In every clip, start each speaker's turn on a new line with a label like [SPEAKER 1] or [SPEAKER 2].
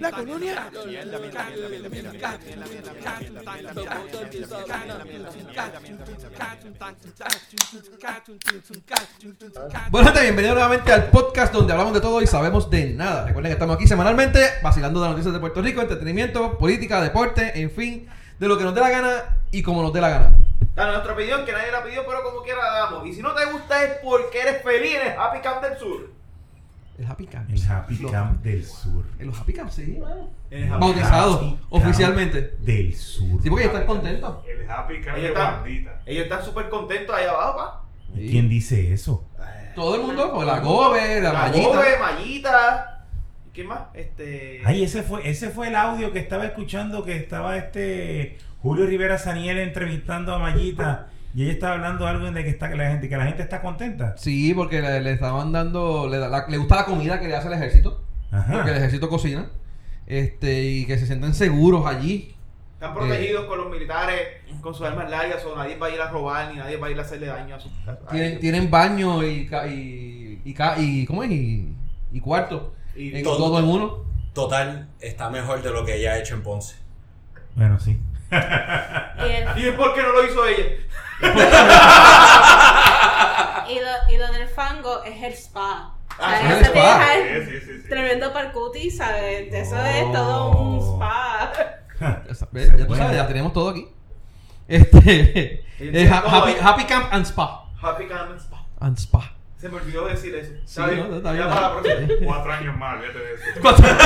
[SPEAKER 1] La colonia.
[SPEAKER 2] Bueno, gente, bienvenidos nuevamente al podcast donde hablamos de todo y sabemos de nada. Recuerden que estamos aquí semanalmente vacilando de las noticias de Puerto Rico, entretenimiento, política, deporte, en fin, de lo que nos dé la gana y como nos dé la gana.
[SPEAKER 3] Dale nuestra opinión, que nadie la pidió, pero como quiera la damos. Y si no te gusta es porque eres feliz, eres Happy Camp del Sur.
[SPEAKER 2] El Happy Camp.
[SPEAKER 4] El Happy
[SPEAKER 2] Los-
[SPEAKER 4] Camp del Sur.
[SPEAKER 2] en los Happy Camps, sí, mano.
[SPEAKER 4] El Happy
[SPEAKER 2] Bautizado,
[SPEAKER 4] Camp
[SPEAKER 2] oficialmente.
[SPEAKER 4] Del Sur.
[SPEAKER 2] Sí, porque estás contento.
[SPEAKER 5] El happy Camp
[SPEAKER 3] Ahí
[SPEAKER 5] de
[SPEAKER 3] está.
[SPEAKER 5] bandita.
[SPEAKER 3] Ellos están súper contentos ahí abajo,
[SPEAKER 2] Sí.
[SPEAKER 4] ¿Quién dice eso?
[SPEAKER 2] Todo el mundo, con la gobe,
[SPEAKER 3] pa.
[SPEAKER 2] la
[SPEAKER 3] La
[SPEAKER 2] mallita.
[SPEAKER 3] Gobe, Mallita. ¿Y quién más? Este.
[SPEAKER 4] Ay, ese fue, ese fue el audio que estaba escuchando que estaba este Julio Rivera Saniel entrevistando a Mayita y ella estaba hablando algo de que está que la gente que la gente está contenta.
[SPEAKER 2] Sí, porque le, le estaban dando, le, da- la- le gusta la comida que le hace el ejército, porque el
[SPEAKER 4] Ajá.
[SPEAKER 2] ejército cocina, este y que se sienten seguros allí. eh.
[SPEAKER 3] Están protegidos con los militares, con sus armas largas, o nadie va a ir a robar, ni nadie va a ir a hacerle daño a sus casas.
[SPEAKER 2] Tienen, tienen baño y, ca- y, y, ca- y- ¿cómo es? Y, y cuarto.
[SPEAKER 3] Y
[SPEAKER 2] en
[SPEAKER 3] todo.
[SPEAKER 6] todo.
[SPEAKER 2] todo en uno.
[SPEAKER 6] Total, está mejor de lo que ella ha hecho en Ponce.
[SPEAKER 4] Bueno, sí.
[SPEAKER 7] Y, el-
[SPEAKER 3] ¿Y por qué no lo hizo ella?
[SPEAKER 7] y lo, y lo del fango es el spa. O sea,
[SPEAKER 3] Ah,
[SPEAKER 2] sí,
[SPEAKER 7] eso
[SPEAKER 2] el
[SPEAKER 7] te
[SPEAKER 2] spa.
[SPEAKER 7] deja el
[SPEAKER 5] Sí, sí, sí, sí.
[SPEAKER 7] tremendo parcuti, ¿sabes? Eso
[SPEAKER 4] Oh.
[SPEAKER 7] es todo un spa.
[SPEAKER 2] Ya, sabes, ya tú
[SPEAKER 4] Bueno.
[SPEAKER 2] sabes, ya tenemos todo aquí. Este,
[SPEAKER 3] Ellos
[SPEAKER 2] es
[SPEAKER 3] tienen
[SPEAKER 2] ha-
[SPEAKER 3] todo
[SPEAKER 2] happy,
[SPEAKER 3] ahí.
[SPEAKER 2] happy Camp and Spa.
[SPEAKER 3] Happy Camp Spa.
[SPEAKER 2] And Spa.
[SPEAKER 3] Se me olvidó decir eso.
[SPEAKER 2] Sí,
[SPEAKER 3] ¿Sabes?
[SPEAKER 2] no, está bien,
[SPEAKER 3] Ya para
[SPEAKER 2] está
[SPEAKER 3] la próxima.
[SPEAKER 5] Cuatro años más, olvídate de eso.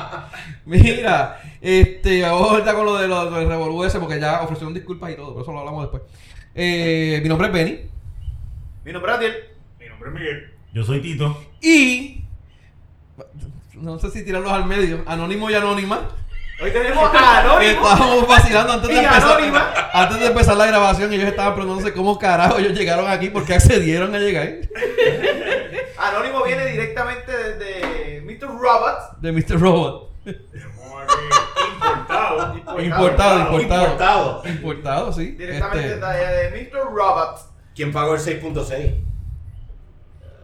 [SPEAKER 2] Mira, este, ahorita con lo de los del revolú ese, porque ya ofrecieron disculpas y todo, pero eso lo hablamos después. Eh, mi nombre es Benny.
[SPEAKER 3] Mi nombre es Adiel.
[SPEAKER 5] Mi nombre es Miguel.
[SPEAKER 4] Yo soy Tito.
[SPEAKER 2] Y. No sé si tirarlos al medio. Anónimo y anónima.
[SPEAKER 3] Hoy tenemos a Anónimo.
[SPEAKER 2] Estábamos vacilando antes de
[SPEAKER 3] Y
[SPEAKER 2] empezar.
[SPEAKER 3] anónima.
[SPEAKER 2] Antes de empezar la grabación, ellos estaban preguntándose cómo carajo ellos llegaron aquí, porque accedieron a llegar
[SPEAKER 3] Anónimo viene directamente desde Mr. Robots.
[SPEAKER 2] de Mr. Robot.
[SPEAKER 5] Tenemos aquí importado.
[SPEAKER 2] Importado, importado.
[SPEAKER 6] Importado.
[SPEAKER 2] Importado, sí.
[SPEAKER 3] Directamente
[SPEAKER 2] Este,
[SPEAKER 3] desde de Mr. Robots.
[SPEAKER 6] ¿Quién pagó el 6.6?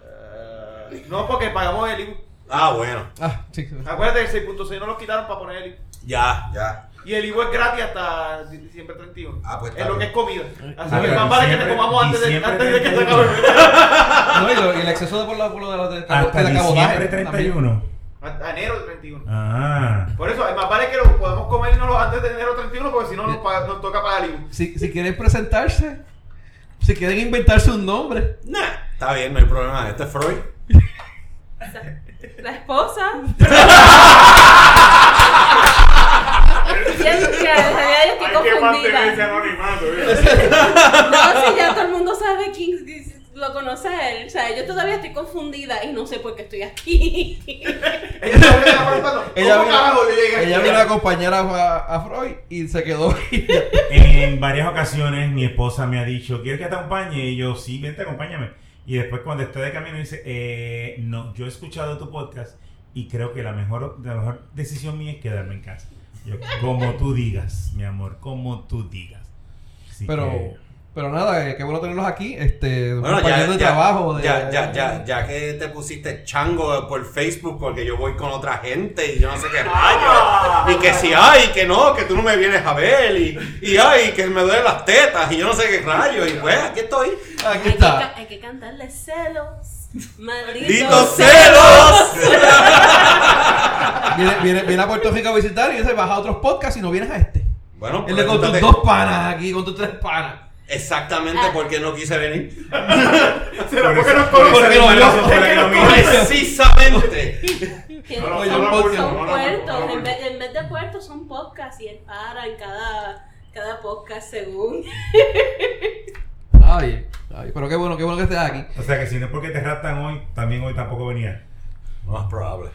[SPEAKER 3] Eh, no, porque pagamos el IBU.
[SPEAKER 6] Ah, bueno.
[SPEAKER 2] Ah, sí.
[SPEAKER 3] Acuérdate que el 6.6 no lo quitaron para poner el IBU.
[SPEAKER 6] Ya, ya.
[SPEAKER 3] Y el IBU es gratis hasta diciembre 31.
[SPEAKER 6] Ah, pues
[SPEAKER 3] Es
[SPEAKER 6] está
[SPEAKER 3] lo que es
[SPEAKER 6] bien.
[SPEAKER 3] comida. Así
[SPEAKER 2] Ah,
[SPEAKER 3] que
[SPEAKER 2] pero
[SPEAKER 3] más vale que te
[SPEAKER 4] diciembre-
[SPEAKER 3] comamos antes de,
[SPEAKER 4] diciembre
[SPEAKER 3] antes de que se
[SPEAKER 4] 31.
[SPEAKER 3] acabe.
[SPEAKER 2] No, y, lo- y el exceso de por lo, por lo de la de,
[SPEAKER 4] Hasta
[SPEAKER 2] del cabotaje
[SPEAKER 4] diciembre
[SPEAKER 2] también.
[SPEAKER 4] 31.
[SPEAKER 3] Hasta enero del 31.
[SPEAKER 4] Ah.
[SPEAKER 3] Por eso, es más vale que lo podamos comer y no lo antes de enero 31, porque si no nos, paga- nos toca pagar el IBU.
[SPEAKER 2] Si, si quieren presentarse, si quieren inventarse un nombre.
[SPEAKER 6] Nah, está bien, no hay problema. Este es Freud.
[SPEAKER 7] La esposa. Siento que en realidad yo estoy
[SPEAKER 5] Hay que mantenerse ¿eh?
[SPEAKER 7] confundida.
[SPEAKER 5] anonimato.
[SPEAKER 7] No, si ya todo el mundo sabe quién lo conoce a él. O sea, yo todavía estoy confundida y no sé por qué estoy aquí.
[SPEAKER 3] Ella se está preguntando, ¿cómo
[SPEAKER 2] Ella vino-
[SPEAKER 3] carajo yo llegué
[SPEAKER 2] Ella
[SPEAKER 3] aquí?
[SPEAKER 2] vino a acompañar a, a- a Freud y se quedó.
[SPEAKER 4] En varias ocasiones mi esposa me ha dicho, ¿quieres que te acompañe? Y yo, sí, vente, acompáñame. Y después cuando estoy de camino dice, "Eh, no, yo he escuchado tu podcast y creo que la mejor, la mejor decisión mía es quedarme en casa. Yo, como tú digas, mi amor, como tú digas. Así
[SPEAKER 2] pero,
[SPEAKER 4] que-
[SPEAKER 2] pero nada, eh, qué bueno tenerlos aquí. Este, un
[SPEAKER 6] Bueno,
[SPEAKER 2] compañero de
[SPEAKER 6] ya, ya,
[SPEAKER 2] trabajo. de-
[SPEAKER 6] ya, ya, ya, ya que te pusiste chango por Facebook porque yo voy con otra gente y yo no sé qué
[SPEAKER 2] Ah.
[SPEAKER 6] rayos. Y que si hay, que no, que tú no me vienes a ver. Y, y ay, que me duelen las tetas y yo no sé qué rayos. Y pues, aquí estoy.
[SPEAKER 2] Aquí
[SPEAKER 7] Hay que,
[SPEAKER 2] está.
[SPEAKER 7] ca- hay que cantarle celos. Maldito
[SPEAKER 6] ¡Ditos celos!
[SPEAKER 2] Viene, viene, viene a Puerto Rico a visitar y dice: baja a otros podcasts y no vienes a este.
[SPEAKER 6] Bueno, pues,
[SPEAKER 2] Él le con tus
[SPEAKER 6] pregúntate-
[SPEAKER 2] dos panas aquí, con tus tres panas.
[SPEAKER 6] Exactamente
[SPEAKER 7] Ah.
[SPEAKER 6] porque no quise venir.
[SPEAKER 3] ¿Será
[SPEAKER 4] Por
[SPEAKER 3] porque
[SPEAKER 4] eso-
[SPEAKER 3] nos
[SPEAKER 4] por eso
[SPEAKER 3] conoce?
[SPEAKER 4] mismo
[SPEAKER 2] no,
[SPEAKER 4] lo hizo,
[SPEAKER 2] no,
[SPEAKER 4] por
[SPEAKER 2] es que
[SPEAKER 4] eso
[SPEAKER 2] no
[SPEAKER 4] mismo.
[SPEAKER 6] Precisamente.
[SPEAKER 7] Que
[SPEAKER 5] No,
[SPEAKER 7] son,
[SPEAKER 2] no, no,
[SPEAKER 7] son
[SPEAKER 2] no,
[SPEAKER 5] no, no,
[SPEAKER 7] puertos,
[SPEAKER 5] no, no,
[SPEAKER 7] en, vez, en vez de puertos son podcasts y él para en cada, cada podcast según.
[SPEAKER 2] Ah, bien. Ah, bien. Pero qué bueno, qué bueno que estés aquí.
[SPEAKER 4] O sea que si no es porque te raptan hoy, también hoy tampoco venía.
[SPEAKER 6] Más probable.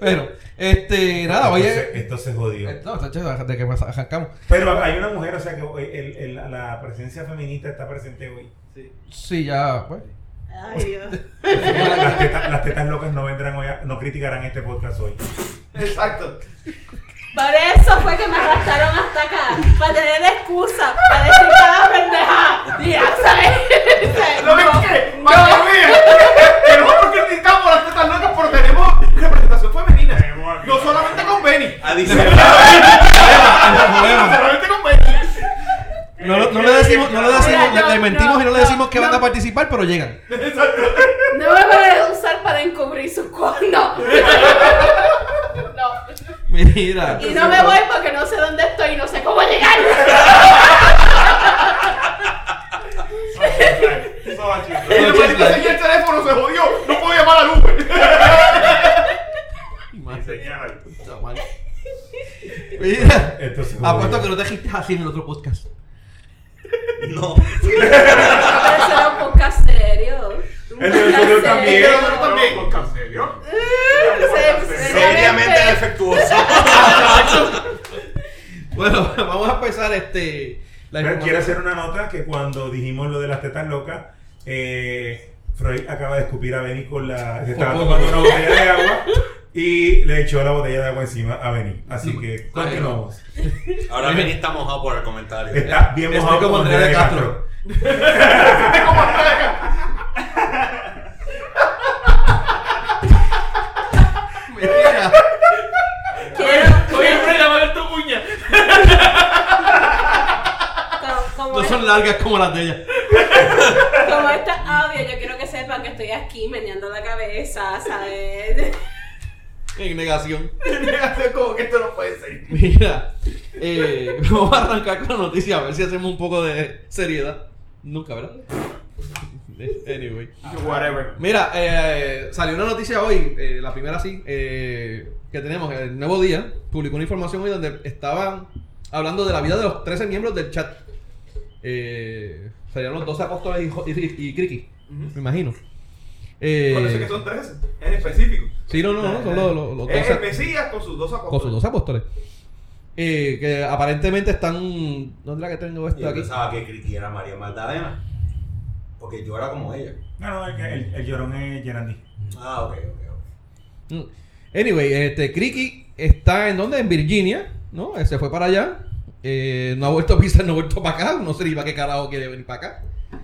[SPEAKER 2] Pero, este, nada,
[SPEAKER 4] Entonces,
[SPEAKER 2] oye.
[SPEAKER 4] esto se jodió.
[SPEAKER 2] eh, No, está chido, de que pues, arrancamos.
[SPEAKER 4] Pero hay una mujer, o sea que hoy el- el- la presencia feminista está presente hoy.
[SPEAKER 3] Sí.
[SPEAKER 2] Sí, ya, pues.
[SPEAKER 7] Ay, Dios.
[SPEAKER 4] Las tetas, las tetas locas no vendrán hoy, a- no criticarán este podcast hoy.
[SPEAKER 3] Exacto.
[SPEAKER 7] Por eso fue que me arrastraron hasta acá. Para tener excusa. Para decir cada pendeja. Ya sabes.
[SPEAKER 3] ¿Lo ves que? ¡Madre mía! Que nosotros criticamos las tetas locas, pero tenemos representación femenina. No solamente con Benny.
[SPEAKER 6] Ah,
[SPEAKER 2] Ah,
[SPEAKER 3] No solamente con Benny.
[SPEAKER 2] No, lo- no le decimos, no le decimos,
[SPEAKER 7] Mira,
[SPEAKER 2] le, le
[SPEAKER 7] no,
[SPEAKER 2] mentimos y no
[SPEAKER 7] no,
[SPEAKER 2] le decimos
[SPEAKER 7] no,
[SPEAKER 2] que van
[SPEAKER 7] no.
[SPEAKER 2] a participar, pero llegan.
[SPEAKER 7] No me voy a usar para encubrir sus cuernos. No.
[SPEAKER 2] Mira.
[SPEAKER 7] Y no me voy porque no sé dónde estoy y no sé cómo llegar.
[SPEAKER 5] Eso va a
[SPEAKER 3] Y el maldito señor el teléfono se jodió. No puedo llamar al Uber.
[SPEAKER 5] Señal.
[SPEAKER 2] Mira.
[SPEAKER 4] Entonces,
[SPEAKER 2] Apuesto que no te dijiste así en el otro podcast.
[SPEAKER 6] No.
[SPEAKER 7] Pero será un podcast serio. Un
[SPEAKER 5] El del
[SPEAKER 7] podcast
[SPEAKER 5] también.
[SPEAKER 7] serio.
[SPEAKER 3] nosotros también.
[SPEAKER 5] Un podcast serio.
[SPEAKER 7] Se-
[SPEAKER 6] Seriamente defectuoso.
[SPEAKER 2] Bueno, vamos a empezar este. La
[SPEAKER 4] Pero
[SPEAKER 2] información.
[SPEAKER 4] quiero hacer una nota que cuando dijimos lo de las tetas locas, eh, Freud acaba de escupir a Benny con la. Se estaba
[SPEAKER 2] Por
[SPEAKER 4] tomando una
[SPEAKER 2] poco.
[SPEAKER 4] botella de agua y le echó la botella de agua encima a Benny. Así que
[SPEAKER 2] Ay,
[SPEAKER 4] continuamos.
[SPEAKER 6] Ahora Benny está mojado por el comentario.
[SPEAKER 4] Está bien
[SPEAKER 2] Estoy
[SPEAKER 4] mojado
[SPEAKER 2] como
[SPEAKER 4] con
[SPEAKER 2] Andrea de
[SPEAKER 4] Andrea
[SPEAKER 2] Castro. Mira.
[SPEAKER 7] Quiero.
[SPEAKER 3] Oye, hombre, llamar tu uña.
[SPEAKER 7] como- Como,
[SPEAKER 2] No son largas como las de ella.
[SPEAKER 7] como esta audio, yo quiero que sepan que estoy aquí meneando la cabeza, ¿sabes?
[SPEAKER 2] En negación.
[SPEAKER 3] Como que esto no puede ser.
[SPEAKER 2] Mira. eh, vamos a arrancar con la noticia a ver si hacemos un poco de seriedad. Nunca, ¿verdad? Anyway.
[SPEAKER 3] Ah, Whatever.
[SPEAKER 2] Mira, eh, salió una noticia hoy, eh, la primera sí, eh, que tenemos, el Nuevo Día, publicó una información hoy donde estaban hablando de la vida de los 13 miembros del chat. Eh, serían los 12 apóstoles y, jo- y, y- y Criqui, me imagino. Eh,
[SPEAKER 3] Por eso es que son 13. En específico.
[SPEAKER 2] sí, no, no, no, son los, los, los
[SPEAKER 3] Es
[SPEAKER 2] 12
[SPEAKER 3] el Mesías con sus dos apóstoles.
[SPEAKER 2] con sus 12 apóstoles. Eh, que aparentemente están... ¿Dónde es la que tengo
[SPEAKER 6] Yo
[SPEAKER 2] esto aquí?
[SPEAKER 6] pensaba que Criqui era María Magdalena. Porque yo era como ella.
[SPEAKER 4] No, no, el, el- el llorón es Gerandi.
[SPEAKER 6] Ah, ok, ok, ok.
[SPEAKER 2] Mm. Anyway, este Criqui está en donde? En Virginia, ¿no? Él se fue para allá. Eh, no ha vuelto a pisar, no ha vuelto para acá. No sé ni para qué carajo quiere venir para acá.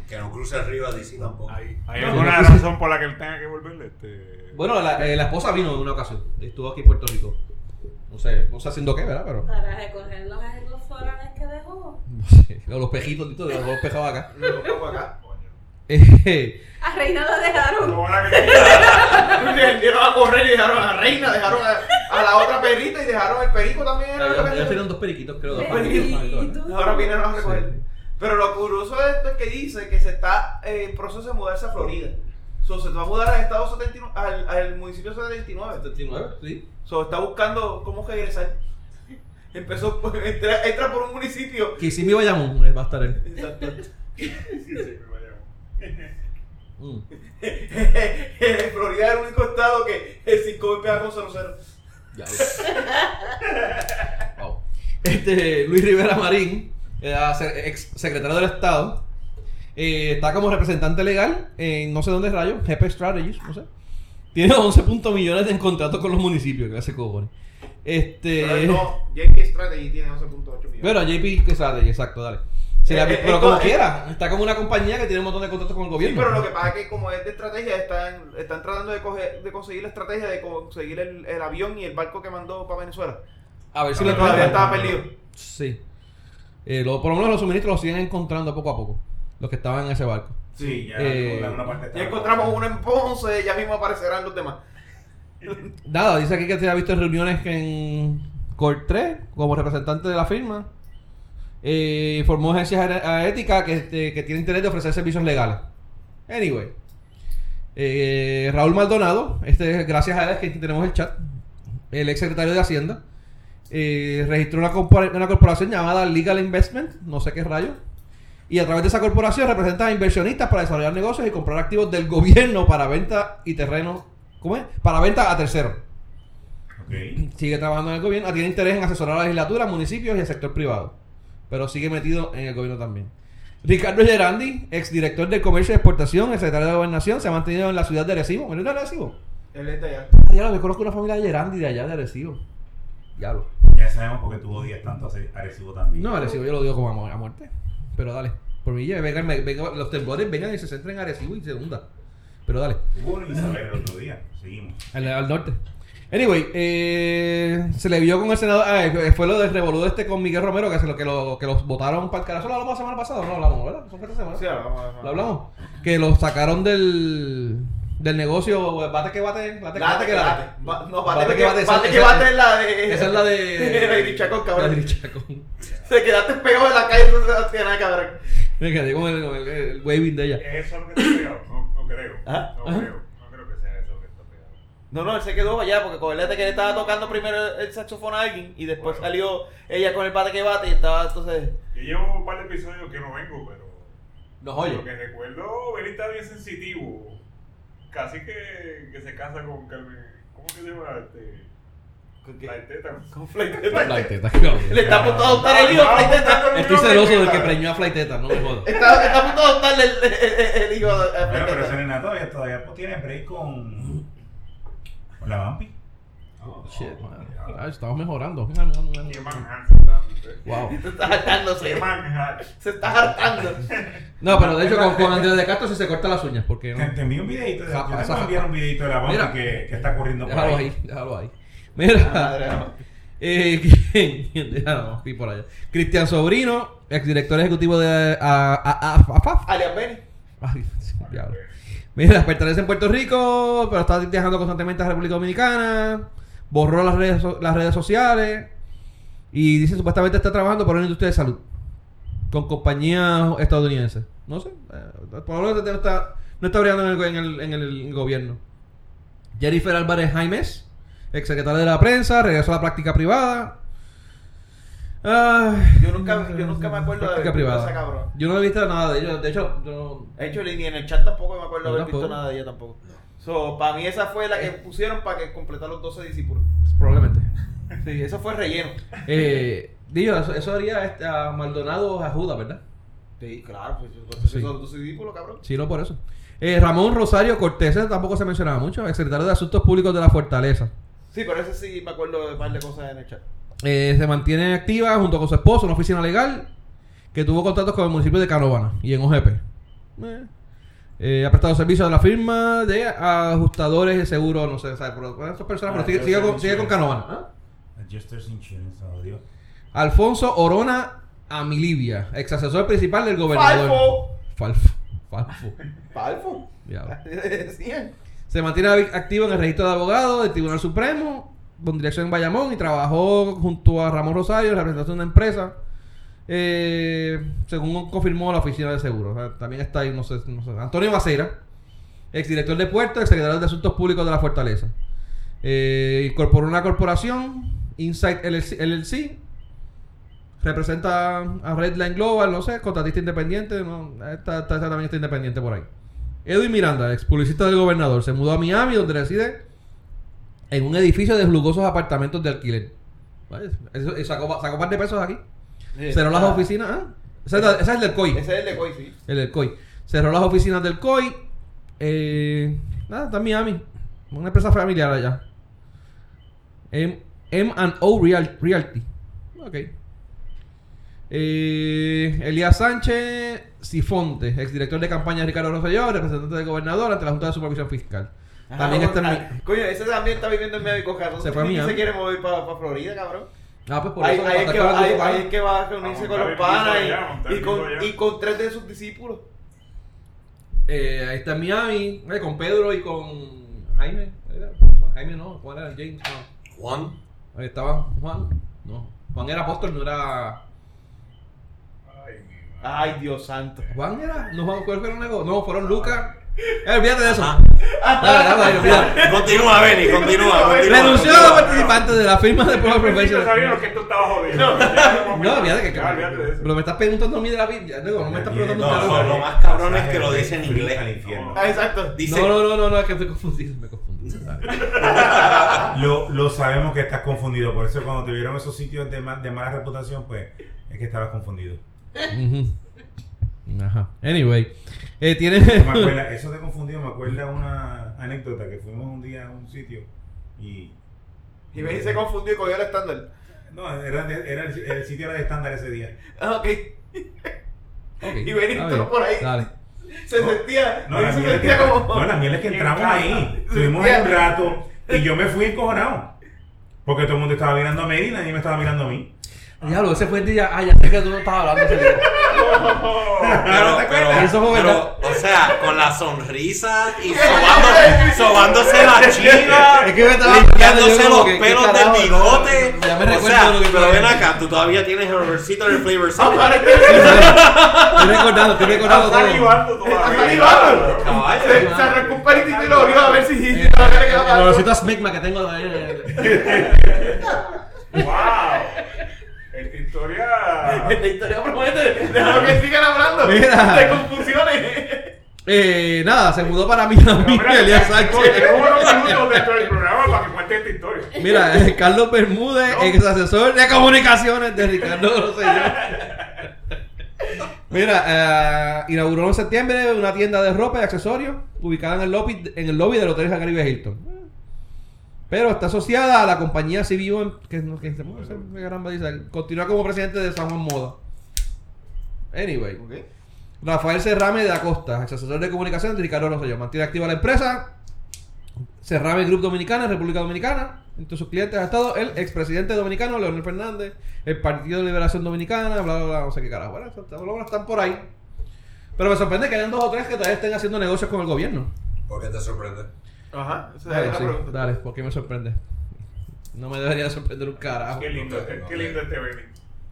[SPEAKER 6] Que no cruce el río a DC tampoco.
[SPEAKER 5] ¿Hay, hay
[SPEAKER 2] No,
[SPEAKER 5] alguna
[SPEAKER 2] no, no.
[SPEAKER 5] razón por la que él tenga que volverle? Este...
[SPEAKER 2] Bueno, la, eh, la esposa vino en una ocasión. Estuvo aquí en Puerto Rico. No sé, no sé haciendo qué, ¿verdad? Pero.
[SPEAKER 7] Para recoger los arreglos florales que dejó.
[SPEAKER 2] No sé. o Los pejitos, tito, los dos pejados acá.
[SPEAKER 3] Lo pongo acá.
[SPEAKER 2] Eh,
[SPEAKER 7] A Reina lo dejaron.
[SPEAKER 5] Ahora que-
[SPEAKER 3] Dieron a correr y dejaron a la reina, dejaron a, a la otra perrita y dejaron al perico también. era lo que
[SPEAKER 2] Ellos
[SPEAKER 3] tenía.
[SPEAKER 2] tienen dos periquitos, creo. Dos
[SPEAKER 7] Bendito.
[SPEAKER 2] periquitos.
[SPEAKER 3] Ahora vinieron a recoger.
[SPEAKER 2] Sí.
[SPEAKER 3] Pero lo curioso de esto es que dice que se está eh, en proceso de mudarse a Florida. So, se va a mudar al estado 79, al, al municipio 79.
[SPEAKER 2] 79, sí.
[SPEAKER 3] So, está buscando cómo regresar. Empezó, por- entra, entra por un municipio.
[SPEAKER 2] Kisimi Bayamón, eh, va a estar él.
[SPEAKER 3] Exacto.
[SPEAKER 5] Sí, sí, me vaya.
[SPEAKER 2] Mm.
[SPEAKER 3] Florida es el único estado que el 5 pega con 00.
[SPEAKER 2] Ya lo- Wow. Este, Luis Rivera Marín, era se- ex secretario del Estado, eh, está como representante legal en no sé dónde rayos, Jefe Strategies, no sé. Tiene 11 puntos millones en contrato con los municipios, que hace cojones.
[SPEAKER 3] Pero
[SPEAKER 2] Este.
[SPEAKER 3] No, JP Strategy tiene 11.8 millones.
[SPEAKER 2] Bueno, JP que Strategy, exacto, dale. Se le-
[SPEAKER 3] Eh, eh,
[SPEAKER 2] pero
[SPEAKER 3] eh,
[SPEAKER 2] como
[SPEAKER 3] eh,
[SPEAKER 2] quiera, está como una compañía que tiene un montón de contratos con el
[SPEAKER 3] Sí,
[SPEAKER 2] gobierno.
[SPEAKER 3] pero lo que pasa es que como es de estrategia, están, están tratando de, coger- de conseguir la estrategia de conseguir el, el avión y el barco que mandó para Venezuela.
[SPEAKER 2] A ver si
[SPEAKER 3] Que
[SPEAKER 2] lo
[SPEAKER 3] todavía
[SPEAKER 2] encuentran.
[SPEAKER 3] estaba perdido.
[SPEAKER 2] Sí. Eh, lo- por lo menos los suministros los siguen encontrando poco a poco, los que estaban en ese barco.
[SPEAKER 4] Sí, ya.
[SPEAKER 2] Eh,
[SPEAKER 4] la- una parte
[SPEAKER 3] Ya
[SPEAKER 4] está-
[SPEAKER 3] encontramos uno en Ponce, ya mismo aparecerán los demás.
[SPEAKER 2] Nada, dice aquí que se ha visto en reuniones en Cor 3 como representante de la firma. Eh, formó agencias a- a ética que, este, que tiene interés de ofrecer servicios legales. Anyway. Eh, Raúl Maldonado, este es gracias a él es que tenemos el chat, el ex secretario de Hacienda, eh, registró una, compor- una corporación llamada Legal Investment, no sé qué rayo, y a través de esa corporación representa a inversionistas para desarrollar negocios y comprar activos del gobierno para venta y terreno, ¿cómo es? Para venta a terceros.
[SPEAKER 4] Ok.
[SPEAKER 2] Sigue trabajando en el gobierno, tiene interés en asesorar a la legislatura, municipios y el sector privado, pero sigue metido en el gobierno también. Ricardo Gerandi, exdirector del Comercio y Exportación, el secretario de Gobernación, se ha mantenido en la ciudad de Arecibo. ¿Mira de Arecibo?
[SPEAKER 3] Él está allá.
[SPEAKER 2] Ya lo conozco una familia de Gerandi de allá de Arecibo. Diablo.
[SPEAKER 4] Ya ya sabemos por qué tú odias tanto a Are- Arecibo también.
[SPEAKER 2] No, Arecibo yo lo digo como amor, a muerte. Pero dale. Por mí ya, vengan, me- venga- los temblores vengan y se centren en Arecibo y se hunda. Pero dale.
[SPEAKER 4] Hubo uno en Isabel el otro día. Seguimos.
[SPEAKER 2] Al, al norte. Anyway, eh, se le vio con el senador. Ah, eh, fue lo del revoludo este con Miguel Romero, que, se lo, que, lo- que los votaron para el carajo. Lo hablamos la semana pasada, no lo hablamos, ¿verdad? Son esta semana.
[SPEAKER 3] Sí, hablamos, hablamos.
[SPEAKER 2] Lo hablamos. Que los sacaron del, del negocio. eh, Bate que bate. Bate que
[SPEAKER 3] Late que late. Ba- No, bate, que bate.
[SPEAKER 2] esa-
[SPEAKER 3] Bate que
[SPEAKER 2] esa-
[SPEAKER 3] bate es la de.
[SPEAKER 2] Esa es la de.
[SPEAKER 3] La de Chacón,
[SPEAKER 2] La
[SPEAKER 3] cabrón.
[SPEAKER 2] de Chacón.
[SPEAKER 3] Se quedaste pegado en la calle, no te hacía nada, cabrón.
[SPEAKER 2] Me quedé con el, con el- el waving de ella.
[SPEAKER 5] ¿Es eso lo que está pegado? No, no creo.
[SPEAKER 3] Ah, Ajá,
[SPEAKER 5] No
[SPEAKER 2] ajá.
[SPEAKER 5] creo. No creo que sea eso lo que está pegado.
[SPEAKER 3] No, no, él se quedó allá porque acuérdate que le estaba tocando primero el saxofón a alguien y después
[SPEAKER 5] Bueno.
[SPEAKER 3] salió ella con el bate que bate y estaba entonces.
[SPEAKER 5] Yo llevo un par de episodios que no vengo, pero.
[SPEAKER 2] Nos
[SPEAKER 5] Lo que recuerdo, Benny está bien sensitivo. Casi que, que se casa con Carmen. ¿Cómo que se llama? Este,
[SPEAKER 3] ¿con qué?
[SPEAKER 5] la esteta.
[SPEAKER 3] Con flaiteta.
[SPEAKER 2] Flaiteta, cabrón.
[SPEAKER 3] Le está a punto de adoptar el hijo a Flaiteta.
[SPEAKER 2] Estoy celoso del que preñó a Flaiteta, no me jodas.
[SPEAKER 3] Está, está a punto de adoptarle el, el- el- el hijo a
[SPEAKER 4] Bueno, pero ese
[SPEAKER 3] Flaiteta.
[SPEAKER 4] nena todavía, todavía pues, tiene break con. con la Bambi.
[SPEAKER 6] Oh,
[SPEAKER 2] Shit, man. Ay, estamos mejorando. Wow.
[SPEAKER 5] Qué manhattan también.
[SPEAKER 3] Se está hartándose.
[SPEAKER 5] Qué manhattan.
[SPEAKER 3] Se está hartando.
[SPEAKER 2] No, pero de hecho con, con Andrés de Castro sí se corta las uñas, porque no.
[SPEAKER 4] Te, te envío un videito. De,
[SPEAKER 2] Zapa,
[SPEAKER 4] yo te
[SPEAKER 2] zapa.
[SPEAKER 4] puedo enviar un videito de la Bambi
[SPEAKER 2] Mira.
[SPEAKER 4] que, que está corriendo por
[SPEAKER 2] Déjalo
[SPEAKER 4] ahí. Ah,
[SPEAKER 2] ahí, déjalo ahí. Ah, Mira. Eh, ¿quién? Déjalo, fui por allá. Cristian Sobrino, exdirector ejecutivo de a, a- a- AFAF.
[SPEAKER 3] Alias Benny.
[SPEAKER 2] Ay, sí, diablo. Mira, pertenece en Puerto Rico, pero está viajando constantemente a República Dominicana. Borró las redes, so- las redes sociales. Y dice supuestamente está trabajando para una industria de salud. Con compañías estadounidenses. No sé. eh, por lo menos no está, no está brillando en el, en el- en el gobierno. Jennifer Álvarez Jaimes, exsecretaria de la prensa, regresó a la práctica privada. Ah,
[SPEAKER 3] Yo nunca, yo nunca me acuerdo de
[SPEAKER 2] práctica
[SPEAKER 3] haber visto a esa
[SPEAKER 2] privada.
[SPEAKER 3] cabrón.
[SPEAKER 2] Yo no he visto nada de ellos. De hecho, yo no-
[SPEAKER 3] De hecho, ni en el chat tampoco me acuerdo
[SPEAKER 2] Yo
[SPEAKER 3] haber visto
[SPEAKER 2] tampoco. Eh.
[SPEAKER 3] nada de ella tampoco. So, para mí esa fue la que pusieron para que completar los 12 discípulos.
[SPEAKER 2] probablemente.
[SPEAKER 3] Sí, eso fue relleno.
[SPEAKER 2] Eh, Dillo, eso, eso haría este, a Maldonado a Judas, ¿verdad?
[SPEAKER 3] Sí, claro, pues entonces
[SPEAKER 2] Sí.
[SPEAKER 3] son 12 discípulos, cabrón.
[SPEAKER 2] Sí, no por eso. Eh, Ramón Rosario Cortés, ese tampoco se mencionaba mucho, exsecretario de Asuntos Públicos de la Fortaleza.
[SPEAKER 3] Sí, pero ese sí me acuerdo de un par de cosas en el chat.
[SPEAKER 2] Eh, se mantiene activa junto con su esposo, una oficina legal que tuvo contratos con el municipio de Canovana y en OGP. Eh, eh, ha prestado servicios a la firma de ajustadores de seguro, no sé, ¿sabes? Pero, bueno, estas personas,
[SPEAKER 4] Ah,
[SPEAKER 2] pero sigue,
[SPEAKER 4] pero
[SPEAKER 2] sigue
[SPEAKER 4] eso
[SPEAKER 2] con,
[SPEAKER 4] es
[SPEAKER 2] sigue con
[SPEAKER 4] insurance.
[SPEAKER 2] Canovana. ¿ah?
[SPEAKER 4] Adjusters Insurance, oh Dios.
[SPEAKER 2] Alfonso Orona Amilibia, ex asesor principal del gobernador.
[SPEAKER 3] ¡Falfo!
[SPEAKER 2] Falfo. Falfo.
[SPEAKER 3] ¡Palfo!
[SPEAKER 2] Diablo.
[SPEAKER 3] Decían.
[SPEAKER 2] Se mantiene avi- activo en el registro de abogados del Tribunal Supremo, con dirección en Bayamón, y trabajó junto a Ramón Rosario en representación de una empresa, eh, según confirmó la oficina de seguros. O sea, también está ahí, no sé, no sé, Antonio Maceira, exdirector de Puerto, exsecretario de Asuntos Públicos de la Fortaleza. Eh, incorporó una corporación, Insight LLC, LLC, representa a Redline Global, no sé, contratista independiente, no, esta, esta- esta también está independiente por ahí. Edwin Miranda, ex publicista del gobernador, se mudó a Miami donde reside en un edificio de lujosos apartamentos de alquiler. ¿Vale? Eso- eso sacó, sacó un par de pesos aquí. Cerró las
[SPEAKER 3] Ah,
[SPEAKER 2] oficinas. Ah, ese, es la- ese es el del COI.
[SPEAKER 3] Ese es el de Coy, sí.
[SPEAKER 2] El del COI. Cerró las oficinas del COI. Eh, nada, está en Miami. Una empresa familiar allá. M- M&O Real, Realty. Ok. Eh, Elías Sánchez Sifonte, exdirector de campaña de Ricardo Rosselló, representante del gobernador ante la Junta de Supervisión Fiscal. También
[SPEAKER 3] Ah,
[SPEAKER 2] está en
[SPEAKER 3] ah, Coño, ese también está viviendo en Miami con Jason.
[SPEAKER 2] Se fue a
[SPEAKER 3] ¿Quién
[SPEAKER 2] Miami.
[SPEAKER 3] se quiere mover para Florida, cabrón?
[SPEAKER 2] Ah, pues por
[SPEAKER 3] Ahí
[SPEAKER 2] eso.
[SPEAKER 3] ahí es que va- ahí- ahí es que va a
[SPEAKER 5] A
[SPEAKER 3] reunirse con
[SPEAKER 5] montar
[SPEAKER 3] los
[SPEAKER 5] el piso
[SPEAKER 3] panas y-
[SPEAKER 5] allá, a montar
[SPEAKER 3] y
[SPEAKER 5] el
[SPEAKER 3] con-
[SPEAKER 5] piso allá.
[SPEAKER 3] y con tres de sus discípulos.
[SPEAKER 2] Eh, ahí está en Miami, eh, con Pedro y con Jaime. ¿Era? Jaime no, ¿cuál era? James no.
[SPEAKER 6] Juan.
[SPEAKER 2] Ahí estaba Juan. No. Juan era apóstol, no era.
[SPEAKER 5] Ay, mi madre.
[SPEAKER 3] Ay, Dios santo.
[SPEAKER 2] Juan era. No, Juan, ¿cuál fueron luego? No, fueron Lucas. Eh, olvídate de eso.
[SPEAKER 6] Ajá.
[SPEAKER 2] Dale, dale, dale, olvídate.
[SPEAKER 6] Continúa, Benny, continúa. continúa
[SPEAKER 2] Renunció a los participantes de la firma de Pueblo
[SPEAKER 5] Yo sabía lo
[SPEAKER 2] Professional.
[SPEAKER 5] que tú estabas jodiendo. No,
[SPEAKER 2] No, olvídate que.
[SPEAKER 5] Ya, olvídate de eso.
[SPEAKER 2] Pero me estás preguntando a mí de la Biblia. Luego, no me estás preguntando
[SPEAKER 6] No,
[SPEAKER 2] a
[SPEAKER 6] no,
[SPEAKER 2] mí.
[SPEAKER 6] lo más cabrón es que lo dice en inglés.
[SPEAKER 4] Al infierno.
[SPEAKER 3] Ah, exacto.
[SPEAKER 6] Dice,
[SPEAKER 2] No, no, no, no, no, es que estoy confundido. Me confundí. ¿sabes?
[SPEAKER 4] Lo, lo sabemos que estás confundido. Por eso cuando te vieron esos sitios de, ma- de mala reputación, pues es que estabas confundido.
[SPEAKER 2] Ujú. Ajá. Anyway. Eh, tiene.
[SPEAKER 4] Eso me acuerda- eso de confundido me acuerda una anécdota que fuimos un día a un sitio y
[SPEAKER 3] Y me se confundió y cogió el estándar.
[SPEAKER 4] No, era, era el, el sitio era de estándar ese día.
[SPEAKER 3] Ah, ok.
[SPEAKER 2] Ok,
[SPEAKER 3] Y Benito
[SPEAKER 2] está bien,
[SPEAKER 3] por ahí.
[SPEAKER 2] Dale.
[SPEAKER 3] Se sentía.
[SPEAKER 4] No, la
[SPEAKER 3] se
[SPEAKER 4] miel es que,
[SPEAKER 3] sentía como.
[SPEAKER 4] no, la miel es que entramos
[SPEAKER 5] Entrada.
[SPEAKER 4] ahí. Estuvimos ahí un rato y yo me fui encojonado. Porque todo el mundo estaba mirando a mí y nadie me estaba mirando a mí.
[SPEAKER 2] Diablo, ese fue el día. Ah, ya sé que tú no estabas hablando ese día.
[SPEAKER 6] Pero, pero,
[SPEAKER 2] Eso fue
[SPEAKER 6] pero, o sea, con la sonrisa y sobándose, sobándose la chiva,
[SPEAKER 2] Es que me estaba acordando,
[SPEAKER 6] limpiándose
[SPEAKER 2] yo como
[SPEAKER 6] los
[SPEAKER 2] que, ¿qué
[SPEAKER 6] pelos del
[SPEAKER 2] carajo?
[SPEAKER 6] bigote.
[SPEAKER 2] Ya me
[SPEAKER 6] o
[SPEAKER 2] recuerdo Ah,
[SPEAKER 6] sea,
[SPEAKER 2] lo que
[SPEAKER 6] pero
[SPEAKER 2] fue.
[SPEAKER 6] ven acá, tú todavía tienes el olorcito del flavor
[SPEAKER 3] Ah,
[SPEAKER 6] sound.
[SPEAKER 3] Aparentemente,
[SPEAKER 2] Estoy recordando, estoy recordando
[SPEAKER 5] Está
[SPEAKER 2] todo.
[SPEAKER 5] salivando
[SPEAKER 3] Está
[SPEAKER 5] todavía.
[SPEAKER 3] salivando.
[SPEAKER 6] Caballo.
[SPEAKER 3] Se, se arrancó un paritito y lo abrió a ver si.
[SPEAKER 2] Eh,
[SPEAKER 3] si la cara quedaba-
[SPEAKER 2] El olorcito a smegma que tengo. eh,
[SPEAKER 5] ¡Wow! Esta historia.
[SPEAKER 3] Esta historia promete. Déjalo que sigan hablando.
[SPEAKER 2] Mira.
[SPEAKER 3] De confusiones.
[SPEAKER 2] Eh, nada, se mudó para mí también
[SPEAKER 5] Mira,
[SPEAKER 2] Elías
[SPEAKER 5] no, tenemos
[SPEAKER 2] Sánchez.
[SPEAKER 5] unos minutos dentro del programa para que cuente esta historia.
[SPEAKER 2] Mira, eh, Carlos Bermúdez, ex asesor de comunicaciones de Ricardo Rosselló. Mira, eh, inauguró en septiembre una tienda de ropa y accesorios ubicada en el lobby, en el lobby del Hotel Caribe Hilton. Pero está asociada a la compañía CBO, que, no- que no sé qué caramba dice, continúa como presidente de San Juan Moda. Anyway. Rafael Serrame de Acosta, ex asesor de comunicación de Ricardo Rosselló. Mantiene activa la empresa, Cerraba el Group Dominicana, República Dominicana. Entre sus clientes ha estado el expresidente dominicano, Leonel Fernández, el Partido de Liberación Dominicana, bla, bla, bla, no sé qué carajo. Bueno, eso está- bla, bla, están por ahí. Pero me sorprende que hayan dos o tres que todavía estén haciendo negocios con el gobierno.
[SPEAKER 6] ¿Por qué te sorprende?
[SPEAKER 3] Ajá. Esa
[SPEAKER 2] Dale,
[SPEAKER 3] es la
[SPEAKER 2] sí,
[SPEAKER 3] pregunta.
[SPEAKER 2] dale, porque me sorprende. No me debería sorprender un carajo.
[SPEAKER 5] Qué lindo,
[SPEAKER 6] ok,
[SPEAKER 5] qué,
[SPEAKER 6] ok.
[SPEAKER 5] qué lindo este Benny.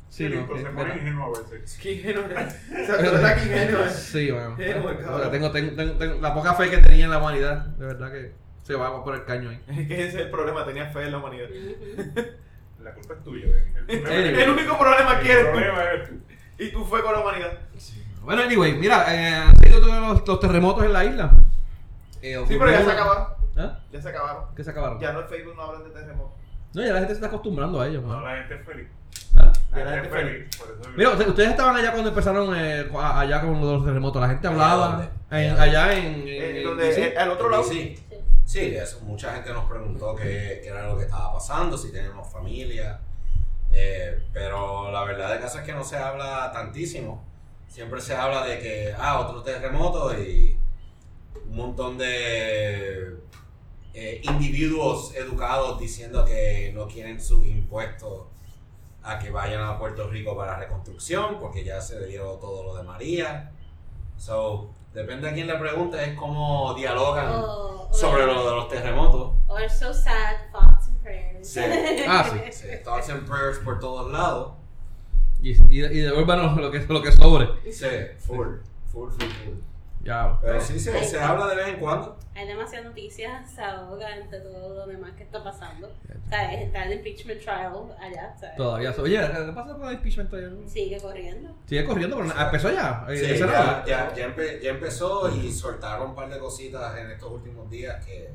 [SPEAKER 2] Sí,
[SPEAKER 5] qué
[SPEAKER 2] no,
[SPEAKER 5] lindo,
[SPEAKER 2] eh,
[SPEAKER 5] se
[SPEAKER 2] mira.
[SPEAKER 5] pone ingenuo a veces.
[SPEAKER 3] Qué ingenuo. que- Se atrasa que ingenuo. es.
[SPEAKER 2] Sí, mano.
[SPEAKER 3] Eh, buen cabrón.
[SPEAKER 2] O sea, tengo, tengo- tengo- tengo- la poca fe que tenía en la humanidad, de verdad que se va por el caño ahí.
[SPEAKER 3] Es que ese es el problema, tenía fe en la humanidad.
[SPEAKER 5] La culpa es tuya, Benny. El problema
[SPEAKER 2] Anyway.
[SPEAKER 5] eres
[SPEAKER 3] El
[SPEAKER 5] tú.
[SPEAKER 3] único problema que
[SPEAKER 5] El
[SPEAKER 3] eres
[SPEAKER 5] problema eres tú.
[SPEAKER 3] tú. Y tu fe con la humanidad.
[SPEAKER 2] Bueno, anyway, mira, eh, han sido todos los, los terremotos en la isla. Eh,
[SPEAKER 3] Sí, pero ya
[SPEAKER 2] ocurrió-
[SPEAKER 3] se acabaron.
[SPEAKER 2] ¿Ah?
[SPEAKER 3] Ya se acabaron.
[SPEAKER 2] ¿Qué se acabaron?
[SPEAKER 3] Ya no en Facebook no hablan de terremoto.
[SPEAKER 2] No, ya la gente se está acostumbrando a ellos.
[SPEAKER 5] No,
[SPEAKER 2] mano.
[SPEAKER 5] la gente es feliz.
[SPEAKER 2] ¿Ah?
[SPEAKER 5] La
[SPEAKER 3] Ya la
[SPEAKER 5] gente es
[SPEAKER 3] gente feliz.
[SPEAKER 5] feliz. Por eso
[SPEAKER 2] Mira, usted- ustedes estaban allá cuando empezaron eh, a- allá con los terremotos. La gente hablaba
[SPEAKER 6] ¿Dónde?
[SPEAKER 2] en- allá en, en-
[SPEAKER 3] Eh,
[SPEAKER 2] en
[SPEAKER 3] donde,
[SPEAKER 2] DC.
[SPEAKER 3] eh, al otro lado.
[SPEAKER 6] Sí, sí, eso. Mucha gente nos preguntó qué, qué era lo que estaba pasando, si teníamos familia. eh, pero la verdad de caso es que no se habla tantísimo. Siempre se habla de que, ah, otro terremoto y un montón de eh, individuos educados diciendo que no quieren sus impuestos a que vayan a Puerto Rico para reconstrucción, porque ya se dio todo lo de María. So, depende a quién le pregunte, es cómo dialogan
[SPEAKER 7] Oh, oh,
[SPEAKER 6] sobre lo de los terremotos.
[SPEAKER 7] Or so sad thoughts and prayers.
[SPEAKER 6] Sí.
[SPEAKER 2] Ah, sí.
[SPEAKER 6] Sí, Thoughts and prayers por todos lados.
[SPEAKER 2] Y, y, y devuélvanos lo que, lo que sobre.
[SPEAKER 6] Sí, full, full, full, full.
[SPEAKER 2] Ya.
[SPEAKER 6] Pero sí, sí, se habla de vez en cuando.
[SPEAKER 7] Hay demasiadas noticias, se ahoga ante todo lo demás que está pasando. O sea, está el impeachment trial allá, ¿sabes?
[SPEAKER 2] Todavía. so- Oye, ¿qué pasa con el impeachment todavía?
[SPEAKER 7] Sigue corriendo.
[SPEAKER 2] Sigue corriendo, pero ah, empezó ya. eh,
[SPEAKER 6] Sí,
[SPEAKER 2] ese
[SPEAKER 6] ya,
[SPEAKER 2] lado.
[SPEAKER 6] ya, ya empe- ya empezó y soltaron un par de cositas en estos últimos días que,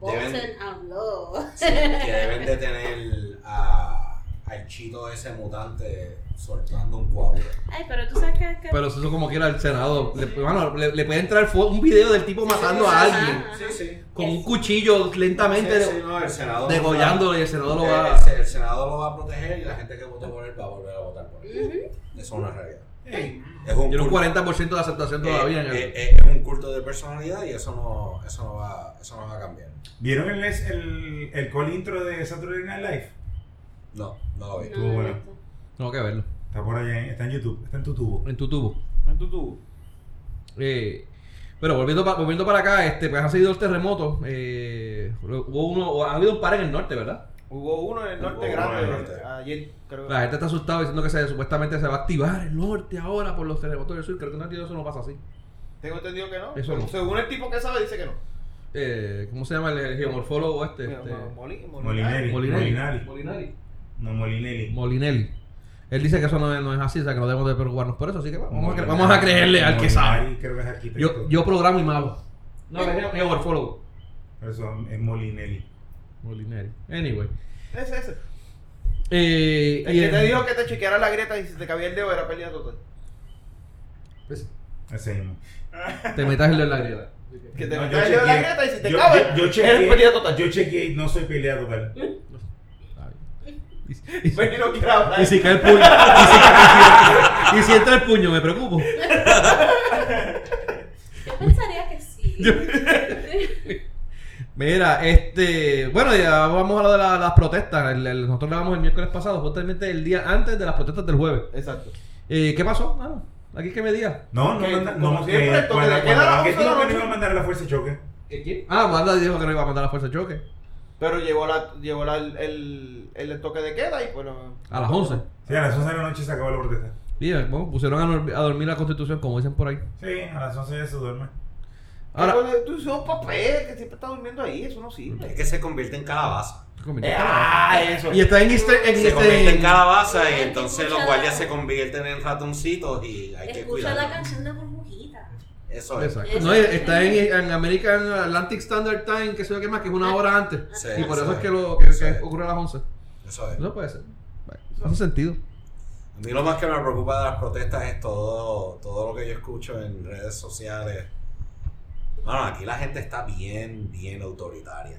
[SPEAKER 7] Bolton
[SPEAKER 6] Deben-
[SPEAKER 7] habló.
[SPEAKER 6] que deben de tener a, al chito ese mutante soltando un cuadro.
[SPEAKER 7] Ay, pero tú sabes que... que-
[SPEAKER 2] Pero eso como quiera el Senado. Le, bueno, le, le puede entrar fo- un video del tipo matando a
[SPEAKER 7] Ajá,
[SPEAKER 2] alguien.
[SPEAKER 7] ajá.
[SPEAKER 6] Sí, sí.
[SPEAKER 2] Con un cuchillo lentamente.
[SPEAKER 6] Sí, Eh, sí, no, el Senado
[SPEAKER 2] degollándolo y el Senado lo va-
[SPEAKER 6] el, el Senado lo va a proteger y la gente que votó por él va a volver a votar por él.
[SPEAKER 7] Ujú.
[SPEAKER 6] Eso es una realidad. Es un
[SPEAKER 2] Tiene un
[SPEAKER 6] culto-
[SPEAKER 2] 40% de aceptación todavía
[SPEAKER 6] eh,
[SPEAKER 2] en el.
[SPEAKER 6] eh, eh, es un culto de personalidad y eso no, eso no, va, eso no va a cambiar.
[SPEAKER 4] ¿Vieron el, el, el call intro de Saturday Night Live?
[SPEAKER 6] No, no lo vi.
[SPEAKER 7] No,
[SPEAKER 4] Estuvo
[SPEAKER 7] no,
[SPEAKER 4] bueno.
[SPEAKER 7] no.
[SPEAKER 2] Tengo que verlo.
[SPEAKER 4] Está por allá, está en YouTube, está en tu tubo.
[SPEAKER 2] En tu tubo.
[SPEAKER 3] No tu tubo.
[SPEAKER 2] Eh, pero volviendo, pa- volviendo para acá, este, pues han sido los terremotos. Eh, hubo uno, o ha habido un par en el norte, ¿verdad?
[SPEAKER 3] Hubo uno en el norte
[SPEAKER 6] Hubo
[SPEAKER 3] grande.
[SPEAKER 6] uno en el norte.
[SPEAKER 3] Ayer, creo que.
[SPEAKER 2] La gente está asustada diciendo que se, supuestamente se va a activar el norte ahora por los terremotos del sur. Creo que en realidad eso no pasa así.
[SPEAKER 3] Tengo entendido que no.
[SPEAKER 2] Eso no.
[SPEAKER 3] Según el tipo que sabe, dice que no.
[SPEAKER 2] Eh, ¿Cómo se llama el, el geomorfólogo este?
[SPEAKER 3] Mira,
[SPEAKER 2] Este,
[SPEAKER 3] no, Moli- Moli-
[SPEAKER 2] Molinelli.
[SPEAKER 4] Molinelli. Molinelli.
[SPEAKER 2] Molinari.
[SPEAKER 4] No, Molinelli.
[SPEAKER 2] Molinelli. Él dice que eso no es, no es así, o sea que no debemos de preocuparnos por eso. Así que vamos, a, cre- vamos a creerle al que sabe.
[SPEAKER 4] Molinari creo que es arquitecto.
[SPEAKER 2] Yo, yo programo y malo. No, es geomorfólogo.
[SPEAKER 4] Pero eso es Molinelli.
[SPEAKER 2] Molinelli. Anyway.
[SPEAKER 3] Ese, ese.
[SPEAKER 2] Eh,
[SPEAKER 3] El
[SPEAKER 2] y
[SPEAKER 3] que
[SPEAKER 2] el-
[SPEAKER 3] te dijo que te chequeara la grieta y si te cabía el dedo era pérdida total.
[SPEAKER 2] pues,
[SPEAKER 4] Ese mismo.
[SPEAKER 2] te metas el dedo en la grieta.
[SPEAKER 3] Que te
[SPEAKER 4] No,
[SPEAKER 3] metas
[SPEAKER 4] yo
[SPEAKER 3] el dedo en la
[SPEAKER 4] chequeé.
[SPEAKER 3] grieta y si te
[SPEAKER 4] Yo-
[SPEAKER 3] cabe,
[SPEAKER 4] yo- yo
[SPEAKER 3] eres pérdida total.
[SPEAKER 4] chequeé, yo chequeé y no soy pelea total.
[SPEAKER 2] Está bien. Y, y-
[SPEAKER 3] Benny no quiere hablar.
[SPEAKER 2] y si cae el puño. Y si, y si- y si entra el puño, me preocupo.
[SPEAKER 7] Yo pensaría que sí.
[SPEAKER 2] Mira, este. Bueno, ya vamos a lo de la- las protestas. El- el- nosotros grabamos el miércoles pasado, justamente el día antes de las protestas del jueves.
[SPEAKER 3] Exacto.
[SPEAKER 2] Eh, ¿Qué pasó? Mano, aquí es que me diga.
[SPEAKER 4] No, no,
[SPEAKER 3] Ok,
[SPEAKER 4] no, no,
[SPEAKER 3] como
[SPEAKER 4] no,
[SPEAKER 3] siempre,
[SPEAKER 4] que
[SPEAKER 3] el toque
[SPEAKER 4] cuando-
[SPEAKER 3] de
[SPEAKER 4] cuando
[SPEAKER 3] queda,
[SPEAKER 4] Banquet
[SPEAKER 3] once de la
[SPEAKER 4] dijo que no
[SPEAKER 3] noche.
[SPEAKER 4] iba a mandar a la fuerza de choque.
[SPEAKER 2] Ah, Manda dijo que no iba a mandar a la fuerza de choque.
[SPEAKER 3] Pero llegó, la, llegó la, el, el, el toque de queda y pues. lo-
[SPEAKER 2] A las 11.
[SPEAKER 4] Sí, a las 11 de la noche se acabó la protesta.
[SPEAKER 2] Y eh, bueno, pusieron a, nor- a dormir la constitución, como dicen por ahí.
[SPEAKER 4] Sí, a las 11 ya se duerme.
[SPEAKER 2] Ahora.
[SPEAKER 3] Pero Tú hiciste un papel que siempre está durmiendo ahí, eso no sirve.
[SPEAKER 6] Es que se convierte en calabaza.
[SPEAKER 2] Se convirtió en calabaza.
[SPEAKER 3] Ah, eso.
[SPEAKER 2] Y está en Easter. En
[SPEAKER 6] Se
[SPEAKER 2] este-
[SPEAKER 6] convierte en calabaza y
[SPEAKER 7] Ay,
[SPEAKER 6] entonces
[SPEAKER 7] escucha
[SPEAKER 6] los
[SPEAKER 7] la-
[SPEAKER 6] guardias se convierten en ratoncitos y hay que
[SPEAKER 7] Escucha la
[SPEAKER 6] cuidarlos.
[SPEAKER 7] canción de burbujita.
[SPEAKER 6] Eso es.
[SPEAKER 2] Exacto. No, está en, en American Atlantic Standard Time, que sé yo qué más, que es una hora antes.
[SPEAKER 6] Sí,
[SPEAKER 2] y por eso
[SPEAKER 6] sí.
[SPEAKER 2] es que, lo, que,
[SPEAKER 6] Sí.
[SPEAKER 2] que ocurre a las 11.
[SPEAKER 6] Eso es.
[SPEAKER 2] Eso puede ser. Bueno, no hace sentido.
[SPEAKER 6] A mí lo más que me preocupa de las protestas es todo, todo lo que yo escucho en redes sociales. Bueno, aquí la gente está bien, bien autoritaria.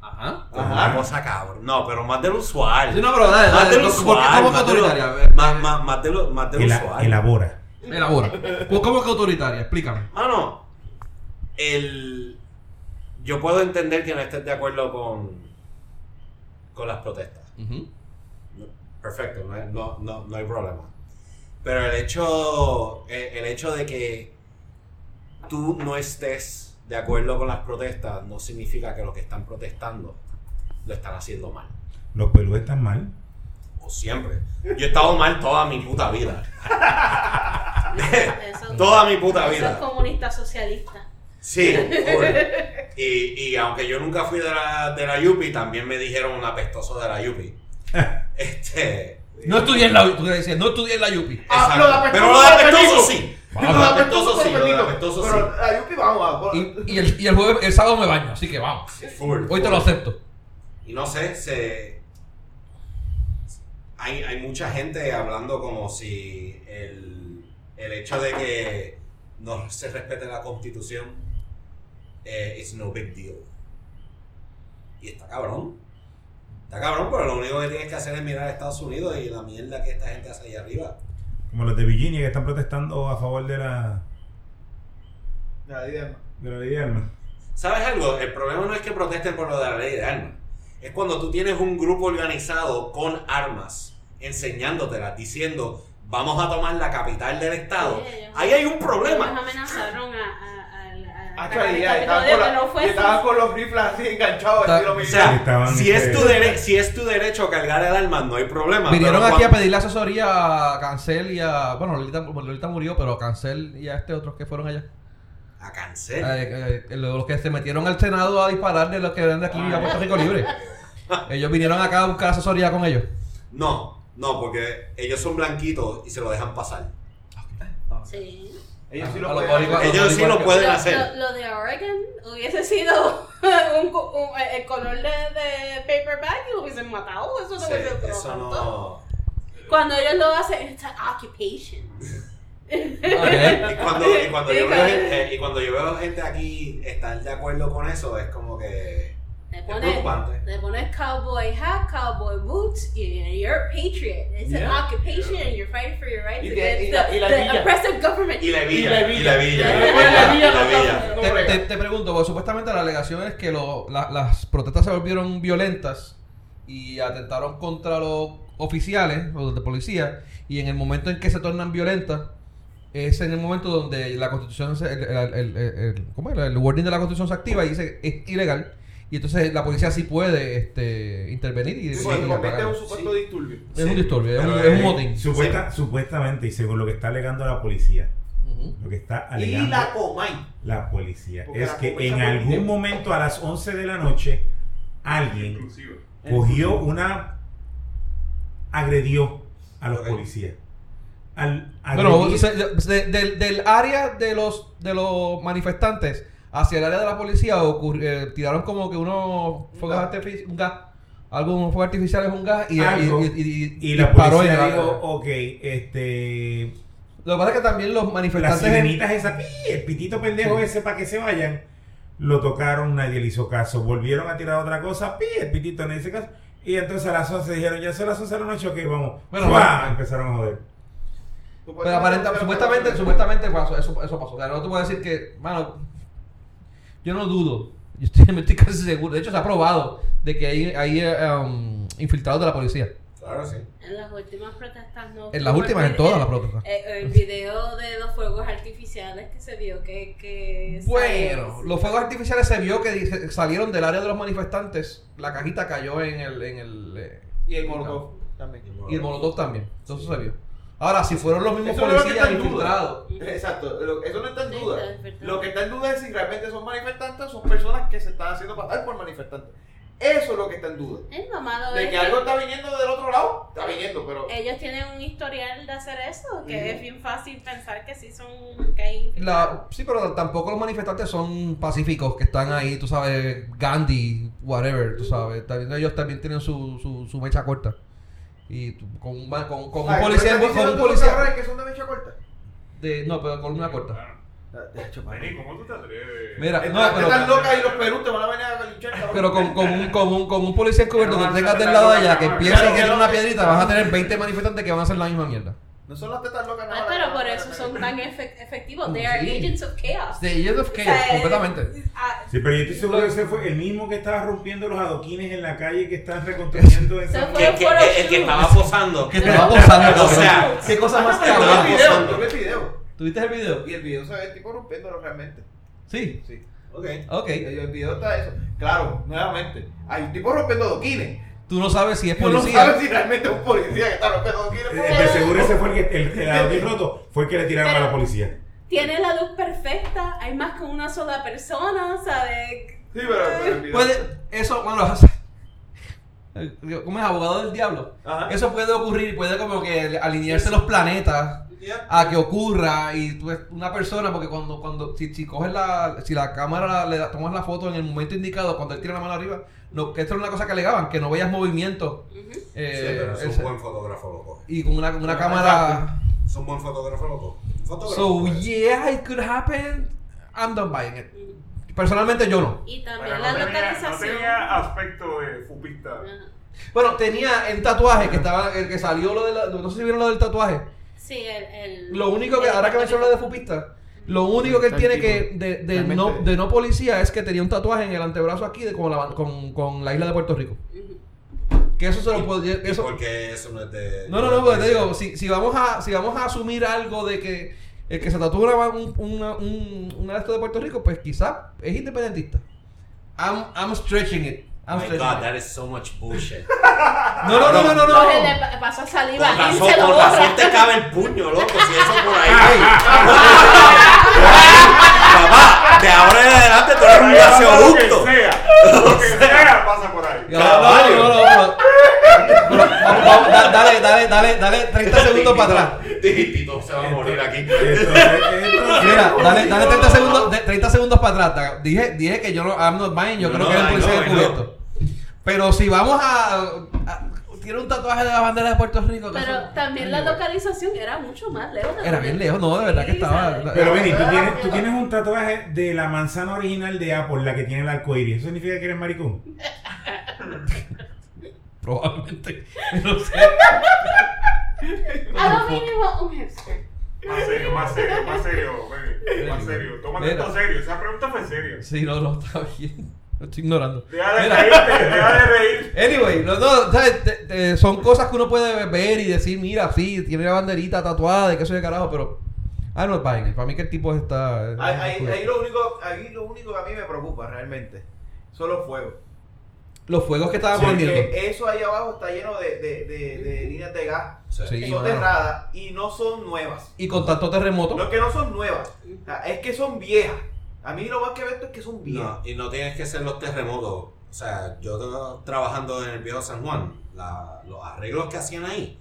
[SPEAKER 2] Ajá.
[SPEAKER 6] Como
[SPEAKER 3] Ajá.
[SPEAKER 6] Una cosa cabrón. No, pero más del usual.
[SPEAKER 2] Sí, no, pero dale,
[SPEAKER 6] más
[SPEAKER 2] dale.
[SPEAKER 6] del
[SPEAKER 2] ¿Por qué-
[SPEAKER 6] usual.
[SPEAKER 2] ¿Cómo que
[SPEAKER 6] más de lo-
[SPEAKER 2] autoritaria? A ver, eh.
[SPEAKER 6] Más, más, más de lo- más del
[SPEAKER 4] Ela-
[SPEAKER 6] usual.
[SPEAKER 4] elabora.
[SPEAKER 2] Elabora. Pues, ¿Cómo que autoritaria? Explícame.
[SPEAKER 6] Mano, Ah, el... yo puedo entender que no estés de acuerdo con, con las protestas. Perfecto, no hay, no, no, no hay problema. Pero el hecho, eh, el, el hecho de que tú no estés de acuerdo con las protestas no significa que los que están protestando lo están haciendo mal.
[SPEAKER 4] Los pelús están mal.
[SPEAKER 6] O siempre. Yo he estado mal toda mi puta vida.
[SPEAKER 7] Eso-
[SPEAKER 6] Toda mi puta
[SPEAKER 7] Eso es
[SPEAKER 6] vida.
[SPEAKER 7] comunista socialista.
[SPEAKER 6] Sí, full. y, y aunque yo nunca fui de la, de la Yupi, también me dijeron un apestoso de la Yupi. Este.
[SPEAKER 2] No estudié en la UPI. Tú decías, no estudié en la UPI.
[SPEAKER 3] Ah,
[SPEAKER 6] exacto.
[SPEAKER 3] lo de apestoso
[SPEAKER 6] pero lo de
[SPEAKER 3] fue perdido.
[SPEAKER 6] apestoso sí.
[SPEAKER 3] Pero
[SPEAKER 6] Lo de
[SPEAKER 3] la
[SPEAKER 6] apestoso
[SPEAKER 3] Pestoso
[SPEAKER 6] sí, lo de
[SPEAKER 3] perdigo.
[SPEAKER 6] apestoso sí.
[SPEAKER 3] Pero la Yupi, vamos, vamos.
[SPEAKER 2] Y, y el, y el jueves, el sábado me baño, así que vamos.
[SPEAKER 6] Full,
[SPEAKER 2] Hoy te
[SPEAKER 6] full.
[SPEAKER 2] lo acepto.
[SPEAKER 6] Y no sé, se. Hay, hay mucha gente hablando como si el, el hecho de que no se respete la constitución es no big deal. Y está cabrón. Está cabrón, pero lo único que tienes que hacer es mirar a Estados Unidos y la mierda que esta gente hace allá arriba.
[SPEAKER 4] Como los de Virginia que están protestando a favor de la,
[SPEAKER 3] Nadie
[SPEAKER 4] de la ley de armas.
[SPEAKER 6] ¿Sabes algo? El problema no es que protesten por lo de la ley de armas. Es cuando tú tienes un grupo organizado con armas, enseñándotelas, diciendo, vamos a tomar la capital del estado.
[SPEAKER 7] Sí, ellos-
[SPEAKER 6] Ahí hay un
[SPEAKER 7] Ellos
[SPEAKER 6] problema.
[SPEAKER 7] amenazaron a. a, a, a- a-
[SPEAKER 3] Hacho,
[SPEAKER 7] a-
[SPEAKER 3] ahí
[SPEAKER 7] a-
[SPEAKER 3] ya, estaban
[SPEAKER 7] que
[SPEAKER 3] con, la-
[SPEAKER 7] no
[SPEAKER 3] y
[SPEAKER 7] fuese-
[SPEAKER 3] estaban con los rifles así enganchados,
[SPEAKER 2] Está-
[SPEAKER 3] así lo
[SPEAKER 6] O
[SPEAKER 3] mismo.
[SPEAKER 6] sea,
[SPEAKER 4] Estaban,
[SPEAKER 6] si es,
[SPEAKER 4] este,
[SPEAKER 6] tu dere- si es tu derecho cargar el arma, no hay problema.
[SPEAKER 2] Vinieron
[SPEAKER 6] Ah, pero
[SPEAKER 2] aquí a
[SPEAKER 6] cuando-
[SPEAKER 2] pedirle asesoría a Cancel y a. Bueno, Lolita, Lolita murió, pero a Cancel y a este otros que fueron allá.
[SPEAKER 6] a cancel.
[SPEAKER 2] Eh, eh, los que se metieron al Senado a disparar de los que eran de aquí a Puerto Rico libre. Ellos vinieron acá a buscar asesoría con ellos.
[SPEAKER 6] No, no, porque ellos son blanquitos y se lo dejan pasar.
[SPEAKER 7] Sí.
[SPEAKER 3] Ellos sí
[SPEAKER 2] A
[SPEAKER 3] lo
[SPEAKER 2] lo
[SPEAKER 3] pueden
[SPEAKER 2] cual-
[SPEAKER 3] hacer.
[SPEAKER 6] Ellos sí
[SPEAKER 2] igual
[SPEAKER 6] lo
[SPEAKER 2] que-
[SPEAKER 6] pueden
[SPEAKER 7] lo,
[SPEAKER 6] hacer.
[SPEAKER 7] lo- lo de Oregon hubiese sido un, co- un- eh, el color de, de paperback y lo hubiesen matado. Eso no
[SPEAKER 6] Sí,
[SPEAKER 7] hubiese durado
[SPEAKER 6] eso
[SPEAKER 7] tanto.
[SPEAKER 6] no.
[SPEAKER 7] Cuando ellos lo hacen, it's an occupation.
[SPEAKER 2] Ok.
[SPEAKER 6] Eh, Y cuando, y cuando yo veo
[SPEAKER 7] Sí, claro.
[SPEAKER 6] gente, y cuando yo veo gente aquí estar de acuerdo con eso, es como que.
[SPEAKER 7] Le
[SPEAKER 6] Es
[SPEAKER 7] pones,
[SPEAKER 6] preocupante.
[SPEAKER 7] le pones cowboy hat, cowboy boots, y you're a patriot. It's an
[SPEAKER 3] Yeah.
[SPEAKER 7] occupation and you're fighting for your rights
[SPEAKER 3] Y te-
[SPEAKER 7] against
[SPEAKER 3] y la-
[SPEAKER 7] the,
[SPEAKER 3] y la
[SPEAKER 7] the
[SPEAKER 3] villa.
[SPEAKER 7] oppressive government.
[SPEAKER 6] Y la
[SPEAKER 3] la
[SPEAKER 6] villa.
[SPEAKER 3] villa.
[SPEAKER 6] Y la villa.
[SPEAKER 7] Y la
[SPEAKER 6] Y
[SPEAKER 3] villa,
[SPEAKER 6] la
[SPEAKER 3] la
[SPEAKER 6] villa.
[SPEAKER 3] villa.
[SPEAKER 2] Te, te- te pregunto, porque supuestamente la alegación es que lo- la- las protestas se volvieron violentas y atentaron contra los oficiales o los de policía y en el momento en que se tornan violentas es en el momento donde la constitución se- el, el- el- el- el- ¿cómo era? El wording de la constitución se activa y dice es ilegal y entonces la policía sí puede este, intervenir y,
[SPEAKER 6] Sí,
[SPEAKER 2] y-
[SPEAKER 3] Eso se
[SPEAKER 2] y
[SPEAKER 3] convierte en
[SPEAKER 2] apagar.
[SPEAKER 3] un supuesto disturbio.
[SPEAKER 2] es un disturbio es un,
[SPEAKER 6] Pero,
[SPEAKER 2] es un
[SPEAKER 6] eh,
[SPEAKER 2] motín
[SPEAKER 4] supuesta- Supuestamente, y según lo que está alegando la policía,
[SPEAKER 2] Ujú.
[SPEAKER 4] lo que está
[SPEAKER 3] Y
[SPEAKER 4] alegando
[SPEAKER 3] la
[SPEAKER 4] la,
[SPEAKER 3] Comay.
[SPEAKER 4] policía,
[SPEAKER 3] Porque
[SPEAKER 4] es
[SPEAKER 3] la
[SPEAKER 4] que
[SPEAKER 3] policía
[SPEAKER 4] en
[SPEAKER 3] fue
[SPEAKER 4] algún
[SPEAKER 3] bien.
[SPEAKER 4] momento a las 11 de la noche, alguien
[SPEAKER 5] Inclusive.
[SPEAKER 4] cogió una. agredió a los
[SPEAKER 6] Ok.
[SPEAKER 4] policías. Al,
[SPEAKER 2] Bueno,
[SPEAKER 4] agredir-
[SPEAKER 2] se- de- del, del área de los de los manifestantes hacia el área de la policía ocurri- eh, tiraron como que unos fuegos
[SPEAKER 4] Ah.
[SPEAKER 3] gas.
[SPEAKER 2] artificiales, un gas, algo, unos fuegos artificiales, un gas y, y,
[SPEAKER 4] Algo.
[SPEAKER 2] y- y- y
[SPEAKER 4] Y la
[SPEAKER 2] disparó en
[SPEAKER 4] policía
[SPEAKER 2] el área.
[SPEAKER 4] dijo, ok, este...
[SPEAKER 2] Lo que pasa es que también los
[SPEAKER 4] Las
[SPEAKER 2] manifestantes
[SPEAKER 4] sirenitas esas, ¡pi! el pitito pendejo
[SPEAKER 2] Sí.
[SPEAKER 4] ese para que se vayan, lo tocaron, nadie le hizo caso. Volvieron a tirar otra cosa, ¡pi! el pitito, nadie hizo caso. Y entonces a las 11 dijeron, ya son las 11 de la noche, ok, vamos.
[SPEAKER 2] Bueno,
[SPEAKER 4] ¡Fua!
[SPEAKER 2] bueno.
[SPEAKER 4] Empezaron a joder.
[SPEAKER 2] Pero aparenta, supuestamente, supuestamente pasó, eso, eso pasó. O sea, no te puedo decir que, mano, yo no dudo. Yo estoy, me estoy casi seguro. De hecho, se ha probado de que hay, hay eh, um, infiltrados de la policía.
[SPEAKER 6] Claro, sí.
[SPEAKER 7] En las últimas protestas no.
[SPEAKER 2] En las últimas, en todas las protestas.
[SPEAKER 7] Eh, El, video de los fuegos artificiales que se vio que. que
[SPEAKER 2] Bueno, los fuegos artificiales se vio que dice- salieron del área de los manifestantes. La cajita cayó en el. En el eh,
[SPEAKER 3] Y el Molotov también.
[SPEAKER 2] y el molotov también. Entonces se vio. Ahora, si fueron los mismos
[SPEAKER 3] Eso no es lo que
[SPEAKER 2] policías
[SPEAKER 3] está en
[SPEAKER 2] infiltrados.
[SPEAKER 3] duda. Exacto, lo- eso no está en
[SPEAKER 7] Sí,
[SPEAKER 3] duda.
[SPEAKER 7] es verdad.
[SPEAKER 3] Lo que está en duda es si realmente son manifestantes o son personas que se están haciendo pasar por manifestantes. Eso es lo que está en duda.
[SPEAKER 7] Es lo malo
[SPEAKER 3] De
[SPEAKER 7] es
[SPEAKER 3] que algo está viniendo del otro lado, está viniendo, pero
[SPEAKER 7] ellos tienen un historial de hacer eso, que es bien fácil pensar que sí son. que hay infiltrados.
[SPEAKER 2] La, sí, pero tampoco los manifestantes son pacíficos que están ahí, tú sabes, Gandhi, whatever, tú sabes. También, ellos también tienen su, su, su mecha corta. Y tú- con, un ma- con, con
[SPEAKER 3] Ah,
[SPEAKER 2] un
[SPEAKER 3] ¿tú
[SPEAKER 2] policía,
[SPEAKER 3] estás
[SPEAKER 2] con un
[SPEAKER 3] diciendo tú, cabrones,
[SPEAKER 2] policía
[SPEAKER 3] que son de mecha corta.
[SPEAKER 2] de, no, pero con una corta.
[SPEAKER 5] Claro.
[SPEAKER 3] De hecho,
[SPEAKER 5] Manny, ¿cómo tú te atreves?
[SPEAKER 2] Mira, no,
[SPEAKER 3] Estás
[SPEAKER 2] pero-
[SPEAKER 3] estás loca y los perú te van a venir a linchar. cabrón.
[SPEAKER 2] Pero con, con, un, con, un, con un policía encubierto que
[SPEAKER 5] Pero
[SPEAKER 2] tú
[SPEAKER 5] van a
[SPEAKER 2] tengas
[SPEAKER 5] hacer
[SPEAKER 2] del
[SPEAKER 5] la
[SPEAKER 2] lado de
[SPEAKER 5] loca
[SPEAKER 2] allá, que
[SPEAKER 5] chamaca.
[SPEAKER 2] empiece y
[SPEAKER 3] Claro,
[SPEAKER 2] quiere
[SPEAKER 3] claro.
[SPEAKER 2] una piedrita, vas a tener 20 manifestantes que van a hacer la misma mierda.
[SPEAKER 3] No son las tetas locas. no,
[SPEAKER 7] Ay,
[SPEAKER 3] la-
[SPEAKER 7] Ah, pero
[SPEAKER 3] la-
[SPEAKER 7] por
[SPEAKER 3] la-
[SPEAKER 7] eso
[SPEAKER 3] la-
[SPEAKER 7] son tan efe- efectivos.
[SPEAKER 2] Sí.
[SPEAKER 7] They are agents of chaos.
[SPEAKER 2] The Agent of
[SPEAKER 7] O sea,
[SPEAKER 2] Chaos,
[SPEAKER 7] es-
[SPEAKER 2] completamente.
[SPEAKER 7] ah,
[SPEAKER 4] Sí, pero yo estoy seguro que ese fue el mismo que estaba rompiendo los adoquines en la calle que están reconstruyendo en
[SPEAKER 7] Se
[SPEAKER 4] San
[SPEAKER 7] fue.
[SPEAKER 6] Que, que-
[SPEAKER 7] fueron
[SPEAKER 6] el que
[SPEAKER 7] shoes.
[SPEAKER 6] estaba posando.
[SPEAKER 2] Que te va posando,
[SPEAKER 6] O sea,
[SPEAKER 2] ¿Qué cosa más
[SPEAKER 3] Yo vi el
[SPEAKER 2] cabrón?
[SPEAKER 3] video, yo vi el video.
[SPEAKER 2] ¿Tuviste el video?
[SPEAKER 3] Y el video se ve el tipo rompiéndolo realmente.
[SPEAKER 2] Sí.
[SPEAKER 3] Sí.
[SPEAKER 6] Ok.
[SPEAKER 2] Ok.
[SPEAKER 3] El el video está eso. Claro, nuevamente. Hay un tipo rompiendo doquines.
[SPEAKER 2] Tú no sabes si es
[SPEAKER 3] Tú no
[SPEAKER 2] policía.
[SPEAKER 3] sabes si realmente es un policía que está rompiendo doquines.
[SPEAKER 4] Eh, De seguro ese fue el que el, el adoquín roto fue el que le tiraron a la policía.
[SPEAKER 7] Tiene la luz perfecta, hay más que una sola persona, ¿sabes?
[SPEAKER 3] Sí, pero, pero el video.
[SPEAKER 2] Puede, eso, bueno, como es abogado del diablo,
[SPEAKER 3] Ajá.
[SPEAKER 2] eso puede ocurrir y puede como que alinearse los planetas
[SPEAKER 3] Ya.
[SPEAKER 2] a que ocurra y tú es una persona, porque cuando, cuando si, si coges la, si la cámara la- le da- tomas la foto en el momento indicado, cuando él tira la mano arriba, no, que esto era una cosa que alegaban, que no veías movimiento.
[SPEAKER 7] Ujú.
[SPEAKER 2] eh,
[SPEAKER 6] sí, pero es
[SPEAKER 2] ese-
[SPEAKER 6] un buen fotógrafo, loco.
[SPEAKER 2] y con una, con una
[SPEAKER 3] Ah,
[SPEAKER 2] cámara.
[SPEAKER 6] Es un buen fotógrafo, loco. Fotógrafo.
[SPEAKER 2] So
[SPEAKER 6] pues.
[SPEAKER 2] yeah, it could happen. I'm done buying it. Personalmente yo no.
[SPEAKER 7] Y
[SPEAKER 5] Pero
[SPEAKER 7] también
[SPEAKER 5] no
[SPEAKER 7] la
[SPEAKER 5] tenía-
[SPEAKER 7] localización. Ah.
[SPEAKER 5] No tenía aspecto de fupista.
[SPEAKER 7] Ajá.
[SPEAKER 2] Bueno, tenía el tatuaje que estaba, el que salió lo de la, no sé si vieron lo del tatuaje.
[SPEAKER 7] Sí, el, el-
[SPEAKER 2] Lo único que,
[SPEAKER 7] el-
[SPEAKER 2] ahora que menciono lo de Fupista, lo único que él tiene que, de, de no, de no policía, es que tenía un tatuaje en el antebrazo aquí de con la, con, con la isla de Puerto Rico.
[SPEAKER 7] Ujú.
[SPEAKER 2] Que eso se lo puede,
[SPEAKER 6] ¿Y
[SPEAKER 2] eso,
[SPEAKER 6] por qué eso no es de. Oh
[SPEAKER 2] no, no, no, porque te digo, si, si, vamos a, si vamos a asumir algo de que el que se tatúa una, un, una, un, una de estas de Puerto Rico, pues quizá es independentista. I'm, I'm stretching it.
[SPEAKER 6] Oh
[SPEAKER 2] I'm
[SPEAKER 6] my
[SPEAKER 2] stretching
[SPEAKER 6] god,
[SPEAKER 2] it.
[SPEAKER 6] that is so much bullshit.
[SPEAKER 2] No, no, no, no, no, no.
[SPEAKER 7] Cógele, pa- pasa
[SPEAKER 6] Con
[SPEAKER 7] saliva, ¿quién
[SPEAKER 6] razón,
[SPEAKER 7] se lo
[SPEAKER 6] con
[SPEAKER 7] borra?
[SPEAKER 6] razón te cabe el puño, loco. Si eso por ahí. Papá, de ahora en adelante tú eres un
[SPEAKER 5] Lo que
[SPEAKER 6] gaseoducto.
[SPEAKER 5] sea, lo que sea pasa por ahí.
[SPEAKER 2] No, no, no, no, no. Pero, vamos, vamos, da- dale, dale, dale, dale 30 segundos para atrás.
[SPEAKER 6] Tito se va a morir aquí.
[SPEAKER 4] Entonces, entonces-
[SPEAKER 2] Mira, dale, dale 30 segundos, de- 30 segundos para atrás. Ta- Dije, dije que yo no, I'm not buying, yo
[SPEAKER 6] No,
[SPEAKER 2] creo
[SPEAKER 6] no,
[SPEAKER 2] que era un
[SPEAKER 6] I
[SPEAKER 2] policía
[SPEAKER 6] know,
[SPEAKER 2] de
[SPEAKER 6] I know.
[SPEAKER 2] cubierto. Pero si vamos a, a- tiene un tatuaje de la bandera de Puerto Rico. que
[SPEAKER 7] Pero
[SPEAKER 2] eso-
[SPEAKER 7] también la localización era mucho más lejos. de
[SPEAKER 2] Era
[SPEAKER 7] donde-
[SPEAKER 2] bien lejos, no, de verdad que
[SPEAKER 7] Sí,
[SPEAKER 2] estaba.
[SPEAKER 7] ¿sabes?
[SPEAKER 4] Pero Benny, tú tienes, tú tienes un tatuaje de la manzana original de Apple, la que tiene el arco iris. ¿Eso significa que eres maricón?
[SPEAKER 2] Probablemente. No sé.
[SPEAKER 7] A lo mínimo un hipster.
[SPEAKER 5] Más serio, más serio, más serio, baby. Más serio. Tómate
[SPEAKER 2] Mira.
[SPEAKER 5] esto serio. Esa pregunta fue seria.
[SPEAKER 2] Sí, no, no, está bien. Lo estoy ignorando.
[SPEAKER 5] Deja de
[SPEAKER 2] Mira.
[SPEAKER 5] reírte, deja de reír.
[SPEAKER 2] Anyway, no, no, ¿sabes? Te- te- son cosas que uno puede ver y decir, mira, sí, tiene la banderita tatuada de que soy de carajo, pero I'm not buying it. Para mí que el tipo está... eh,
[SPEAKER 3] Ahí, ahí-
[SPEAKER 2] pues.
[SPEAKER 3] ahí lo único, ahí lo único que a mí me preocupa realmente son los fuegos.
[SPEAKER 2] Los fuegos que estaban
[SPEAKER 4] Sí,
[SPEAKER 2] prendiendo.
[SPEAKER 3] Porque eso ahí abajo está lleno de, de- de- de líneas de gas.
[SPEAKER 2] Sí,
[SPEAKER 3] que son
[SPEAKER 2] mano.
[SPEAKER 3] erradas y no son nuevas.
[SPEAKER 2] Y con tanto terremoto.
[SPEAKER 3] Lo que no son nuevas o sea, es que son viejas. A mí lo más que veo es que son viejas.
[SPEAKER 6] No, y no tienes que ser los terremotos. O sea, yo tra- trabajando en el viejo San Juan, la- los arreglos que hacían ahí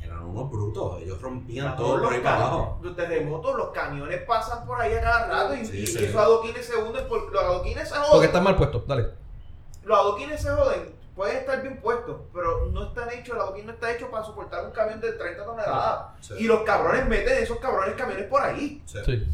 [SPEAKER 6] eran unos brutos. Ellos rompían todo por ahí para
[SPEAKER 3] ca-
[SPEAKER 6] abajo.
[SPEAKER 3] los terremotos, los camiones pasan por ahí a cada rato y,
[SPEAKER 6] Sí,
[SPEAKER 3] y
[SPEAKER 6] sí.
[SPEAKER 3] que esos adoquines se hunden, por- los adoquines se
[SPEAKER 2] Porque
[SPEAKER 3] joden.
[SPEAKER 2] están mal puestos. Dale.
[SPEAKER 3] Los adoquines se joden, pueden estar bien puestos, pero no están hechos, el adoquín no está hecho para soportar un camión de 30 toneladas.
[SPEAKER 6] Sí.
[SPEAKER 3] Y los cabrones meten esos cabrones camiones por ahí.
[SPEAKER 6] Sí.
[SPEAKER 2] Sí.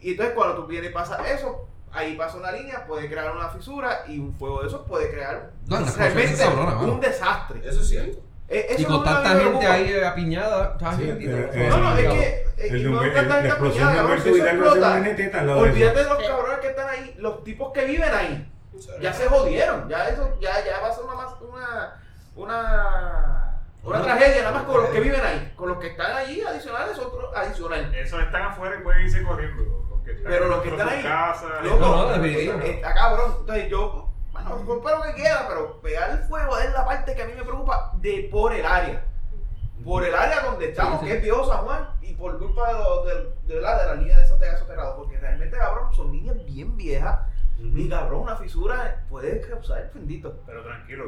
[SPEAKER 3] Y entonces cuando tú vienes y pasa eso, ahí pasa una línea, puede crear una fisura y un fuego de esos puede crear
[SPEAKER 2] No, las
[SPEAKER 3] realmente
[SPEAKER 2] cosas son cabronas, mano.
[SPEAKER 3] un desastre.
[SPEAKER 6] Eso es cierto.
[SPEAKER 3] Eh, eso
[SPEAKER 2] Y
[SPEAKER 3] es
[SPEAKER 2] con
[SPEAKER 3] una
[SPEAKER 2] tanta
[SPEAKER 3] vida
[SPEAKER 2] gente
[SPEAKER 3] loca.
[SPEAKER 2] ahí eh, apiñada. ¿sabes?
[SPEAKER 4] Sí,
[SPEAKER 2] Bendito,
[SPEAKER 4] pero,
[SPEAKER 2] eso
[SPEAKER 4] eh,
[SPEAKER 2] es
[SPEAKER 3] No, no, es
[SPEAKER 2] complicado.
[SPEAKER 3] que. eh,
[SPEAKER 4] El
[SPEAKER 3] y no
[SPEAKER 4] de-
[SPEAKER 3] tanta
[SPEAKER 4] el-
[SPEAKER 3] gente
[SPEAKER 4] la explosión
[SPEAKER 3] apiñada,
[SPEAKER 4] de
[SPEAKER 3] cabrón,
[SPEAKER 4] Humberto
[SPEAKER 3] si eso
[SPEAKER 4] Vidal
[SPEAKER 3] explota,
[SPEAKER 4] no se une teta al lado de
[SPEAKER 3] Olvídate
[SPEAKER 4] eso.
[SPEAKER 3] de los
[SPEAKER 7] Sí.
[SPEAKER 3] cabrones que están ahí, los tipos que viven ahí. Ya
[SPEAKER 6] Sí.
[SPEAKER 3] se jodieron, ya eso, ya, ya va a ser una más, una, una, una
[SPEAKER 6] Una-
[SPEAKER 3] tragedia, nada más con los que viven ahí, con los que están allí adicionales, otro adicional.
[SPEAKER 5] Esos están afuera y pueden irse corriendo. Los que están
[SPEAKER 3] Pero los que
[SPEAKER 5] dentro
[SPEAKER 3] están
[SPEAKER 5] de
[SPEAKER 3] ahí,
[SPEAKER 5] su casa,
[SPEAKER 3] loco,
[SPEAKER 2] No, no, definitivo.
[SPEAKER 3] está cabrón. Entonces yo, bueno, compra lo que quiera, pero pegar el fuego es la parte que a mí me preocupa de por el área. Por el área donde estamos,
[SPEAKER 2] Sí, sí.
[SPEAKER 3] que es Viejo San Juan, y por culpa de, los- de, de la, de la línea de esos de soterrados, porque realmente, cabrón, son líneas bien viejas, y cabrón, una fisura eh, puede causar el bendito.
[SPEAKER 5] Pero tranquilo,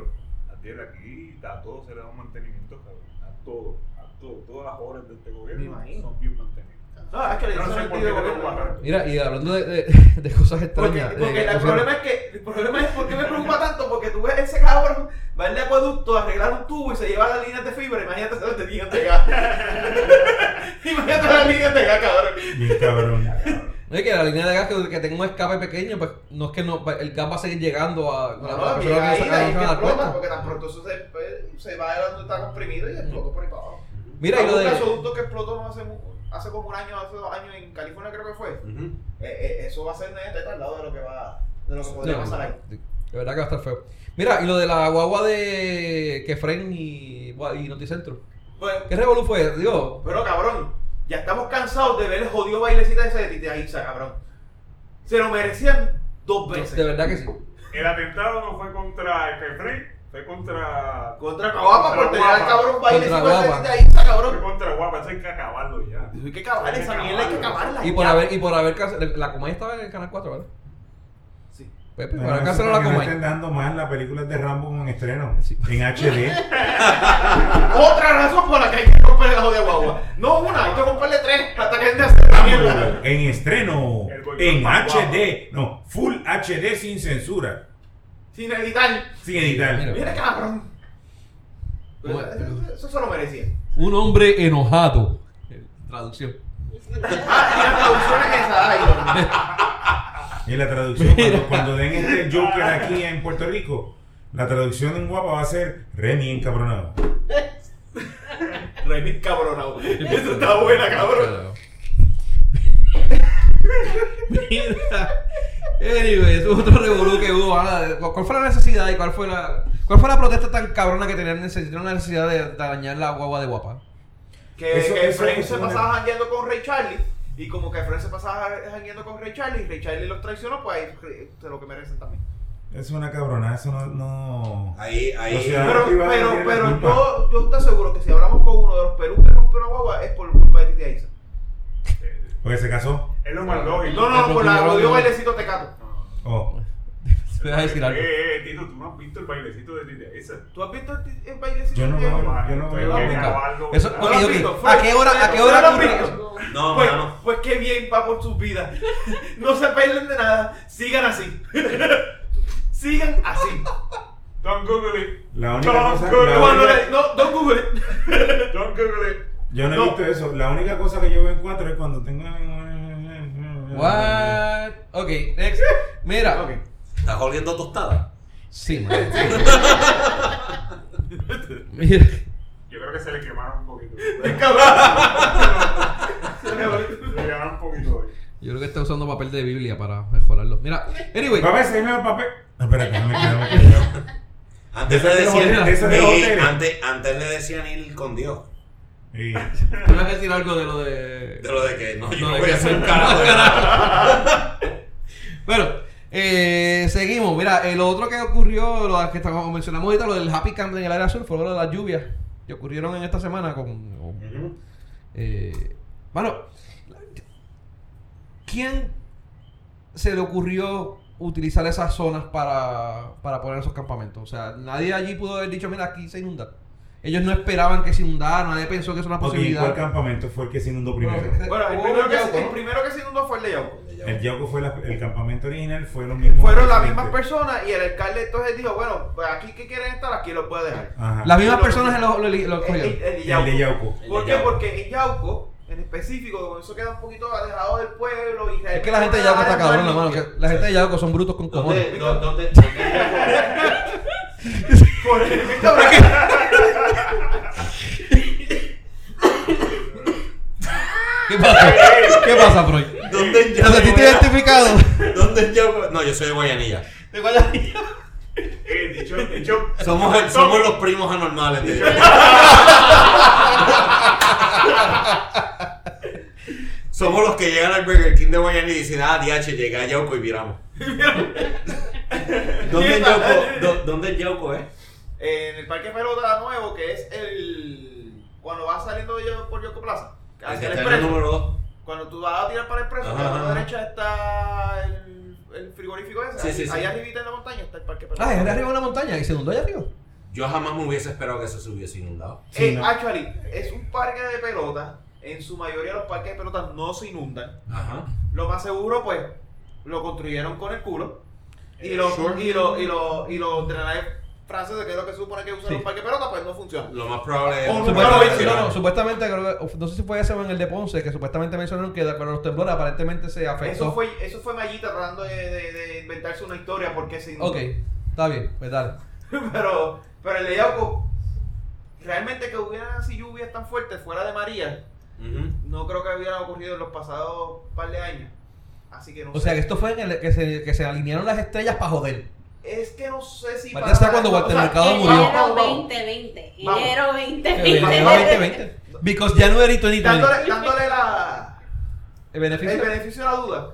[SPEAKER 5] Atiel, aquí a todo se le da un mantenimiento, cabrón. A todo, a todo. Todas las obras de este
[SPEAKER 3] Me
[SPEAKER 5] gobierno
[SPEAKER 3] imagino.
[SPEAKER 5] son bien mantenidas.
[SPEAKER 3] No, es que le
[SPEAKER 5] Yo no
[SPEAKER 3] dicen
[SPEAKER 5] sé
[SPEAKER 3] el
[SPEAKER 5] por
[SPEAKER 3] tío
[SPEAKER 5] qué le
[SPEAKER 3] gobierno,
[SPEAKER 5] preocupa tanto.
[SPEAKER 2] Mira, y hablando de, de- de cosas
[SPEAKER 3] Porque,
[SPEAKER 2] extrañas.
[SPEAKER 3] porque
[SPEAKER 2] de-
[SPEAKER 3] el
[SPEAKER 2] o sea,
[SPEAKER 3] problema es que el problema es por qué me preocupa tanto, porque tú ves ese cabrón va al de acueducto a arreglar un tubo y se lleva las líneas de fibra, imagínate las de líneas de gas. imagínate las líneas de gas, cabrón.
[SPEAKER 4] Bien cabrón.
[SPEAKER 2] es que la línea de gas que, que tenga un escape pequeño, pues no es que no, el gas va a seguir llegando a.
[SPEAKER 3] No,
[SPEAKER 2] a
[SPEAKER 3] no,
[SPEAKER 2] persona que
[SPEAKER 3] llega ahí,
[SPEAKER 2] saca
[SPEAKER 3] de
[SPEAKER 2] la
[SPEAKER 3] ahí
[SPEAKER 2] luz,
[SPEAKER 3] que
[SPEAKER 2] a dar
[SPEAKER 3] explota,
[SPEAKER 2] cuenta.
[SPEAKER 3] porque tan pronto eso se, pues, se va a donde está comprimido y explota por ahí para abajo.
[SPEAKER 2] Mira, y lo
[SPEAKER 3] un
[SPEAKER 2] de.
[SPEAKER 3] gasoducto que explotó no hace, mu- hace como un año, hace dos años en California creo que fue. Eh, eh, eso va a ser neta está al lado de lo que va, de lo que podría
[SPEAKER 2] No,
[SPEAKER 3] pasar ahí.
[SPEAKER 2] De verdad que va a estar feo. Mira, y lo de la guagua de Kefren y, y Noticentro.
[SPEAKER 3] Bueno,
[SPEAKER 2] ¿Qué revolú fue? Digo,
[SPEAKER 3] Pero cabrón, ya estamos cansados de ver el jodido bailecita ese de Tita Isa, cabrón. Se lo merecían dos veces.
[SPEAKER 2] de verdad que sí.
[SPEAKER 5] El atentado no fue contra el Frey, fue contra.
[SPEAKER 3] Contra Caguapa por
[SPEAKER 5] Contra
[SPEAKER 3] tener al
[SPEAKER 5] Guapa.
[SPEAKER 3] cabrón bailecito
[SPEAKER 2] Contra
[SPEAKER 3] ese de
[SPEAKER 2] Guapa.
[SPEAKER 3] Tita Isa,
[SPEAKER 5] Fue
[SPEAKER 3] cabrón.
[SPEAKER 5] contra Guapa, eso hay que acabarlo ya.
[SPEAKER 3] Hay que acabar esa mierda, hay que acabarla.
[SPEAKER 2] Y
[SPEAKER 3] ya.
[SPEAKER 2] por haber, y por haber cancelado. La Comay estaba en el canal 4, ¿verdad?
[SPEAKER 3] Sí.
[SPEAKER 2] Pepe,
[SPEAKER 4] Bueno,
[SPEAKER 2] por haber
[SPEAKER 4] eso
[SPEAKER 2] cancelado la
[SPEAKER 4] porque no
[SPEAKER 2] Comay.
[SPEAKER 4] estén dando más las películas de Rambo en estreno.
[SPEAKER 2] Sí.
[SPEAKER 4] En HD.
[SPEAKER 3] Otra razón por la que hay que romper la jodida guagua. No una, hay que comprarle tres hasta que gente hace la mierda.
[SPEAKER 4] en estreno.
[SPEAKER 5] El boicot
[SPEAKER 4] En
[SPEAKER 5] para
[SPEAKER 4] HD. No, full HD sin censura.
[SPEAKER 3] Sin editar.
[SPEAKER 4] Sin editar.
[SPEAKER 2] Mira.
[SPEAKER 3] Mira, cabrón. Pero
[SPEAKER 2] Bueno,
[SPEAKER 3] eso-
[SPEAKER 2] pero-
[SPEAKER 3] Eso se lo merecía.
[SPEAKER 2] Un hombre enojado. Traducción.
[SPEAKER 3] Ah, y la traducción es esa, ay, Dios mío.
[SPEAKER 4] Y la traducción, cuando, cuando den este Joker aquí en Puerto Rico, la traducción en guapa va a ser Remy encabronado.
[SPEAKER 3] Remix cabronado. Eso está buena, cabrón.
[SPEAKER 2] Mira. Anyway, eso es otro revolú que hubo. ahora de- ¿Cuál fue la necesidad y cuál fue la, cuál fue la protesta tan cabrona que tenían neces- tenían la necesidad de, de dañar la guagua de guapa?
[SPEAKER 3] Que,
[SPEAKER 4] Eso-
[SPEAKER 3] que
[SPEAKER 4] eso
[SPEAKER 3] Frank
[SPEAKER 4] es
[SPEAKER 3] se
[SPEAKER 4] una-
[SPEAKER 3] pasaba jangueando con Ray Charlie. Y como que Frank se pasaba jangueando con Ray Charlie y Ray Charlie los traicionó, pues ahí se lo que merecen también.
[SPEAKER 4] Es una cabrona, eso no. no...
[SPEAKER 6] Ahí,
[SPEAKER 4] O
[SPEAKER 6] ahí.
[SPEAKER 4] sea,
[SPEAKER 3] Pero,
[SPEAKER 4] Iván no
[SPEAKER 3] pero,
[SPEAKER 4] tiene la
[SPEAKER 3] pero
[SPEAKER 4] culpa.
[SPEAKER 3] yo, yo te aseguro que si hablamos con uno de los Perú que rompió la guagua es por culpa de Titi Aiza.
[SPEAKER 4] Porque se casó.
[SPEAKER 5] Es lo más lógico. Eh,
[SPEAKER 3] No, no, no, por la
[SPEAKER 2] Pero
[SPEAKER 3] jodió
[SPEAKER 2] primero-
[SPEAKER 3] bailecito tecato.
[SPEAKER 4] Oh.
[SPEAKER 2] Te voy a decir algo.
[SPEAKER 5] Eh, eh, Tito, tú no has visto el bailecito de Tito Esa.
[SPEAKER 3] ¿Tú has visto el, ti- el bailecito
[SPEAKER 4] Yo no
[SPEAKER 3] de-
[SPEAKER 4] lo- yo no
[SPEAKER 5] Esto hay
[SPEAKER 4] veo.
[SPEAKER 5] que
[SPEAKER 2] Nunca.
[SPEAKER 5] acabarlo,
[SPEAKER 2] Eso-
[SPEAKER 5] ¿verdad?
[SPEAKER 3] ¿No lo has
[SPEAKER 2] Ok, ok.
[SPEAKER 3] visto?
[SPEAKER 2] ¿A qué hora- a qué hora
[SPEAKER 3] ¿No lo has
[SPEAKER 2] ocurre
[SPEAKER 3] visto?
[SPEAKER 2] eso?
[SPEAKER 6] No,
[SPEAKER 3] Pues,
[SPEAKER 6] mano.
[SPEAKER 3] pues qué bien va por sus vidas. No se peleen de nada. Sigan así. Sigan así.
[SPEAKER 5] Don't Google it.
[SPEAKER 4] La única
[SPEAKER 5] Don't
[SPEAKER 4] cosa-
[SPEAKER 5] Google
[SPEAKER 4] la
[SPEAKER 5] it.
[SPEAKER 3] No, no, le- no, don't Google it.
[SPEAKER 5] Don't Google it.
[SPEAKER 4] Yo no he
[SPEAKER 3] No.
[SPEAKER 4] visto eso. La única cosa que yo veo en cuatro es cuando tengo.
[SPEAKER 2] What? Ok, next. Mira.
[SPEAKER 3] Ok.
[SPEAKER 6] ¿Estás oliendo tostada?
[SPEAKER 2] Sí, man. Mira.
[SPEAKER 5] Yo creo que se le quemaron un poquito.
[SPEAKER 3] Qué cabrón.
[SPEAKER 5] se le quemaron un poquito hoy.
[SPEAKER 2] Yo creo que está usando papel de Biblia para mejorarlo. Mira, anyway.
[SPEAKER 4] Papá, ese mismo papel. No, espérate, déjame quedarme callado.
[SPEAKER 6] Antes
[SPEAKER 4] Eso
[SPEAKER 6] le
[SPEAKER 4] es de los
[SPEAKER 6] decían.
[SPEAKER 4] hoteles, eso es de los
[SPEAKER 6] Ey,
[SPEAKER 4] hoteles.
[SPEAKER 6] antes, antes le decían ir con Dios.
[SPEAKER 4] Y-
[SPEAKER 2] Te voy a decir algo de lo de.
[SPEAKER 6] De lo de que no, yo
[SPEAKER 2] No,
[SPEAKER 6] no
[SPEAKER 2] de
[SPEAKER 6] voy
[SPEAKER 2] que
[SPEAKER 6] a hacer
[SPEAKER 2] no.
[SPEAKER 6] un carajo de nada.
[SPEAKER 2] Bueno, eh, seguimos. Mira, el otro que ocurrió, lo que estamos- mencionamos ahorita, lo del Happy Camp en el área azul, fue lo de las lluvias que ocurrieron en esta semana con. con,
[SPEAKER 6] Ujú.
[SPEAKER 2] eh, bueno, ¿quién se le ocurrió utilizar esas zonas para, para poner esos campamentos? O sea, nadie allí pudo haber dicho, mira, aquí se inunda. Ellos no esperaban que se inundara, nadie pensó que es una
[SPEAKER 4] Ok, ¿cuál
[SPEAKER 2] posibilidad.
[SPEAKER 4] campamento fue el que se inundó primero?
[SPEAKER 3] Bueno, el
[SPEAKER 2] Oh,
[SPEAKER 3] primero, que
[SPEAKER 2] Yauco,
[SPEAKER 3] se, el
[SPEAKER 2] ¿no?
[SPEAKER 3] primero que se inundó fue el de Yauco.
[SPEAKER 4] El Yauco fue la- el campamento original, fue lo mismo.
[SPEAKER 3] Fueron las mismas personas y el alcalde entonces dijo, bueno, pues aquí que quieren estar, aquí los voy a dejar.
[SPEAKER 4] Ajá.
[SPEAKER 2] Las mismas personas lo, lo, lo- lo
[SPEAKER 3] El,
[SPEAKER 2] cogieron.
[SPEAKER 3] el- el de
[SPEAKER 4] El de
[SPEAKER 3] Yauco.
[SPEAKER 4] Yauco.
[SPEAKER 3] ¿Por qué? Porque en Yauco, en- específico, como eso queda un poquito alejado del pueblo. Y
[SPEAKER 2] Es que la gente de Yauco está cabrón, hermano. que La gente de Yauco son brutos con cojones.
[SPEAKER 6] ¿Dónde, dó- dónde, dónde-
[SPEAKER 3] Por el Víctor,
[SPEAKER 2] ¿Qué pasa? ¿Qué pasa, Freud?
[SPEAKER 6] dónde en
[SPEAKER 2] ¿Te sentiste
[SPEAKER 6] Yauco?
[SPEAKER 2] identificado?
[SPEAKER 6] ¿Dónde en Yauco? No, yo soy de Guayanilla.
[SPEAKER 2] ¿De Guayanilla?
[SPEAKER 5] Eh, dicho, dicho.
[SPEAKER 6] Somos, somos los primos anormales de Somos los que llegan al Burger King de Guayanilla y dicen, ah, DH, llega a Yauco y viramos. ¿Dónde en Yauco? dó- ¿Dónde en Yauco, eh?
[SPEAKER 3] en el Parque Pelota Nuevo, que es el. Cuando vas saliendo de Yo- por Yoco Plaza,
[SPEAKER 2] Ah,
[SPEAKER 3] hacia el
[SPEAKER 6] Está en el
[SPEAKER 3] expreso.
[SPEAKER 6] número 2.
[SPEAKER 3] Cuando tú vas a tirar para el preso,
[SPEAKER 6] Ajá,
[SPEAKER 3] a la
[SPEAKER 6] ajá.
[SPEAKER 3] derecha está el, el frigorífico ese.
[SPEAKER 6] Sí,
[SPEAKER 3] ahí-
[SPEAKER 6] sí, sí.
[SPEAKER 3] Ahí arribita en la montaña está el parque Eh, Pelota.
[SPEAKER 2] Ah, es de arriba de una montaña y se inundó allá arriba.
[SPEAKER 6] Yo jamás me hubiese esperado que eso se hubiese inundado.
[SPEAKER 4] Sí,
[SPEAKER 3] Eh,
[SPEAKER 4] no.
[SPEAKER 3] actually, es un parque de pelotas. En su mayoría los parques de pelotas no se inundan.
[SPEAKER 6] Ajá.
[SPEAKER 3] Lo más seguro, pues, lo construyeron con el culo. Y
[SPEAKER 5] Eh,
[SPEAKER 3] los,
[SPEAKER 6] sure.
[SPEAKER 3] y los, y los, y los drenajes franceses, que es lo que se supone que usan
[SPEAKER 2] Sí.
[SPEAKER 3] los parques de pelotas, pues no funcionan.
[SPEAKER 6] Lo más probable es...
[SPEAKER 3] Un número
[SPEAKER 2] Supuestamente,
[SPEAKER 3] 21.
[SPEAKER 2] Oh, no, no, supuestamente, creo que- no sé si fue ese o en el de Ponce, que supuestamente mencionaron que de acuerdo a los temblores aparentemente se
[SPEAKER 3] Eso
[SPEAKER 2] afectó.
[SPEAKER 3] fue, eso fue Mayita tratando de, de- de inventarse una historia porque se inundó.
[SPEAKER 2] Ok, está bien, pues dale.
[SPEAKER 3] pero, pero el de Yauco, realmente que hubieran así lluvias tan fuertes fuera de María,
[SPEAKER 6] Ujú.
[SPEAKER 3] no creo que hubiera ocurrido en los pasados par de años. Así que no
[SPEAKER 2] O
[SPEAKER 3] sé.
[SPEAKER 2] sea, que esto fue en el que se, que se alinearon las estrellas para joder.
[SPEAKER 3] Es que no sé si.
[SPEAKER 2] Matías, ¿sabes cuando Walter Mercado
[SPEAKER 3] vamos,
[SPEAKER 2] murió?
[SPEAKER 3] vamos,
[SPEAKER 7] Enero
[SPEAKER 3] vamos.
[SPEAKER 7] 2020.
[SPEAKER 3] Vamos.
[SPEAKER 7] Enero 2020.
[SPEAKER 2] Que le dieron 20-20. Because January 2020.
[SPEAKER 3] Dándole, dándole la,
[SPEAKER 2] El
[SPEAKER 3] el
[SPEAKER 2] beneficio.
[SPEAKER 3] beneficio de la duda.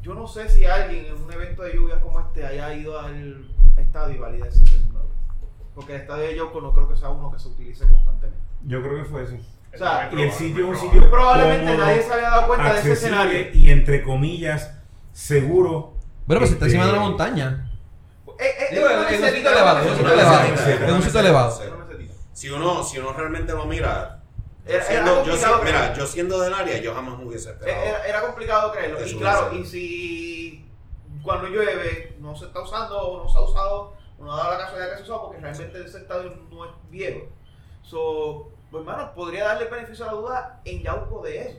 [SPEAKER 3] Yo no sé si alguien en un evento de lluvias como este haya ido al estadio y valida ese segundo. Porque el estadio de Yoko no creo que sea uno que se utilice constantemente.
[SPEAKER 4] Yo creo que fue eso.
[SPEAKER 3] O sea,
[SPEAKER 4] Y el sitio un
[SPEAKER 5] Probable.
[SPEAKER 4] sitio
[SPEAKER 3] Probablemente
[SPEAKER 4] cómodo,
[SPEAKER 3] nadie se había dado cuenta de ese
[SPEAKER 4] accesible
[SPEAKER 3] escenario.
[SPEAKER 4] y entre comillas seguro.
[SPEAKER 2] Bueno, pues si está
[SPEAKER 4] Este-
[SPEAKER 2] encima de una montaña.
[SPEAKER 3] Eh, eh,
[SPEAKER 2] Digo, en
[SPEAKER 3] es una
[SPEAKER 2] un sitio
[SPEAKER 3] mesetita,
[SPEAKER 2] elevado,
[SPEAKER 3] es
[SPEAKER 2] en un
[SPEAKER 3] una
[SPEAKER 2] sitio elevado.
[SPEAKER 3] mesetita,
[SPEAKER 4] Es
[SPEAKER 2] un sitio elevado.
[SPEAKER 3] es una mesetita.
[SPEAKER 6] Si uno, si uno realmente lo mira, yo
[SPEAKER 3] Era- era
[SPEAKER 6] siendo, yo,
[SPEAKER 3] complicado,
[SPEAKER 6] si-
[SPEAKER 3] pero-
[SPEAKER 6] mira, yo siendo del área, yo jamás me hubiese esperado.
[SPEAKER 3] Eh, Era, era complicado creerlo.
[SPEAKER 6] Eso
[SPEAKER 3] Y claro,
[SPEAKER 6] es.
[SPEAKER 3] y si cuando llueve no se está usando o no se ha usado, o no ha dado la casualidad que se usó, porque realmente ese estadio no es viejo. So, pues, hermano, podría darle beneficio a la duda en Yauco de eso.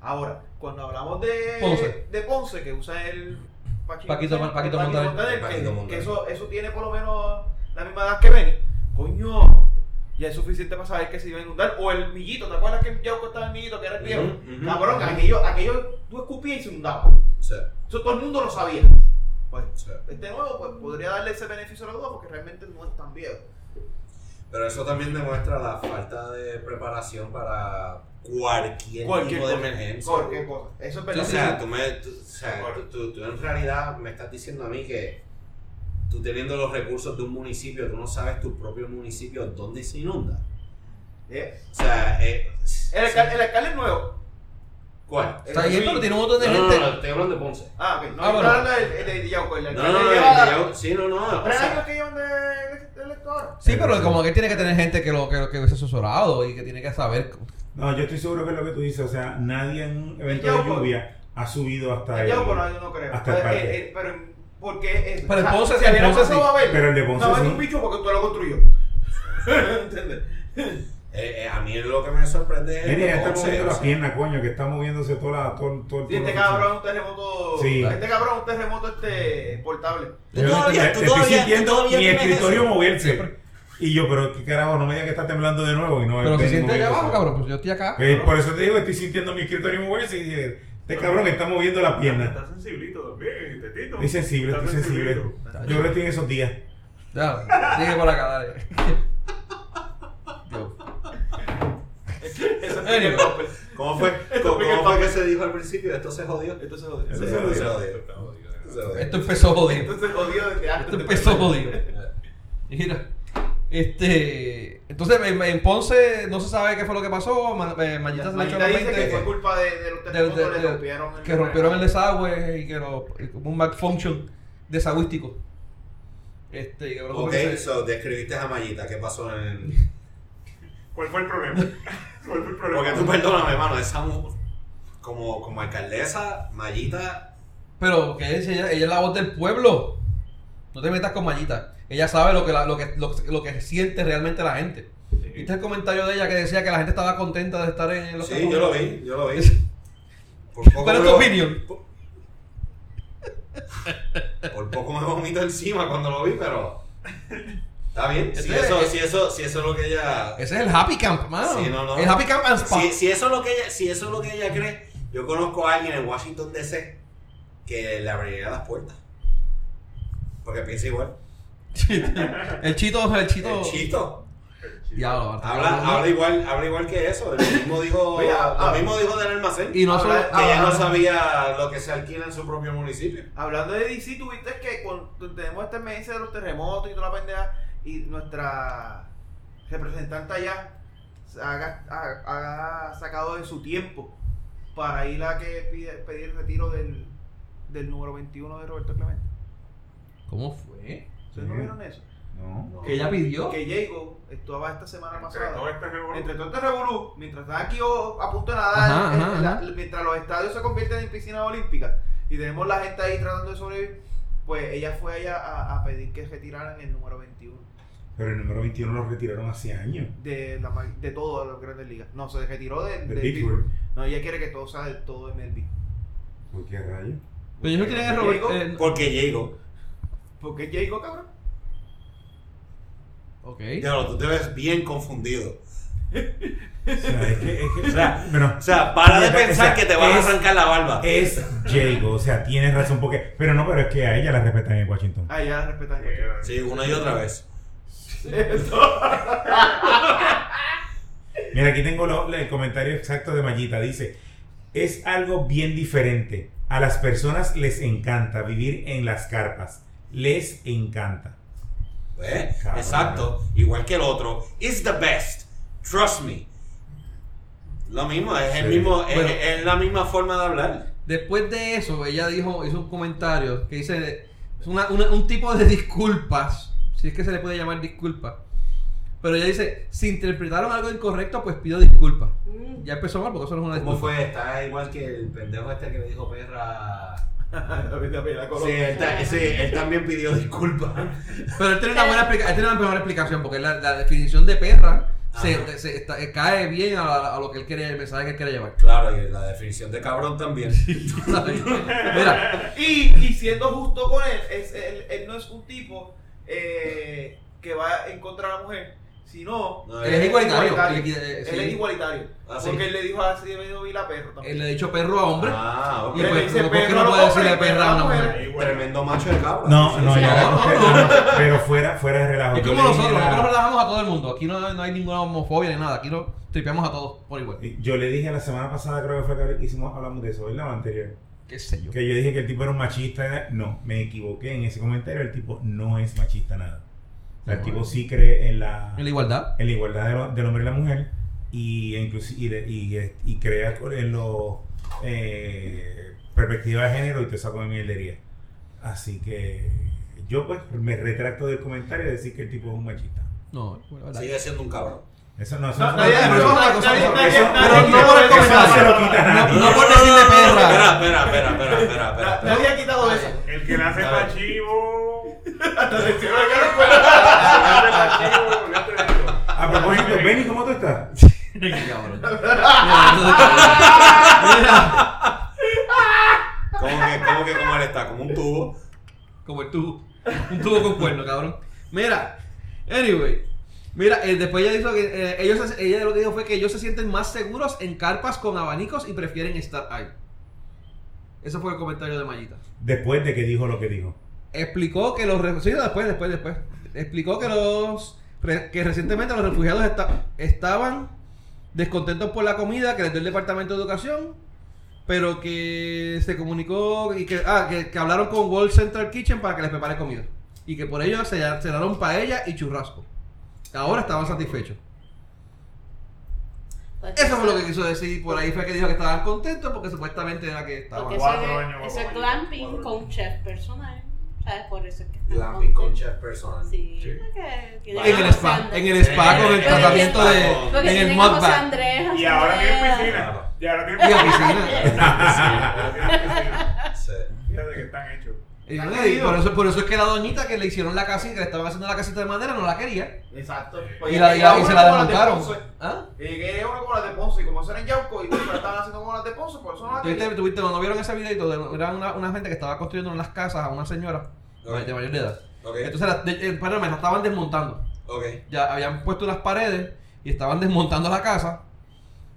[SPEAKER 3] Ahora, cuando hablamos de
[SPEAKER 2] Ponce.
[SPEAKER 3] de Ponce que usa el Pachi-
[SPEAKER 2] Paquito-
[SPEAKER 3] el
[SPEAKER 2] Paquito Montaner.
[SPEAKER 6] El Paquito
[SPEAKER 3] que- que,
[SPEAKER 6] Montaner.
[SPEAKER 3] eso, eso tiene por lo menos la misma edad que Benny. Coño, ya es suficiente para saber que se iba a inundar. O el millito, ¿te acuerdas que en Yauco estaba el millito que era el viejo?
[SPEAKER 6] Ujú, ujú.
[SPEAKER 3] Cabrón,
[SPEAKER 6] Ujú.
[SPEAKER 3] aquello, aquello tú escupías y se inundaba.
[SPEAKER 6] Sí,
[SPEAKER 3] Eso todo el mundo lo sabía. Pues,
[SPEAKER 6] sí.
[SPEAKER 3] de nuevo, pues podría darle ese beneficio a la duda porque realmente no es tan viejo.
[SPEAKER 6] Pero eso también demuestra la falta de preparación para cualquier, tipo de
[SPEAKER 3] cosa,
[SPEAKER 6] emergencia.
[SPEAKER 3] Cualquier cosa. Eso es verdad.
[SPEAKER 6] O sea, tú, me, tú, o sea, tú- tú- tú en realidad me estás diciendo a mí que tú teniendo los recursos de un municipio, tú no sabes tu propio municipio dónde se inunda.
[SPEAKER 3] Eh,
[SPEAKER 6] O sea, eh,
[SPEAKER 3] El, alcal- el alcalde es nuevo.
[SPEAKER 6] ¿cuál?
[SPEAKER 2] Está ahí, pero tiene un montón de
[SPEAKER 6] No, no, no,
[SPEAKER 2] gente.
[SPEAKER 6] no, estoy hablando de Ponce.
[SPEAKER 3] Ah, ok. No,
[SPEAKER 2] Ah,
[SPEAKER 3] ah,
[SPEAKER 2] bueno.
[SPEAKER 3] hablando del del- de Yauco. El
[SPEAKER 6] No,
[SPEAKER 3] alcalde
[SPEAKER 6] no, no, el
[SPEAKER 3] lleva
[SPEAKER 6] de Yau- Sí, no, no. o
[SPEAKER 3] tres
[SPEAKER 6] sea, eh,
[SPEAKER 3] años que llevan de de- de electo ahora.
[SPEAKER 2] Sí, pero como que tiene que tener gente que lo que, lo- que hubiese asesorado y que tiene que saber.
[SPEAKER 4] No, yo estoy seguro que es lo que tú dices. O sea, nadie en un evento
[SPEAKER 3] Yauco.
[SPEAKER 4] de lluvia ha subido hasta
[SPEAKER 3] En
[SPEAKER 4] el.
[SPEAKER 3] Yauco no, yo no creo.
[SPEAKER 4] hasta el
[SPEAKER 3] Pero,
[SPEAKER 4] parque.
[SPEAKER 3] eh, eh, pero en- porque es.
[SPEAKER 2] Pero en
[SPEAKER 3] o sea,
[SPEAKER 2] Ponce-
[SPEAKER 3] si
[SPEAKER 2] en
[SPEAKER 3] hubiera
[SPEAKER 2] Ponce
[SPEAKER 3] pasado
[SPEAKER 2] sí.
[SPEAKER 3] a ver,
[SPEAKER 4] Pero el de Ponce
[SPEAKER 3] No va a haber
[SPEAKER 4] sí.
[SPEAKER 3] un bicho porque tú lo construyó. ¿Entiendes?
[SPEAKER 6] eh, eh, a mí lo que me sorprende es.
[SPEAKER 4] Eh, mira, está
[SPEAKER 6] Ponce,
[SPEAKER 4] moviendo
[SPEAKER 6] o
[SPEAKER 4] la
[SPEAKER 6] sea,
[SPEAKER 4] pierna, coño, que está moviéndose toda la, todo, todo,
[SPEAKER 3] Sí, este
[SPEAKER 4] todo-
[SPEAKER 3] cabrón, un terremoto.
[SPEAKER 4] Sí.
[SPEAKER 3] Este cabrón, un terremoto este portable.
[SPEAKER 6] Tú
[SPEAKER 4] Yo
[SPEAKER 6] todavía-
[SPEAKER 4] te-
[SPEAKER 6] tú
[SPEAKER 4] te
[SPEAKER 6] todavía-
[SPEAKER 4] estoy
[SPEAKER 6] tú
[SPEAKER 4] sintiendo
[SPEAKER 6] todavía
[SPEAKER 4] mi
[SPEAKER 6] tienes
[SPEAKER 4] escritorio
[SPEAKER 6] eso.
[SPEAKER 4] moverse. Y yo, pero qué carajo, no me digas que está temblando de nuevo. Y no
[SPEAKER 2] Pero
[SPEAKER 4] es
[SPEAKER 2] se
[SPEAKER 4] Benny
[SPEAKER 2] siente allá
[SPEAKER 4] moviéndose.
[SPEAKER 2] abajo, cabrón. Pues yo estoy acá.
[SPEAKER 4] Eh, por eso te digo, estoy sintiendo mi escritorio moverse. Y dije, este cabrón está moviendo la pierna.
[SPEAKER 5] Está sensiblito también, tetito.
[SPEAKER 4] Estoy sensible,
[SPEAKER 5] Está
[SPEAKER 4] estoy sensible. Yo
[SPEAKER 5] sensiblito.
[SPEAKER 4] creo que estoy en esos días.
[SPEAKER 2] Ya, sigue por acá, dale. Yo.
[SPEAKER 3] Eso es
[SPEAKER 2] Anyway.
[SPEAKER 3] Miguel Cooper.
[SPEAKER 6] ¿Cómo fue, cómo,
[SPEAKER 3] Miguel
[SPEAKER 6] cómo fue
[SPEAKER 3] Pablo.
[SPEAKER 6] que se dijo al principio? Esto se jodió. Esto
[SPEAKER 3] Entonces jodió.
[SPEAKER 6] se jodió. Se jodió. Esto se jodió.
[SPEAKER 2] Esto empezó jodido.
[SPEAKER 3] Entonces jodió ah, desde antes.
[SPEAKER 2] Esto empezó jodido. Mira. Este. Entonces, en, en Ponce no se sabe qué fue lo que pasó. Ma- eh, Mayita se le echó
[SPEAKER 3] Mayita
[SPEAKER 2] la
[SPEAKER 3] dice que fue
[SPEAKER 2] mente.
[SPEAKER 3] culpa de, de los
[SPEAKER 2] del-
[SPEAKER 3] terremotos
[SPEAKER 2] del-
[SPEAKER 3] le
[SPEAKER 2] del-
[SPEAKER 3] rompieron el
[SPEAKER 2] que rompieron el desagüe y que lo, y como un malfunction desagüístico. Este, y que creo
[SPEAKER 6] Ok,
[SPEAKER 2] que se-
[SPEAKER 6] so describiste a Mayita, ¿qué pasó en el.?
[SPEAKER 5] ¿Cuál fue el problema? ¿Cuál fue el problema?
[SPEAKER 6] Porque tú perdóname, hermano, esa mu- como, como alcaldesa, Mayita.
[SPEAKER 2] Pero que es- ella, ella es la voz del pueblo.
[SPEAKER 5] Eh,
[SPEAKER 2] No te metas con Mallita. Ella sabe lo que, la- lo que, lo, lo que siente realmente la gente. ¿Viste el comentario de ella que decía que la gente estaba contenta de estar en los
[SPEAKER 6] Sí,
[SPEAKER 2] Catamoros?
[SPEAKER 6] yo lo vi, yo lo vi. Por poco
[SPEAKER 2] ¿Cuál es
[SPEAKER 6] me
[SPEAKER 2] tu
[SPEAKER 6] lo-
[SPEAKER 2] opinión?
[SPEAKER 6] po- Por poco me vomito encima cuando lo vi, pero. Está bien. Si
[SPEAKER 2] Ese-
[SPEAKER 6] eso, si eso, si eso Este es lo que ella.
[SPEAKER 2] Ese es el Happy Camp, mano.
[SPEAKER 6] Sí, no, no.
[SPEAKER 2] El Happy Camp and Spa.
[SPEAKER 6] Si, si eso es lo que ella, si eso es lo que ella cree, yo conozco a alguien en Washington DC que le abriría las puertas. Porque piensa igual.
[SPEAKER 2] El chito, el chito.
[SPEAKER 6] El chito.
[SPEAKER 2] Diablo, Bartolo,
[SPEAKER 6] Habla,
[SPEAKER 2] no.
[SPEAKER 6] habla igual, habla igual que eso. Lo mismo dijo,
[SPEAKER 3] Oye,
[SPEAKER 6] lo
[SPEAKER 3] habla.
[SPEAKER 6] mismo dijo del almacén.
[SPEAKER 2] ah. Y no solo. Ah.
[SPEAKER 3] Habla-
[SPEAKER 6] que ella no
[SPEAKER 3] habla-
[SPEAKER 6] sabía lo que se alquila en su propio municipio.
[SPEAKER 3] Hablando de DC, tú viste que cuando tenemos esta emergencia de los terremotos y toda la pendeja, y nuestra representante allá se ha, gas- ha- ha sacado de su tiempo para ir a que pide- pedir el retiro del, del número 21 de Roberto Clemente.
[SPEAKER 2] ¿Cómo fue?
[SPEAKER 3] ¿Ustedes no
[SPEAKER 4] Sí.
[SPEAKER 3] vieron eso?
[SPEAKER 4] No.
[SPEAKER 2] ¿Que ella pidió?
[SPEAKER 3] Que Jago estaba esta semana
[SPEAKER 5] Entre todo
[SPEAKER 3] pasada.
[SPEAKER 5] este revolú-
[SPEAKER 3] Entre todo este revolú, mientras están aquí oh, a punto de
[SPEAKER 2] Ajá,
[SPEAKER 3] nadar,
[SPEAKER 2] ajá,
[SPEAKER 3] eh, la-
[SPEAKER 2] ajá.
[SPEAKER 3] mientras los estadios se convierten en piscinas olímpicas y tenemos la gente ahí tratando de sobrevivir, pues ella fue allá a, a pedir que retiraran el número 21
[SPEAKER 4] Pero el número 21 lo retiraron hace años.
[SPEAKER 3] de, la, ma- de todas las grandes ligas. No, se retiró del
[SPEAKER 4] De
[SPEAKER 3] de
[SPEAKER 4] Pittsburgh.
[SPEAKER 3] No, ella quiere que todo sea de todo MLB.
[SPEAKER 4] ¿Por qué rayo?
[SPEAKER 2] Pero ellos no quieren a Robert.
[SPEAKER 3] Diego,
[SPEAKER 2] eh,
[SPEAKER 6] Porque llegó.
[SPEAKER 3] ¿Por qué Jago, cabrón?
[SPEAKER 2] ok.
[SPEAKER 6] Diablo, tú te ves bien confundido.
[SPEAKER 4] O sea, es que. Es que
[SPEAKER 6] O sea,
[SPEAKER 4] pero
[SPEAKER 6] O sea, para de
[SPEAKER 4] Mira, o
[SPEAKER 6] pensar
[SPEAKER 4] sea,
[SPEAKER 6] que te vas
[SPEAKER 4] es-
[SPEAKER 6] a arrancar la barba.
[SPEAKER 4] es Jago, o sea, tienes razón. porque Pero no, pero es que a ella la respetan en Washington.
[SPEAKER 3] Ah, ya la respetan.
[SPEAKER 5] Era-
[SPEAKER 6] Sí, una y otra vez.
[SPEAKER 4] Mira, aquí tengo lo- el comentario exacto de Mayita. Dice, es algo bien diferente. A las personas les encanta vivir en las carpas. Les encanta.
[SPEAKER 6] ¿Ves?
[SPEAKER 4] Cabrón.
[SPEAKER 6] ¿Eh? Exacto. Igual que el otro. It's the best. Trust me. Lo mismo, es, el
[SPEAKER 4] Sí.
[SPEAKER 6] mismo, es-
[SPEAKER 2] Bueno.
[SPEAKER 6] es, la misma forma de hablar.
[SPEAKER 2] Después de eso, ella dijo, hizo un comentario que dice, es una- una- un tipo de disculpas, si es que se le puede llamar disculpas. Pero ella dice, si interpretaron algo incorrecto, pues pido disculpas.
[SPEAKER 7] Mm.
[SPEAKER 2] Ya empezó mal porque eso no es una
[SPEAKER 6] ¿Cómo
[SPEAKER 2] disculpa.
[SPEAKER 6] fue? Está igual que el pendejo este que le dijo perra.
[SPEAKER 3] Sí.
[SPEAKER 6] Sí, él, ta- sí, él también pidió disculpas.
[SPEAKER 2] Pero él tiene una buena explica- él tiene una mejor explicación porque la, la definición de perra se,
[SPEAKER 6] Ajá.
[SPEAKER 2] se- está- eh, cae bien a, la- a lo que él quiere, el mensaje que él quiere llevar.
[SPEAKER 6] Claro, y la definición de cabrón también.
[SPEAKER 2] ¿Sabes? Mira,
[SPEAKER 3] Y, y siendo justo con él, es, él, él no es un tipo eh, que va en contra de la mujer, sino
[SPEAKER 6] No,
[SPEAKER 2] él es igualitario. Él, eh,
[SPEAKER 3] Él es
[SPEAKER 2] sí.
[SPEAKER 3] igualitario.
[SPEAKER 6] Ah, sí.
[SPEAKER 3] porque él le dijo así, me dijo la perro
[SPEAKER 2] Él
[SPEAKER 3] también.
[SPEAKER 2] eh, le ha dicho perro a hombre.
[SPEAKER 6] Ah, ok.
[SPEAKER 2] Y pues,
[SPEAKER 3] dice
[SPEAKER 2] ¿por qué
[SPEAKER 3] perro
[SPEAKER 2] no
[SPEAKER 3] a los
[SPEAKER 2] puede decirle
[SPEAKER 3] hombres,
[SPEAKER 2] perra a una
[SPEAKER 3] perro a las
[SPEAKER 2] mujer?
[SPEAKER 5] Ahí, bueno.
[SPEAKER 6] Tremendo macho de cabra.
[SPEAKER 4] No,
[SPEAKER 6] Sí,
[SPEAKER 4] no,
[SPEAKER 6] sí,
[SPEAKER 4] ya.
[SPEAKER 6] sí.
[SPEAKER 2] no,
[SPEAKER 4] pero-
[SPEAKER 2] no,
[SPEAKER 4] Pero fuera, fuera de relajo.
[SPEAKER 2] Es
[SPEAKER 4] Yo
[SPEAKER 2] como
[SPEAKER 4] le
[SPEAKER 2] nosotros,
[SPEAKER 4] dije a-
[SPEAKER 2] nosotros relajamos a todo el mundo. Aquí no, no hay ninguna homofobia ni nada. Aquí lo tripeamos a todos por igual.
[SPEAKER 4] Yo le dije la semana pasada, creo que fue que hicimos, hablamos de eso, ¿verdad? O Anterior.
[SPEAKER 2] Qué sé yo.
[SPEAKER 4] Que yo dije que el tipo era un machista. No, me equivoqué en ese comentario. El tipo no es machista nada. O sea, el tipo sí cree en la...
[SPEAKER 2] En la igualdad.
[SPEAKER 4] en la igualdad de lo- del hombre y la mujer y, inclusi- y, de- y- y crea con- en los eh, perspectiva de género y te saco de mierdería. Así que yo pues me retracto del comentario de decir que el tipo es un machista.
[SPEAKER 2] No, en la verdad.
[SPEAKER 6] Sigue siendo un cabrón.
[SPEAKER 4] Eso no, eso
[SPEAKER 3] No,
[SPEAKER 4] no-
[SPEAKER 3] nadie-
[SPEAKER 4] eso-
[SPEAKER 2] pero-
[SPEAKER 4] eso-
[SPEAKER 2] pero-
[SPEAKER 3] nadie-
[SPEAKER 2] pero-
[SPEAKER 3] nadie-
[SPEAKER 4] eso-
[SPEAKER 3] nadie-
[SPEAKER 4] pero-
[SPEAKER 2] no por el
[SPEAKER 4] eso no se lo
[SPEAKER 2] comentario.
[SPEAKER 4] quita
[SPEAKER 2] No,
[SPEAKER 4] nadie.
[SPEAKER 2] no por decirle
[SPEAKER 6] Espera,
[SPEAKER 2] perra.
[SPEAKER 6] espera, espera, espera, espera, espera. espera.
[SPEAKER 3] Nadie ha quitado eso.
[SPEAKER 5] El que le hace
[SPEAKER 6] Claro.
[SPEAKER 5] pachivo.
[SPEAKER 4] A propósito, Benny, ¿cómo tú estás?
[SPEAKER 2] Qué cabrón. Mira, mira,
[SPEAKER 6] ¿Cómo que, cómo que, cómo él está? Como un tubo.
[SPEAKER 2] Como el tubo. Un tubo con cuerno, cabrón. Mira. Anyway. Mira, eh, después ella dijo que eh, ellos, se- ella lo que dijo fue que ellos se sienten más seguros en carpas con abanicos y prefieren estar ahí. Ese fue el comentario de Mayita.
[SPEAKER 4] Después de que dijo lo que dijo.
[SPEAKER 2] explicó que los re- sí, después después después explicó que los re- que recientemente los refugiados esta- estaban descontentos por la comida que les dio el departamento de educación pero que se comunicó y que ah que, que hablaron con World Central Kitchen para que les prepare comida y que por ello se cenaron paella y churrasco ahora estaban satisfechos
[SPEAKER 7] Pues,
[SPEAKER 2] eso fue lo que quiso decir por ahí fue que dijo que estaban contentos porque supuestamente era que estaban
[SPEAKER 7] Porque eso
[SPEAKER 5] Cuatro
[SPEAKER 7] es-
[SPEAKER 5] años,
[SPEAKER 7] eso es
[SPEAKER 5] cuatro
[SPEAKER 7] glamping
[SPEAKER 5] años.
[SPEAKER 7] con chef personal. ¿Sabes? Por eso es que están
[SPEAKER 6] Glamping con
[SPEAKER 7] contentos.
[SPEAKER 6] chef personal.
[SPEAKER 7] Sí, porque tienen
[SPEAKER 2] en el
[SPEAKER 7] a
[SPEAKER 2] spa
[SPEAKER 7] José
[SPEAKER 2] en
[SPEAKER 7] Andrés.
[SPEAKER 2] el spa con el
[SPEAKER 7] Porque
[SPEAKER 2] tratamiento
[SPEAKER 7] tienen- porque
[SPEAKER 2] de en el
[SPEAKER 7] tienen a José
[SPEAKER 2] mudbath
[SPEAKER 7] Andrés,
[SPEAKER 5] Y
[SPEAKER 7] José
[SPEAKER 5] ahora tiene
[SPEAKER 7] Andrés.
[SPEAKER 5] piscina. Y ahora tiene
[SPEAKER 2] y la
[SPEAKER 5] piscina.
[SPEAKER 2] piscina
[SPEAKER 5] Ahora tiene piscina.
[SPEAKER 6] Sí.
[SPEAKER 5] Fíjate de que están hechos.
[SPEAKER 2] Y yo le digo, por eso, por eso es que la doñita que le hicieron la casita, que le estaban haciendo la casita de madera, no la quería.
[SPEAKER 3] Exacto.
[SPEAKER 2] Y, la, y la- y se la
[SPEAKER 3] desmontaron.
[SPEAKER 2] desmontaron. ¿Ah?
[SPEAKER 3] Llegué a una como las de Ponce, y como eso era en Yauco, y pues, la estaban haciendo como las de Ponce, por eso no la
[SPEAKER 2] ¿Tuviste,
[SPEAKER 3] quería.
[SPEAKER 2] tuviste- no vieron ese videito? De, era una, una gente que estaba construyendo unas casas a una señora
[SPEAKER 6] Ok.
[SPEAKER 2] de mayor de edad.
[SPEAKER 6] Ok,
[SPEAKER 2] Entonces, la, de- eh, perdóname, la estaban desmontando.
[SPEAKER 6] ok.
[SPEAKER 2] ya habían puesto unas paredes y estaban desmontando la casa.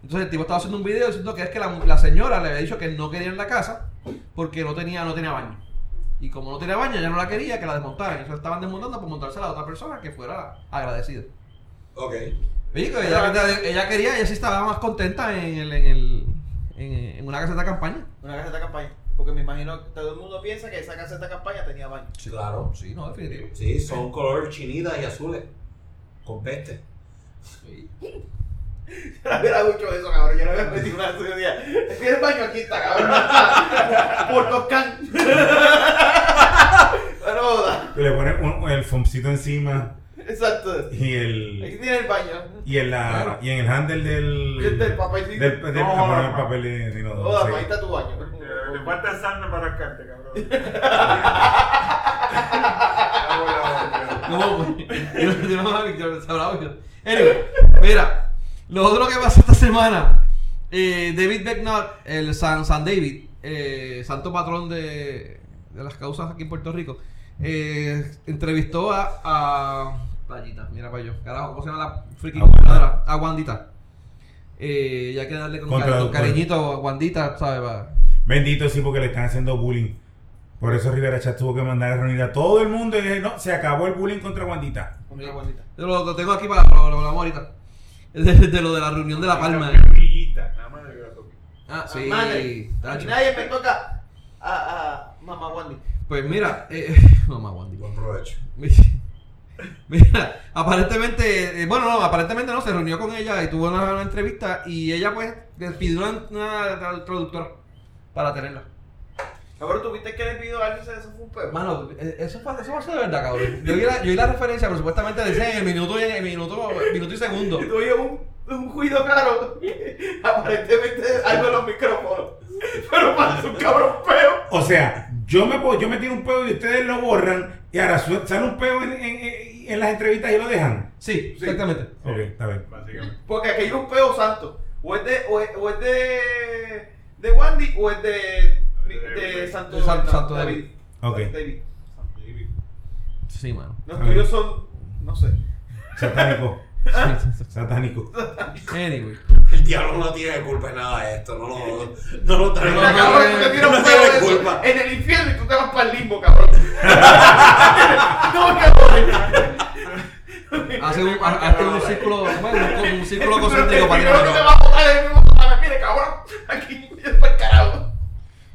[SPEAKER 2] Entonces el tipo estaba haciendo un video diciendo que es que la, la señora le había dicho que no querían la casa porque no tenía, no tenía baño. Y como no tenía baño, ya no la quería que la desmontaran. Entonces estaban desmontando por montarse a la otra persona que fuera agradecida.
[SPEAKER 6] Ok.
[SPEAKER 2] Oye, que ella, ella- ella quería, ella sí estaba más contenta en, el, en, el, en, en una caseta de campaña.
[SPEAKER 3] Una caseta de campaña. Porque me imagino que todo el mundo piensa que esa caseta de campaña tenía baño.
[SPEAKER 6] Sí, claro.
[SPEAKER 2] Pues Sí, no, definitivo.
[SPEAKER 6] Sí, son color chinitas y azules. Con este. peste.
[SPEAKER 3] Yo no hubiera dicho eso, cabrón. Yo no había metido una suya. día. Tiene el baño aquí, está, cabrón. Por los can. Pero, joda.
[SPEAKER 4] Y le ponen un- el fomcito encima
[SPEAKER 3] exacto.
[SPEAKER 4] y
[SPEAKER 3] Aquí
[SPEAKER 4] el.
[SPEAKER 3] tiene el baño.
[SPEAKER 4] Y en, la,
[SPEAKER 2] Claro.
[SPEAKER 4] y en el handle del.
[SPEAKER 3] Del este papelito.
[SPEAKER 4] Del, del-
[SPEAKER 5] No,
[SPEAKER 4] ah, bueno,
[SPEAKER 5] no,
[SPEAKER 4] el
[SPEAKER 5] no.
[SPEAKER 4] papel de de inodoro,
[SPEAKER 3] Joda,
[SPEAKER 4] sí.
[SPEAKER 3] ahí está tu baño.
[SPEAKER 5] Eh, Me falta sarna para rascarte, cabrón.
[SPEAKER 2] No, güey. Yo no- yo no me yo- se habrá oído. Anyway, mira, lo otro que pasó esta semana, eh, David Becknard, el San, San David, eh, santo patrón de, de las causas aquí en Puerto Rico, eh, entrevistó a, a Playita, mira para yo, carajo, ¿cómo se llama la freaking computadora? A Wandita. Eh, ya hay que darle con,
[SPEAKER 4] Contra-
[SPEAKER 2] cari- con cariñito a Wandita, ¿sabes? Va.
[SPEAKER 4] Bendito sí, porque le están haciendo bullying. Por eso Rivera Chat tuvo que mandar a reunir a todo el mundo y dije, no, se acabó el bullying contra Guandita.
[SPEAKER 2] Yo lo, lo tengo aquí para lo, lo hablamos ahorita. De, de lo de la reunión de La Palma. eh.
[SPEAKER 5] Brillita, nada más de que la toque.
[SPEAKER 2] Ah, sí.
[SPEAKER 3] Madre.
[SPEAKER 2] tacho.
[SPEAKER 3] Aquí nadie me toca a, a mamá Wandy.
[SPEAKER 2] Pues mira, eh, mamá Wandy.
[SPEAKER 6] Buen provecho.
[SPEAKER 2] Mira, aparentemente, eh, bueno, no, aparentemente no, se reunió con ella y tuvo una, una entrevista y ella pues le pidió una, una tra- traductora para tenerla.
[SPEAKER 3] Cabrón, ¿tú viste que le pidió a alguien se eso fue un peo?
[SPEAKER 2] Hermano, eh, eso fue, eso fue de verdad, cabrón. Yo vi la, yo vi la referencia, pero supuestamente decían en el minuto, y- en el minuto, minuto y segundo.
[SPEAKER 3] Y tú oyes un, un ruido caro. Aparentemente algo en los micrófonos. Pero parece un cabrón peo.
[SPEAKER 4] O sea, yo me puedo, yo me tiro un peo y ustedes lo borran y ahora su- sale un peo en, en- en- en las entrevistas y lo dejan.
[SPEAKER 2] Sí, exactamente.
[SPEAKER 4] Ok, está bien.
[SPEAKER 5] Básicamente.
[SPEAKER 3] Porque aquello es un peo santo. O es de, o es, o es de, de Wandy o es de, de, Santo,
[SPEAKER 2] De San- Santo David.
[SPEAKER 4] Ok.
[SPEAKER 3] David.
[SPEAKER 2] Sí, mano.
[SPEAKER 3] Los
[SPEAKER 4] A ver.
[SPEAKER 3] tuyos son, no sé.
[SPEAKER 4] Satánico.
[SPEAKER 2] Sí, sí,
[SPEAKER 4] Satánico.
[SPEAKER 2] sí. Anyway.
[SPEAKER 6] El diablo no tiene culpa en nada de esto. No lo, no
[SPEAKER 2] No,
[SPEAKER 6] lo
[SPEAKER 3] Mira,
[SPEAKER 2] no,
[SPEAKER 6] traigo.
[SPEAKER 3] cabrón,
[SPEAKER 2] no,
[SPEAKER 3] tú te tiras
[SPEAKER 6] no
[SPEAKER 3] un
[SPEAKER 6] tiene
[SPEAKER 3] peo de eso
[SPEAKER 6] culpa.
[SPEAKER 3] en el infierno y tú te vas para el limbo, cabrón. no, cabrón.
[SPEAKER 2] Hace un, ha- hace un círculo, bueno, un, un círculo concéntrico para
[SPEAKER 3] para
[SPEAKER 2] ir a la cama.
[SPEAKER 3] va a botar en el mismo lugar. Mire, cabrón. Aquí es para el carajo.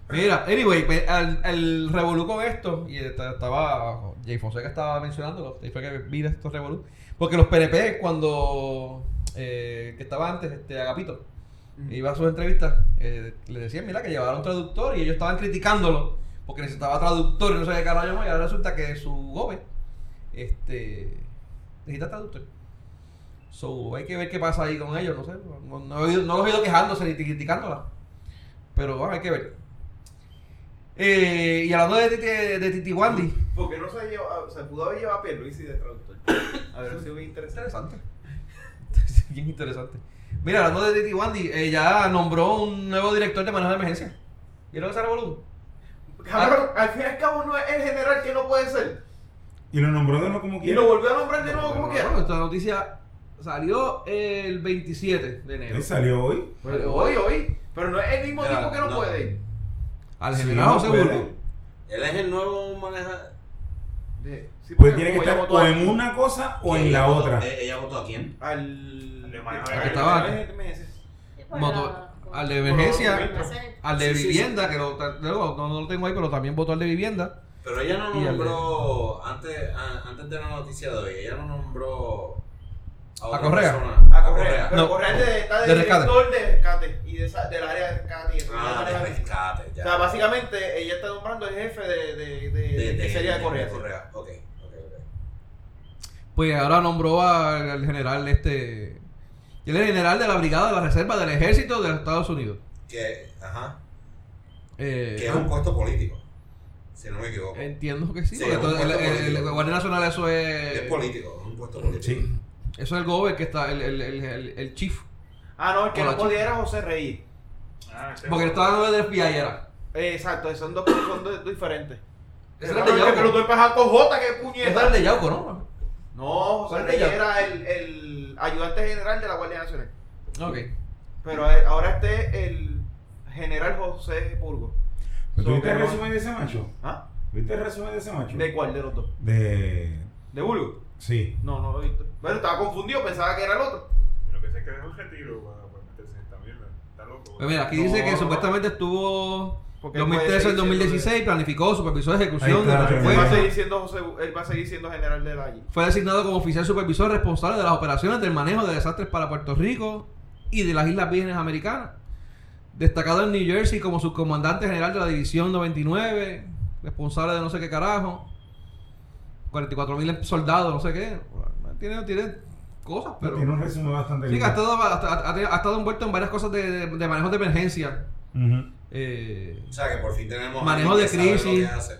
[SPEAKER 2] Mira, anyway, pues al, al revolú con esto, y esta- estaba, Jay Fonseca estaba mencionándolo, ahí fue que vi estos revolú, porque los PNP cuando, eh, que estaba antes, este Agapito, iba a sus entrevistas, eh, le decían, mira, que llevaron traductor, y ellos estaban criticándolo, porque necesitaba traductor, y no sabía qué carajo, y ahora resulta que su gobe, este, necesita traductor. So, hay que ver qué pasa ahí con ellos, no sé, no, no he oído- no los he oído quejándose ni criticándola, pero bueno, hay que ver. Eh, y hablando de, Titi- de, Titi Wandy.
[SPEAKER 3] Porque no se lleva, se pudo haber llevado a Pierluisi de traductor. A ver, ha sido bien interesante.
[SPEAKER 2] Interesante. Bien interesante. Mira, hablando de Titi Wandy, eh, ya nombró un nuevo director de manejo de emergencia. ¿Vieron ese revolú?
[SPEAKER 3] Cabrón, al fin y al cabo no es el general que no puede ser.
[SPEAKER 4] Y lo nombró de nuevo como
[SPEAKER 3] Y
[SPEAKER 4] quiera.
[SPEAKER 3] lo volvió a nombrar de nuevo como
[SPEAKER 2] Bueno,
[SPEAKER 3] quiera.
[SPEAKER 2] Esta noticia salió el 27 de enero. Pues,
[SPEAKER 4] Él salió hoy.
[SPEAKER 2] Pero
[SPEAKER 3] Hoy, hoy. Pero no es el mismo
[SPEAKER 2] Mira,
[SPEAKER 3] tipo que no,
[SPEAKER 6] no.
[SPEAKER 3] puede.
[SPEAKER 2] Al
[SPEAKER 4] Sí,
[SPEAKER 2] general José
[SPEAKER 4] puede.
[SPEAKER 2] Burgos.
[SPEAKER 6] Él es el nuevo manejador.
[SPEAKER 3] De- sí,
[SPEAKER 4] Pues
[SPEAKER 3] porque
[SPEAKER 4] tiene que
[SPEAKER 3] como ya
[SPEAKER 4] estar
[SPEAKER 3] votó
[SPEAKER 4] o en
[SPEAKER 3] al-
[SPEAKER 4] una cosa o en
[SPEAKER 6] Ella
[SPEAKER 4] la
[SPEAKER 6] votó-
[SPEAKER 4] otra.
[SPEAKER 6] eh, ¿Ella votó a quién?
[SPEAKER 3] Al.
[SPEAKER 5] De Manuel.
[SPEAKER 3] al-
[SPEAKER 2] Al que estaba
[SPEAKER 3] al-
[SPEAKER 2] antes.
[SPEAKER 3] al-
[SPEAKER 2] Votó
[SPEAKER 7] pues,
[SPEAKER 2] al de emergencia, al de
[SPEAKER 6] Sí, sí, sí.
[SPEAKER 2] vivienda, que lo, luego no, no lo tengo ahí, pero también votó al de vivienda.
[SPEAKER 6] Pero ella no
[SPEAKER 2] Y al de-
[SPEAKER 6] nombró, antes, a- antes de la noticia de hoy, ella no nombró a otra
[SPEAKER 2] Correa?
[SPEAKER 6] persona.
[SPEAKER 3] A Correa. Pero
[SPEAKER 2] No.
[SPEAKER 3] Correa es de- está de,
[SPEAKER 2] De rescate.
[SPEAKER 3] director de rescate. Y de esa- del área de rescate. Y eso,
[SPEAKER 6] Ah,
[SPEAKER 3] de
[SPEAKER 6] de
[SPEAKER 3] área de-
[SPEAKER 6] rescate,
[SPEAKER 3] O
[SPEAKER 6] ya.
[SPEAKER 3] sea, básicamente ella está nombrando el jefe de. de, de,
[SPEAKER 6] De-
[SPEAKER 3] de,
[SPEAKER 6] de-
[SPEAKER 3] sería de
[SPEAKER 6] de
[SPEAKER 3] Correa. sí.
[SPEAKER 6] Correa. Ok, ok, ok.
[SPEAKER 2] Pues ahora nombró al, al general este. Él es general de la Brigada de la Reserva del Ejército de los Estados Unidos.
[SPEAKER 6] Que, ajá,
[SPEAKER 2] Eh,
[SPEAKER 6] que es un puesto político. si no me equivoco.
[SPEAKER 2] Entiendo que sí.
[SPEAKER 6] Sí,
[SPEAKER 2] porque
[SPEAKER 6] es un
[SPEAKER 2] todo- el,
[SPEAKER 6] puesto
[SPEAKER 2] el- el-
[SPEAKER 6] político.
[SPEAKER 2] el Guardia Nacional, eso es.
[SPEAKER 6] es político, es un puesto político.
[SPEAKER 4] Sí.
[SPEAKER 2] Eso es el gober que está, el, el, el, el, el chief.
[SPEAKER 3] Ah, no, el que
[SPEAKER 2] Hola,
[SPEAKER 3] no podía era José Reyes.
[SPEAKER 5] Ah, este
[SPEAKER 2] Porque
[SPEAKER 5] es-
[SPEAKER 2] estaba hablando del FBI, era.
[SPEAKER 3] Eh, exacto, son dos son dos diferentes.
[SPEAKER 2] Ese
[SPEAKER 3] Pero
[SPEAKER 2] era el de
[SPEAKER 3] no, es que
[SPEAKER 2] Yauco.
[SPEAKER 3] lo estoy pajando Jota, que
[SPEAKER 2] Ese era el
[SPEAKER 3] puñeta.
[SPEAKER 2] de Yauco, ¿no?
[SPEAKER 3] No, José
[SPEAKER 2] ¿Cuál
[SPEAKER 3] Reyes
[SPEAKER 2] de
[SPEAKER 3] era el, el ayudante general de la Guardia Nacional.
[SPEAKER 2] Ok.
[SPEAKER 3] Pero eh, ahora este es el general José Burgo.
[SPEAKER 4] ¿Pero
[SPEAKER 3] So,
[SPEAKER 4] ¿Tú viste el
[SPEAKER 3] que no-
[SPEAKER 4] resumen de ese macho?
[SPEAKER 3] ¿Ah?
[SPEAKER 4] ¿Viste el resumen de ese macho?
[SPEAKER 3] ¿De cuál de los dos?
[SPEAKER 4] De...
[SPEAKER 3] ¿De Burgo?
[SPEAKER 4] Sí.
[SPEAKER 3] No, no lo he visto. Bueno, estaba confundido, pensaba que era el otro.
[SPEAKER 5] Lo que sé es que dejó el retiro para, para meterse en esta mierda. Está loco.
[SPEAKER 2] Pues mira, aquí dice
[SPEAKER 3] No,
[SPEAKER 2] que
[SPEAKER 3] no, no.
[SPEAKER 2] supuestamente estuvo.
[SPEAKER 3] Porque él puede
[SPEAKER 2] 2013 al
[SPEAKER 3] seguir siendo
[SPEAKER 2] 2016, planificó, supervisó
[SPEAKER 4] Ahí
[SPEAKER 2] ejecución. de
[SPEAKER 4] está, ahí
[SPEAKER 3] Él va a
[SPEAKER 4] Bueno.
[SPEAKER 3] seguir siendo José, él va a seguir siendo general de la allí.
[SPEAKER 2] Fue designado como oficial supervisor responsable de las operaciones del manejo de desastres para Puerto Rico y de las Islas Vírgenes Americanas. Destacado en New Jersey como subcomandante general de la División 99, responsable de no sé qué carajo. 44 mil soldados, no sé qué. Tiene, tiene cosas, pero...
[SPEAKER 4] Tiene un resumen bastante
[SPEAKER 2] Sí, que ha
[SPEAKER 4] lindo.
[SPEAKER 2] estado, ha- ha- ha estado envuelto en varias cosas de, de, de manejo de emergencia.
[SPEAKER 4] Ujú.
[SPEAKER 2] Eh,
[SPEAKER 6] O sea que por fin tenemos.
[SPEAKER 2] Manejo
[SPEAKER 6] alguien que
[SPEAKER 2] de
[SPEAKER 6] sabe lo
[SPEAKER 2] crisis.
[SPEAKER 6] que hace.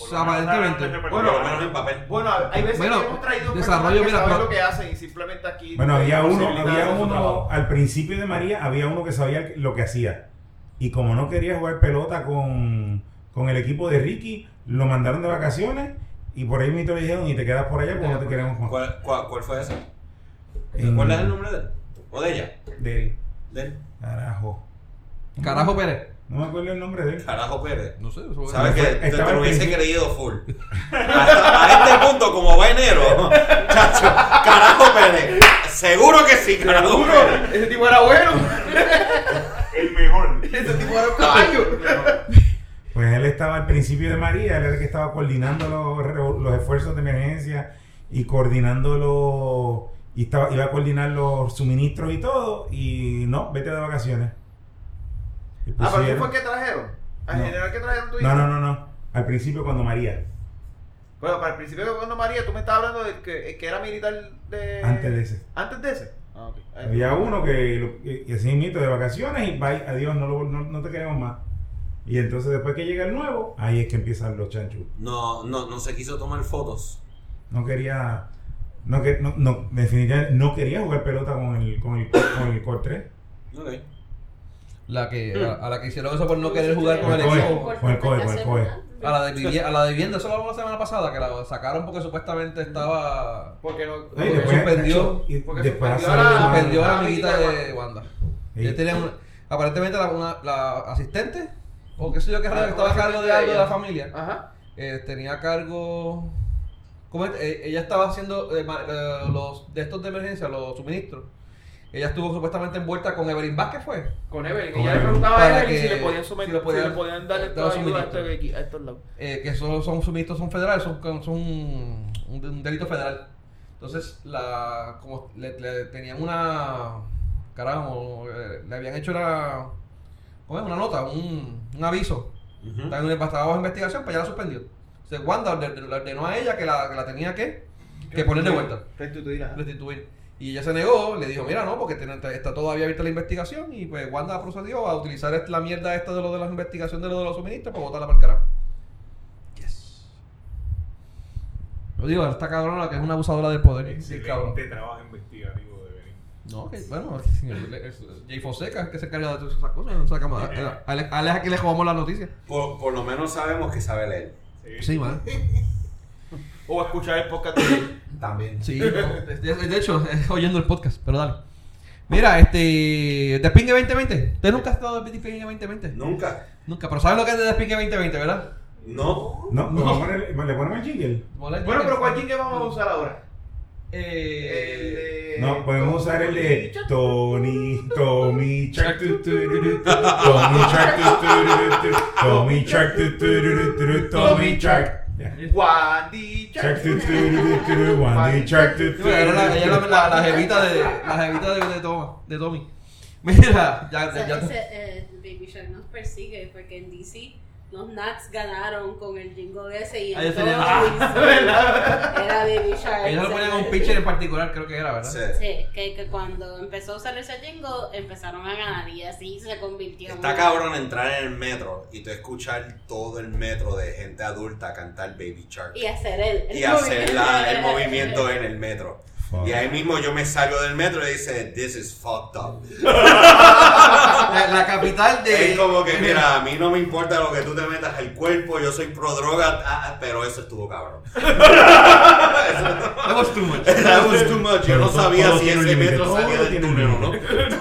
[SPEAKER 5] Por lo menos
[SPEAKER 2] aparentemente.
[SPEAKER 5] está-
[SPEAKER 6] Bueno, por lo menos en papel.
[SPEAKER 3] Bueno, hay veces
[SPEAKER 2] Bueno,
[SPEAKER 3] que hemos traído
[SPEAKER 2] desarrollo,
[SPEAKER 3] personas que
[SPEAKER 2] mira,
[SPEAKER 3] saben
[SPEAKER 2] pro-
[SPEAKER 3] lo que hacen y simplemente aquí.
[SPEAKER 4] Bueno,
[SPEAKER 3] no hay
[SPEAKER 4] había uno,
[SPEAKER 3] posibilidad de
[SPEAKER 4] había
[SPEAKER 3] hacer su
[SPEAKER 4] uno,
[SPEAKER 3] trabajo.
[SPEAKER 4] al principio de María, había uno que sabía lo que hacía. Y como no quería jugar pelota con, con el equipo de Ricky, lo mandaron de vacaciones y por ahí mismo le dijeron, y te quedas por allá porque no te queremos más.
[SPEAKER 6] ¿Cuál, cuál, cuál fue ese?
[SPEAKER 4] En-
[SPEAKER 6] ¿Cuál es el nombre de él? ¿O de ella?
[SPEAKER 4] De él.
[SPEAKER 6] De él.
[SPEAKER 4] Carajo.
[SPEAKER 2] carajo, Pérez.
[SPEAKER 4] No me acuerdo el nombre de él.
[SPEAKER 6] Carajo Pérez.
[SPEAKER 2] No sé, eso-
[SPEAKER 6] ¿Sabes qué? Te, te
[SPEAKER 4] Estaba
[SPEAKER 6] lo hubiese
[SPEAKER 4] en-
[SPEAKER 6] creído full. Hasta a este punto, como va enero, chacho, carajo Pérez. Seguro que sí, carajo
[SPEAKER 3] Seguro,
[SPEAKER 6] Pérez.
[SPEAKER 3] ese tipo era bueno.
[SPEAKER 5] El mejor.
[SPEAKER 3] Ese tipo era un caballo.
[SPEAKER 4] Pues él estaba al principio de María, él era el que estaba coordinando los, revo- los esfuerzos de emergencia y coordinando los... Y estaba, iba a coordinar los suministros y todo, y no, vete de vacaciones. Y
[SPEAKER 3] Ah, pero ¿quién
[SPEAKER 4] pusieron-
[SPEAKER 3] fue el que trajeron? ¿Al
[SPEAKER 4] No.
[SPEAKER 3] general que trajeron tú
[SPEAKER 4] No, no, no, no. Al principio cuando María.
[SPEAKER 3] Bueno, para el principio cuando María, tú me estabas hablando del que, el que era militar de...
[SPEAKER 4] Antes de ese.
[SPEAKER 3] Antes de ese. Ah, ok. Ahí.
[SPEAKER 4] Había uno que, lo- que- que hacía mito de vacaciones y bye, adiós, no, lo- no, no te queremos más. Y entonces después que llega el nuevo, ahí es que empiezan los chanchus.
[SPEAKER 6] No, no, no se quiso tomar fotos.
[SPEAKER 4] No quería, no, que, no, no, definitivamente no quería jugar pelota con el, con el, con el Core 3.
[SPEAKER 6] Ok.
[SPEAKER 2] La que, a, a la que hicieron eso por no querer jugar con el
[SPEAKER 4] Con el
[SPEAKER 2] equipo.
[SPEAKER 4] COE, con el COE, con el COE.
[SPEAKER 2] A la de, vivi- a la de vivienda, eso lo hablamos la semana pasada, que la sacaron porque supuestamente estaba.
[SPEAKER 3] Porque no...
[SPEAKER 4] No, y
[SPEAKER 2] Porque
[SPEAKER 4] después-
[SPEAKER 2] suspendió-
[SPEAKER 4] y
[SPEAKER 3] porque
[SPEAKER 4] después
[SPEAKER 3] suspendió
[SPEAKER 4] asalto,
[SPEAKER 3] la-
[SPEAKER 4] mano.
[SPEAKER 2] Suspendió a la
[SPEAKER 3] Ah,
[SPEAKER 2] amiguita
[SPEAKER 3] amiguita
[SPEAKER 2] de
[SPEAKER 3] de
[SPEAKER 2] Wanda.
[SPEAKER 4] Sí.
[SPEAKER 2] Ella tenía una- aparentemente la, una- la asistente, o qué sé yo qué raro,
[SPEAKER 3] Ah,
[SPEAKER 2] que estaba a
[SPEAKER 3] una
[SPEAKER 2] cargo de
[SPEAKER 3] asistente
[SPEAKER 2] algo de la
[SPEAKER 3] de ella. Ah.
[SPEAKER 2] familia.
[SPEAKER 3] Ajá.
[SPEAKER 2] eh, tenía a cargo. ¿cómo es? Eh, ella estaba haciendo eh, ma- eh, los de estos de emergencia, los suministros. Ella estuvo supuestamente envuelta con Evelyn Vázquez, fue.
[SPEAKER 3] Con Evelyn.
[SPEAKER 4] Con
[SPEAKER 3] y ya le
[SPEAKER 4] Evelyn.
[SPEAKER 3] preguntaba
[SPEAKER 2] Para
[SPEAKER 3] a Evelyn si
[SPEAKER 2] que-
[SPEAKER 3] le podían someter,
[SPEAKER 2] si le
[SPEAKER 3] si
[SPEAKER 2] podían-
[SPEAKER 3] le podían dar
[SPEAKER 2] dar
[SPEAKER 3] esta ayuda a,
[SPEAKER 2] suministro.
[SPEAKER 3] este equi- a estos lados.
[SPEAKER 2] eh, que esos son suministros son federales, son, son un, un delito federal. Entonces, la, como le, le tenían una. Carajo, eh, le habían hecho una. ¿cómo es? Una nota, un, un aviso.
[SPEAKER 6] Ujú.
[SPEAKER 2] Estaba en- estaba bajo investigación, pues ya la suspendió. Entonces, Wanda orde- le ordenó a ella que la, que la tenía que, que poner de vuelta,
[SPEAKER 3] Restituir, ajá.
[SPEAKER 2] restituir. Y ella se negó, le dijo, mira, no, porque ten- está todavía abierta la investigación. Y pues Wanda procedió a utilizar est- la mierda esta de lo de las investigaciones de lo de los suministros para botarla para el carajo. Yes. Lo digo, esta cabrona que es una abusadora del poder. Sí, cabrón.
[SPEAKER 5] Excelente trabajo investigativo de Benín.
[SPEAKER 2] No, que, bueno, el- el- Jay Fonseca es que se encarga de todas esas cosas. No sacamos a- a- a- a Alex aquí le jugamos la noticia.
[SPEAKER 6] Por, por lo menos sabemos que sabe leer.
[SPEAKER 2] Sí, man.
[SPEAKER 3] O escuchar el podcast de él.
[SPEAKER 6] También.
[SPEAKER 2] Sí, no, de, de- de hecho, oyendo el podcast, pero dale. Mira, este. Despingue 2020. ¿Usted nunca ha estado en Despingue 2020?
[SPEAKER 6] Nunca.
[SPEAKER 2] Nunca, pero ¿sabes lo que es de Despingue 2020, verdad?
[SPEAKER 6] No.
[SPEAKER 4] No, no, vamos a poner- le ponemos el jingle.
[SPEAKER 3] Bueno, pero ¿cuál jingle vamos a usar ahora? El
[SPEAKER 2] Eh,
[SPEAKER 3] de-
[SPEAKER 4] No, podemos usar el de Tony, Tommy Shark, tu, tu, ru, ru, tu, Tommy Shark, tu, tu, ru, ru, tu, Tommy Shark, tu, tu, ru, ru, tu, ru, Tommy Shark. Ya.
[SPEAKER 3] Wandy
[SPEAKER 4] Shark, tu, tu, ru, ru, tu, ru, Wandy Shark, tu, tu,
[SPEAKER 2] Ella era la, ella
[SPEAKER 4] ru,
[SPEAKER 6] eh,
[SPEAKER 2] era
[SPEAKER 4] ru, tu.
[SPEAKER 2] la, la jevita de, la jevita de, de, Toma- de Tommy. Mira, ya,
[SPEAKER 7] O sea,
[SPEAKER 2] Ah, ya-
[SPEAKER 7] ese, eh, Baby Shark nos persigue porque en DC los Nats ganaron con el jingle ese y
[SPEAKER 2] Ahí Ah,
[SPEAKER 7] en
[SPEAKER 2] se
[SPEAKER 7] todo
[SPEAKER 2] llama.
[SPEAKER 7] Louisiana era Baby Shark.
[SPEAKER 2] Ellos lo ponían a un
[SPEAKER 7] ¿sabes?
[SPEAKER 2] pitcher en particular, creo que era, ¿verdad?
[SPEAKER 6] Sí.
[SPEAKER 7] Sí, que, que cuando empezó a usar ese jingle empezaron a ganar y así se convirtió en
[SPEAKER 6] Está
[SPEAKER 7] una-
[SPEAKER 6] cabrón entrar en el metro y tú escuchar todo el metro de gente adulta cantar Baby Shark
[SPEAKER 7] y hacer el, el
[SPEAKER 6] y hacer
[SPEAKER 7] movimiento.
[SPEAKER 6] la- el movimiento en el metro.
[SPEAKER 4] Fuck.
[SPEAKER 6] Y ahí mismo yo me salgo del metro y dice, this is fucked up.
[SPEAKER 2] La, la capital de.
[SPEAKER 6] Es como que, mira, a mí no me importa lo que tú te metas al cuerpo, yo soy pro droga, ah, ah, pero eso estuvo cabrón.
[SPEAKER 2] That was too much.
[SPEAKER 6] That was too much. Yo
[SPEAKER 4] Pero
[SPEAKER 6] no
[SPEAKER 4] todo-
[SPEAKER 6] sabía
[SPEAKER 4] todo
[SPEAKER 6] si
[SPEAKER 4] tiene un
[SPEAKER 6] ese
[SPEAKER 4] límite,
[SPEAKER 6] metro
[SPEAKER 4] todo
[SPEAKER 6] salía del
[SPEAKER 4] tiene un
[SPEAKER 6] túnel o no.
[SPEAKER 4] límite.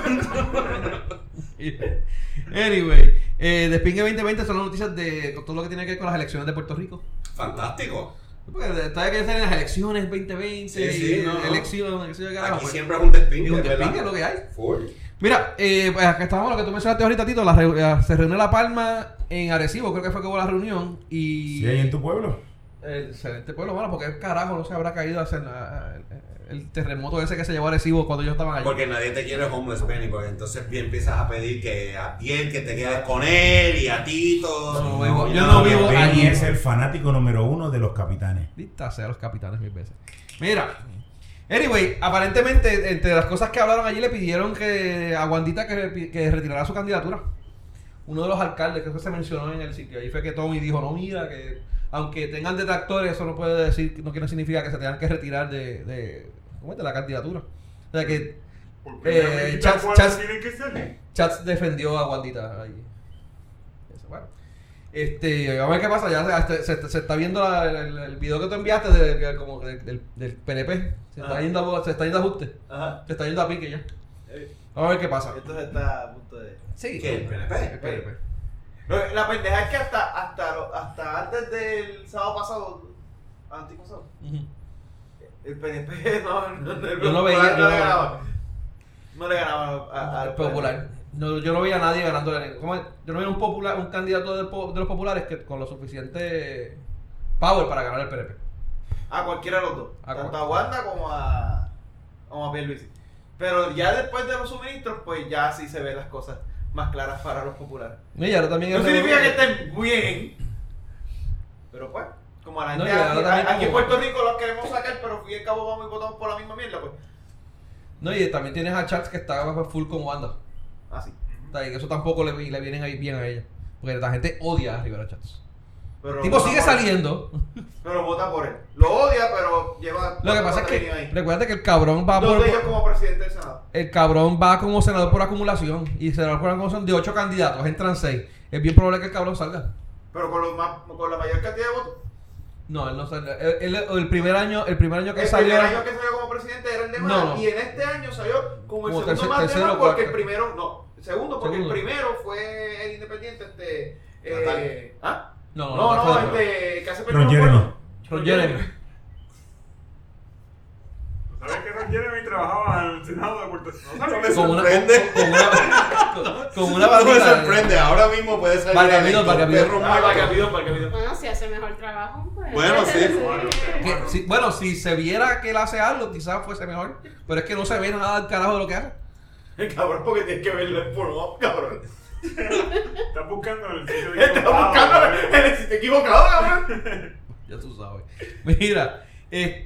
[SPEAKER 2] Anyway, eh, Despingue 2020 son las noticias de todo lo que tiene que ver con las elecciones de Puerto Rico.
[SPEAKER 6] Fantástico.
[SPEAKER 2] Porque todavía que salen las elecciones 2020
[SPEAKER 6] Sí, sí,
[SPEAKER 2] y
[SPEAKER 6] no, no.
[SPEAKER 2] elecciones, elecciones de carajo.
[SPEAKER 6] Aquí
[SPEAKER 2] pues,
[SPEAKER 6] siempre es un despingue,
[SPEAKER 2] y un
[SPEAKER 6] ¿verdad?
[SPEAKER 2] despingue es lo que hay.
[SPEAKER 6] Full.
[SPEAKER 2] Mira, eh, pues acá estábamos lo que tú mencionaste ahorita, Tito. la reu- la- se reunió La Palma en Arecibo, creo que fue que hubo la reunión. Y.
[SPEAKER 4] Sí, ahí en tu pueblo.
[SPEAKER 2] El excelente pueblo, mano, porque carajo no se habrá caído hacer la- el, el terremoto ese que se llevó a Arecibo cuando ellos estaban allí.
[SPEAKER 6] Porque nadie te quiere homeless Benny, porque entonces bien empiezas a pedir que a Piel que te quedes con él y a Tito.
[SPEAKER 2] No, vivo-
[SPEAKER 6] y
[SPEAKER 2] yo
[SPEAKER 6] nada.
[SPEAKER 2] no vivo
[SPEAKER 4] Benny
[SPEAKER 2] allí.
[SPEAKER 4] es el fanático número uno de los capitanes.
[SPEAKER 2] Dicta sea los capitanes mil veces. Mira. Anyway, aparentemente, entre las cosas que hablaron allí, le pidieron que a Wandita que, repi- que retirara su candidatura. Uno de los alcaldes, que eso se mencionó en el sitio. Ahí fue que Tommy dijo, no, mira, que aunque tengan detractores, eso no puede decir, no quiere significar que se tengan que retirar de, de, ¿cómo es? de la candidatura. O sea que
[SPEAKER 5] Por
[SPEAKER 2] Eh,
[SPEAKER 5] primera vez,
[SPEAKER 2] chas-
[SPEAKER 5] ¿cuándo
[SPEAKER 2] chas-
[SPEAKER 5] tienen que salir?
[SPEAKER 2] Chats defendió a Wandita ahí. Eso, bueno. Este, a ver qué pasa, ya se, se- se está viendo la- el, el video que tú enviaste de- de- como de- del, del PNP. Se está,
[SPEAKER 3] Ajá.
[SPEAKER 2] yendo a, se está yendo a ajuste,
[SPEAKER 3] Ajá.
[SPEAKER 2] se está yendo a pique ya.
[SPEAKER 3] Eh,
[SPEAKER 2] Vamos a ver qué pasa.
[SPEAKER 3] Esto está a punto de.
[SPEAKER 2] Sí.
[SPEAKER 6] ¿Qué? ¿El PNP?
[SPEAKER 2] El PNP.
[SPEAKER 3] Lo- La pendeja es que hasta, hasta, lo- hasta antes del sábado pasado, antipasado,
[SPEAKER 2] Ujú.
[SPEAKER 3] el PNP no, no, no, el
[SPEAKER 2] Yo no
[SPEAKER 3] Popular
[SPEAKER 2] veía- Pues,
[SPEAKER 3] no le
[SPEAKER 2] yo-
[SPEAKER 3] ganaba. No le ganaba a- a-
[SPEAKER 2] Al
[SPEAKER 3] al
[SPEAKER 2] popular. No, yo no veía a nadie ganando. ¿cómo es? Yo no veía un, popular, un candidato de, po- de los populares que, con lo suficiente power para ganar el PNP.
[SPEAKER 3] A cualquiera de los dos.
[SPEAKER 2] A
[SPEAKER 3] tanto
[SPEAKER 2] cual-
[SPEAKER 3] a Wanda como a, como a Pierluisi. Pero ya después de los suministros, pues ya sí se ven las cosas más claras para los populares.
[SPEAKER 2] Y ahora también
[SPEAKER 3] No
[SPEAKER 2] el-
[SPEAKER 3] significa que estén bien. Pero pues, como a la
[SPEAKER 2] No,
[SPEAKER 3] gente
[SPEAKER 2] y ahora
[SPEAKER 3] aquí,
[SPEAKER 2] también
[SPEAKER 3] a- aquí en
[SPEAKER 2] como-
[SPEAKER 3] Puerto Rico los queremos sacar, pero fui al cabo vamos y votamos por la misma mierda, pues.
[SPEAKER 2] No, y también tienes a Chats que está full con Wanda.
[SPEAKER 3] Así.
[SPEAKER 2] O sea, y que eso tampoco le, le vienen ahí bien a ella. Porque la gente odia a Rivera Chats.
[SPEAKER 3] Pero
[SPEAKER 2] El tipo
[SPEAKER 3] vota
[SPEAKER 2] sigue
[SPEAKER 3] por él.
[SPEAKER 2] saliendo.
[SPEAKER 3] Pero vota por él. Lo odia, pero lleva.
[SPEAKER 2] Lo que pasa es
[SPEAKER 3] cuatro
[SPEAKER 2] que
[SPEAKER 3] años ahí.
[SPEAKER 2] recuerda que el cabrón va
[SPEAKER 3] Dos
[SPEAKER 2] por
[SPEAKER 3] de ellos como presidente del Senado.
[SPEAKER 2] el cabrón va como senador por acumulación y senador por acumulación de ocho candidatos entran seis. Es bien probable que el cabrón salga.
[SPEAKER 3] Pero con, los más, con la mayor cantidad de votos.
[SPEAKER 2] No, él no sale. Él- él- el primer año, el primer año que
[SPEAKER 3] El
[SPEAKER 2] salió
[SPEAKER 3] primer año que salió como presidente era el de Mara,
[SPEAKER 2] No, no.
[SPEAKER 3] y en este año salió como el
[SPEAKER 2] Como
[SPEAKER 3] segundo
[SPEAKER 2] tercer-
[SPEAKER 3] más de
[SPEAKER 2] tercero
[SPEAKER 3] Mara
[SPEAKER 2] o
[SPEAKER 3] porque
[SPEAKER 2] cuarto.
[SPEAKER 3] el primero, no, el segundo porque
[SPEAKER 2] Segundo.
[SPEAKER 3] el primero fue el independiente, este,
[SPEAKER 6] Natalia.
[SPEAKER 3] eh, ¿ah?
[SPEAKER 2] No,
[SPEAKER 3] No,
[SPEAKER 2] no,
[SPEAKER 3] no,
[SPEAKER 2] no, no,
[SPEAKER 3] este, que hace
[SPEAKER 4] Ron
[SPEAKER 3] primero
[SPEAKER 4] Jeremy.
[SPEAKER 2] Ron Jeremy.
[SPEAKER 5] ¿Sabes que Ron Jeremy trabajaba en el Senado de Puerto Rico? No,
[SPEAKER 6] me
[SPEAKER 5] sabes.
[SPEAKER 2] Con una, con,
[SPEAKER 6] sorprende.
[SPEAKER 2] con una, con, con una
[SPEAKER 6] no me
[SPEAKER 2] bandita de-
[SPEAKER 6] sorprende, ahora mismo puede salir
[SPEAKER 2] Valga
[SPEAKER 6] electo
[SPEAKER 2] Dios, valga
[SPEAKER 6] perro
[SPEAKER 2] Dios.
[SPEAKER 3] Ah, para
[SPEAKER 6] muerto.
[SPEAKER 3] Capido, para Capido.
[SPEAKER 7] Bueno, si hace mejor trabajo, pues.
[SPEAKER 6] Bueno, sí.
[SPEAKER 2] que si- bueno, si se viera que él hace algo, quizás fuese mejor. Pero es que no se ve nada al carajo de lo que hace.
[SPEAKER 3] Cabrón, porque tienes que verlo en porno, cabrón.
[SPEAKER 5] Estás buscando el sitio de
[SPEAKER 3] Está buscando Ah, el sitio equivocado, cabrón.
[SPEAKER 2] Ya tú sabes. Mira,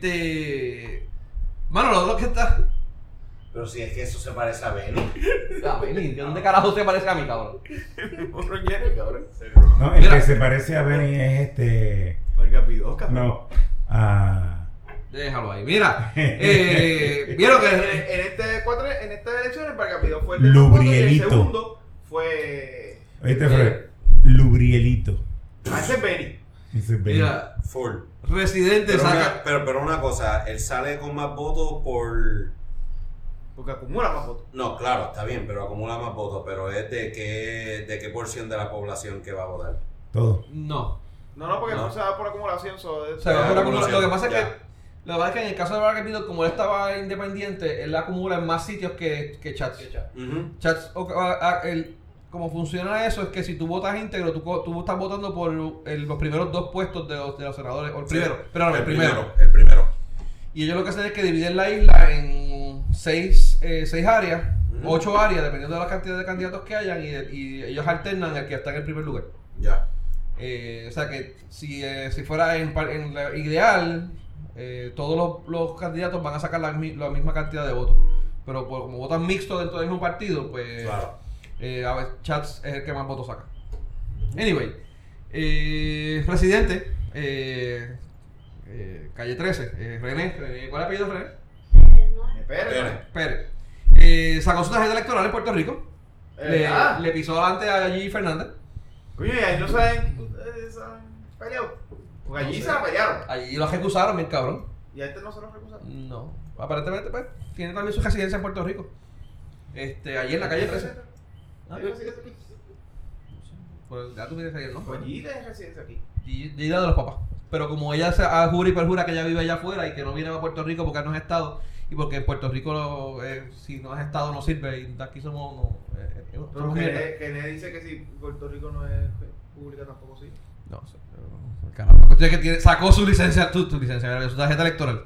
[SPEAKER 2] este. Mano, lo, lo que está.
[SPEAKER 6] Pero si es que eso se parece a Benny.
[SPEAKER 2] A ver, ni- ¿de ¿dónde carajo se parece a mí, cabrón?
[SPEAKER 3] Ron Jeremy, cabrón.
[SPEAKER 4] No, el
[SPEAKER 2] Mira.
[SPEAKER 4] que se parece a Benny es este.
[SPEAKER 3] Para Capido, cabrón.
[SPEAKER 4] No. a-
[SPEAKER 2] Déjalo ahí. Mira, eh, vieron
[SPEAKER 3] En,
[SPEAKER 2] que.
[SPEAKER 3] en este cuatro, en estas elecciones, para Capido fue el tercer voto y
[SPEAKER 4] Lubrielito.
[SPEAKER 3] el segundo fue...
[SPEAKER 4] Oíste, Fred. Lubrielito.
[SPEAKER 3] Ah, ese es Benny.
[SPEAKER 4] Ese es Benny.
[SPEAKER 2] Mira,
[SPEAKER 6] Full.
[SPEAKER 2] residente
[SPEAKER 6] Pero
[SPEAKER 2] saca.
[SPEAKER 6] una, pero, pero una cosa, él sale con más votos por.
[SPEAKER 3] Porque acumula más votos.
[SPEAKER 6] No, claro, está bien, pero acumula más votos, pero es de qué, de qué porción de la población que va a votar.
[SPEAKER 4] Todo.
[SPEAKER 2] No.
[SPEAKER 3] No, no, porque
[SPEAKER 6] No.
[SPEAKER 3] no, se va por acumulación. So, eh,
[SPEAKER 2] O
[SPEAKER 3] es-
[SPEAKER 2] sea,
[SPEAKER 6] Ya,
[SPEAKER 2] una acumula- lo que pasa es
[SPEAKER 6] ya.
[SPEAKER 2] que. Lo que pasa es que en el caso de Barack Pido, como él estaba independiente, él acumula en más sitios que, que chats.
[SPEAKER 6] Ujú.
[SPEAKER 2] Chats, o- a- a- el- como funciona eso, es que si tú votas íntegro, tú, co- tú estás votando por el- los primeros dos puestos de los, de los senadores. O el primero,
[SPEAKER 6] Sí.
[SPEAKER 2] perdón, el primero.
[SPEAKER 6] El primero.
[SPEAKER 2] Y ellos lo que hacen es que dividen la isla en seis, eh, seis áreas,
[SPEAKER 6] Ujú.
[SPEAKER 2] ocho áreas, dependiendo de la cantidad de candidatos que hayan, y, y ellos alternan el que está en el primer lugar.
[SPEAKER 6] Ya.
[SPEAKER 2] Eh, o sea que si, eh, si fuera en, par- en la ideal, eh, todos los, los candidatos van a sacar la, mi- la misma cantidad de votos. Pero por- como votan mixto dentro del mismo partido, pues
[SPEAKER 6] Claro.
[SPEAKER 2] eh, a ver, Chats es el que más votos saca. Anyway, eh, Residente, eh, eh, calle 13, eh, René, René, ¿cuál apellido es René?
[SPEAKER 3] Espera.
[SPEAKER 2] Pérez. Eh, sacó su tarjeta electoral en Puerto Rico. Le,
[SPEAKER 3] Ah.
[SPEAKER 2] le pisó adelante a Gigi Fernández.
[SPEAKER 3] Coño, y ahí no saben. Ustedes saben. Peleado. Porque allí
[SPEAKER 2] No sé.
[SPEAKER 3] se la pelearon.
[SPEAKER 2] Allí lo acusaron, bien cabrón.
[SPEAKER 3] Y a este no se lo recusaron.
[SPEAKER 2] No. Aparentemente, pues, tiene también su residencia en Puerto Rico. Este, allí en la calle 13. Ah, Pues ya tú me dices ahí el nombre.
[SPEAKER 3] Allí tiene residencia aquí.
[SPEAKER 2] Gigi- Gigi era de los papás. Pero como ella se ah, jura y perjura que ella vive allá afuera y que no viene a Puerto Rico porque no es estado y porque en Puerto Rico lo- eh, si no es estado no sirve y de aquí somos no, eh, eh,
[SPEAKER 3] Pero
[SPEAKER 2] somos
[SPEAKER 3] que
[SPEAKER 2] mierda.
[SPEAKER 3] le, que le dice que si Puerto Rico no es pública tampoco sí.
[SPEAKER 2] No sé. pero, Caramba. La cuestión es que tiene- sacó su licencia, tu, tu licencia, mira, su tarjeta electoral.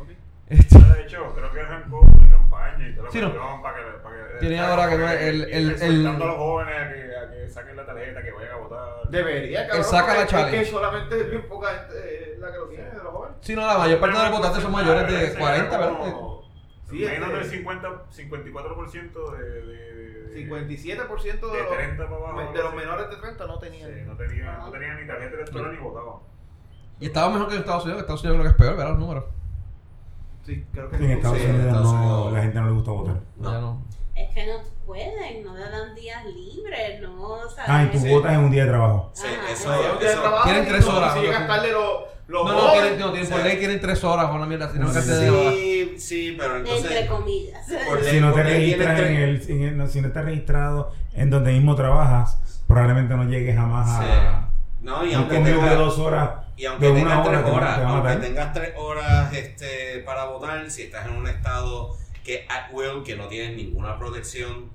[SPEAKER 3] Ok.
[SPEAKER 2] Este,
[SPEAKER 5] De hecho, creo que arrancó una campaña y todo lo
[SPEAKER 2] Sí,
[SPEAKER 5] que
[SPEAKER 2] no.
[SPEAKER 5] para que... Para que
[SPEAKER 2] Tiene ahora que no, el-
[SPEAKER 5] y
[SPEAKER 2] el-
[SPEAKER 5] exhortando
[SPEAKER 2] el-
[SPEAKER 5] a los jóvenes a que, a que saquen la tarjeta, que vayan a votar.
[SPEAKER 3] Debería,
[SPEAKER 2] Él
[SPEAKER 3] cabrón.
[SPEAKER 2] saca
[SPEAKER 3] porque
[SPEAKER 2] la
[SPEAKER 3] es
[SPEAKER 2] challenge.
[SPEAKER 3] Que solamente es bien poca gente eh, la que lo tiene de los jóvenes.
[SPEAKER 2] si no, la mayor parte de los votantes son mayores de 40, ¿verdad?
[SPEAKER 5] Como
[SPEAKER 3] Sí,
[SPEAKER 5] menos
[SPEAKER 3] este-
[SPEAKER 5] del 50, 54% de, de, de,
[SPEAKER 3] 57% de,
[SPEAKER 5] de
[SPEAKER 3] los,
[SPEAKER 5] 30 para abajo.
[SPEAKER 3] de
[SPEAKER 5] algo
[SPEAKER 3] los
[SPEAKER 5] así.
[SPEAKER 3] menores de 30 no
[SPEAKER 5] Sí,
[SPEAKER 3] tenían.
[SPEAKER 5] no tenía, no tenía ni tarjeta electoral ni votaban.
[SPEAKER 2] Y estaba mejor que en Estados Unidos, que Estados Unidos creo que es peor, ¿verdad? Los números.
[SPEAKER 3] Sí, creo que
[SPEAKER 4] En Estados
[SPEAKER 6] Sí,
[SPEAKER 4] Unidos
[SPEAKER 6] Estados
[SPEAKER 4] no-
[SPEAKER 6] Unidos.
[SPEAKER 4] la gente no le gusta votar.
[SPEAKER 6] No.
[SPEAKER 2] Ya no.
[SPEAKER 7] Es que no pueden, no le dan días libres, no, o sea,
[SPEAKER 4] Ah, y tú
[SPEAKER 7] no-
[SPEAKER 4] votas en un día de trabajo.
[SPEAKER 6] Sí,
[SPEAKER 7] Ajá.
[SPEAKER 3] No,
[SPEAKER 6] eso,
[SPEAKER 3] ellos tienen
[SPEAKER 6] eso,
[SPEAKER 3] trabajo
[SPEAKER 2] Tienen
[SPEAKER 3] y
[SPEAKER 2] tres
[SPEAKER 3] no,
[SPEAKER 2] horas,
[SPEAKER 3] Si
[SPEAKER 2] ¿no?
[SPEAKER 3] llegan tarde los, los
[SPEAKER 2] No, no,
[SPEAKER 3] jóvenes,
[SPEAKER 2] tienen, no, tienen, por ley tienen tres horas o una mierda, si no una cantidad de horas.
[SPEAKER 6] Sí, sí, pero
[SPEAKER 7] entre
[SPEAKER 6] entonces.
[SPEAKER 7] comillas.
[SPEAKER 6] por ley-
[SPEAKER 4] Si no te
[SPEAKER 6] por ley
[SPEAKER 4] registras
[SPEAKER 6] tienes
[SPEAKER 4] en
[SPEAKER 6] tres-
[SPEAKER 4] el, en el- no, si no estás registrado en donde mismo trabajas, probablemente no llegues jamás a
[SPEAKER 6] No, y
[SPEAKER 4] un
[SPEAKER 6] aunque
[SPEAKER 4] conmigo de
[SPEAKER 6] tengas.
[SPEAKER 4] dos horas.
[SPEAKER 6] Y aunque
[SPEAKER 4] de
[SPEAKER 6] tengas
[SPEAKER 4] una hora
[SPEAKER 6] tres
[SPEAKER 4] te van-
[SPEAKER 6] horas,
[SPEAKER 4] te van a
[SPEAKER 6] aunque
[SPEAKER 4] matar.
[SPEAKER 6] tengas tres horas este, para votar, si estás en un estado que at will, que no tienes ninguna protección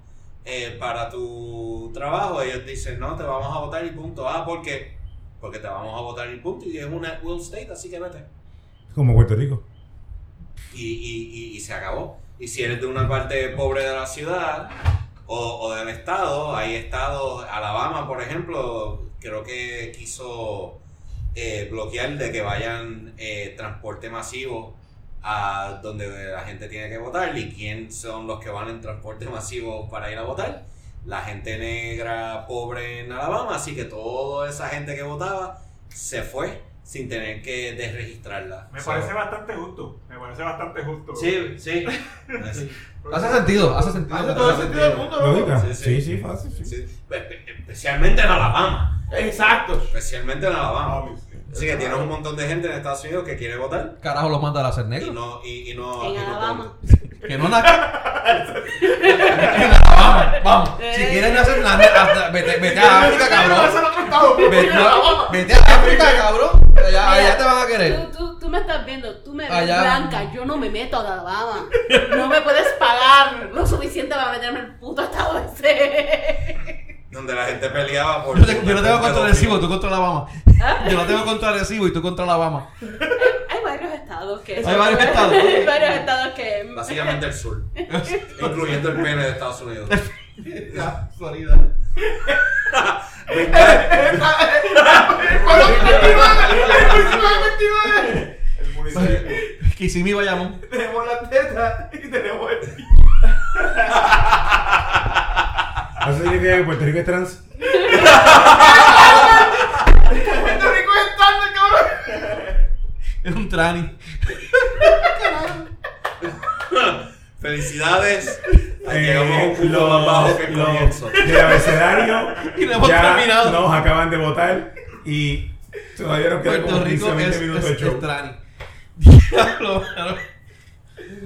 [SPEAKER 6] eh, para tu trabajo, ellos dicen, no, te vamos a votar y punto. Ah, ¿por qué? Porque te vamos a votar y punto. Y es un at will state, así que vete.
[SPEAKER 4] Como Puerto Rico.
[SPEAKER 6] Y, y, y, y se acabó. Y si eres de una parte pobre de la ciudad o, o del estado, hay estados, Alabama, por ejemplo, creo que quiso eh, bloquear de que vayan eh, transporte masivo a donde la gente tiene que votar. ¿Y quién son los que van en transporte masivo para ir a votar? La gente negra pobre en Alabama, así que toda esa gente que votaba se fue sin tener que desregistrarla.
[SPEAKER 5] Me
[SPEAKER 6] So-
[SPEAKER 5] parece bastante justo. Me parece bastante justo.
[SPEAKER 6] Sí, sí. Sí,
[SPEAKER 5] Porque-
[SPEAKER 2] Hace sentido, hace sentido.
[SPEAKER 3] Hace todo el sentido del mundo, ¿no?
[SPEAKER 4] Lógica.
[SPEAKER 6] Sí,
[SPEAKER 4] Sí,
[SPEAKER 6] sí.
[SPEAKER 4] sí, fácil. sí.
[SPEAKER 6] Espe- Especialmente en Alabama.
[SPEAKER 3] Exacto.
[SPEAKER 6] Especialmente en Alabama.
[SPEAKER 5] Ah, sí.
[SPEAKER 6] Así que tienes un montón de gente en Estados Unidos que quiere votar
[SPEAKER 2] Carajo, los mandan a hacer
[SPEAKER 6] y
[SPEAKER 2] negros.
[SPEAKER 6] no. Y, y no
[SPEAKER 7] En
[SPEAKER 6] y no
[SPEAKER 7] Alabama.
[SPEAKER 6] vota.
[SPEAKER 2] Que no nacan. vamos, vamos. Si
[SPEAKER 7] Eh.
[SPEAKER 2] quieren hacer nada, hasta- vete, vete a África,
[SPEAKER 3] Ese
[SPEAKER 2] cabrón.
[SPEAKER 3] era otro estado, porque
[SPEAKER 2] Vete,
[SPEAKER 3] era Alabama.
[SPEAKER 2] vete a África, cabrón. Allá, allá te van a querer.
[SPEAKER 7] Tú, tú, tú me estás viendo, tú me ves
[SPEAKER 2] Allá.
[SPEAKER 7] blanca, yo no me meto a Alabama. No me puedes pagar lo suficiente para meterme al puto estado ese.
[SPEAKER 6] Donde la gente peleaba por.
[SPEAKER 2] Yo, te- yo no tengo
[SPEAKER 6] por-
[SPEAKER 2] contra
[SPEAKER 6] por-
[SPEAKER 2] Arecibo, tú contra Alabama. Yo no tengo contra Arecibo y tú contra Alabama.
[SPEAKER 7] Hay varios estados que.
[SPEAKER 2] Hay varios estados.
[SPEAKER 7] Hay varios estados que.
[SPEAKER 6] Básicamente el sur. incluyendo el pene de Estados Unidos.
[SPEAKER 2] Ya, Florida.
[SPEAKER 6] Me encanta.
[SPEAKER 3] Colón 29, el municipio de 29.
[SPEAKER 5] El municipio.
[SPEAKER 2] Kissimmee, Bayamón.
[SPEAKER 3] Tenemos la teta y tenemos el pito.
[SPEAKER 4] Eso significa que Puerto Rico es trans.
[SPEAKER 3] Puerto Rico es estándar, cabrón.
[SPEAKER 2] Es un trani.
[SPEAKER 6] Felicidades.
[SPEAKER 4] Eh,
[SPEAKER 6] Llegamos a un punto
[SPEAKER 4] los-
[SPEAKER 6] más bajo que el
[SPEAKER 4] los
[SPEAKER 6] comienzo.
[SPEAKER 4] Del abecedario.
[SPEAKER 2] Y lo hemos
[SPEAKER 4] ya
[SPEAKER 2] terminado.
[SPEAKER 4] Nos acaban de votar y todavía nos quedan
[SPEAKER 2] Puerto
[SPEAKER 4] como 15
[SPEAKER 2] Rico
[SPEAKER 4] 20
[SPEAKER 2] es,
[SPEAKER 4] minutos
[SPEAKER 2] es,
[SPEAKER 4] de show.
[SPEAKER 2] es trani. Diablo, mano.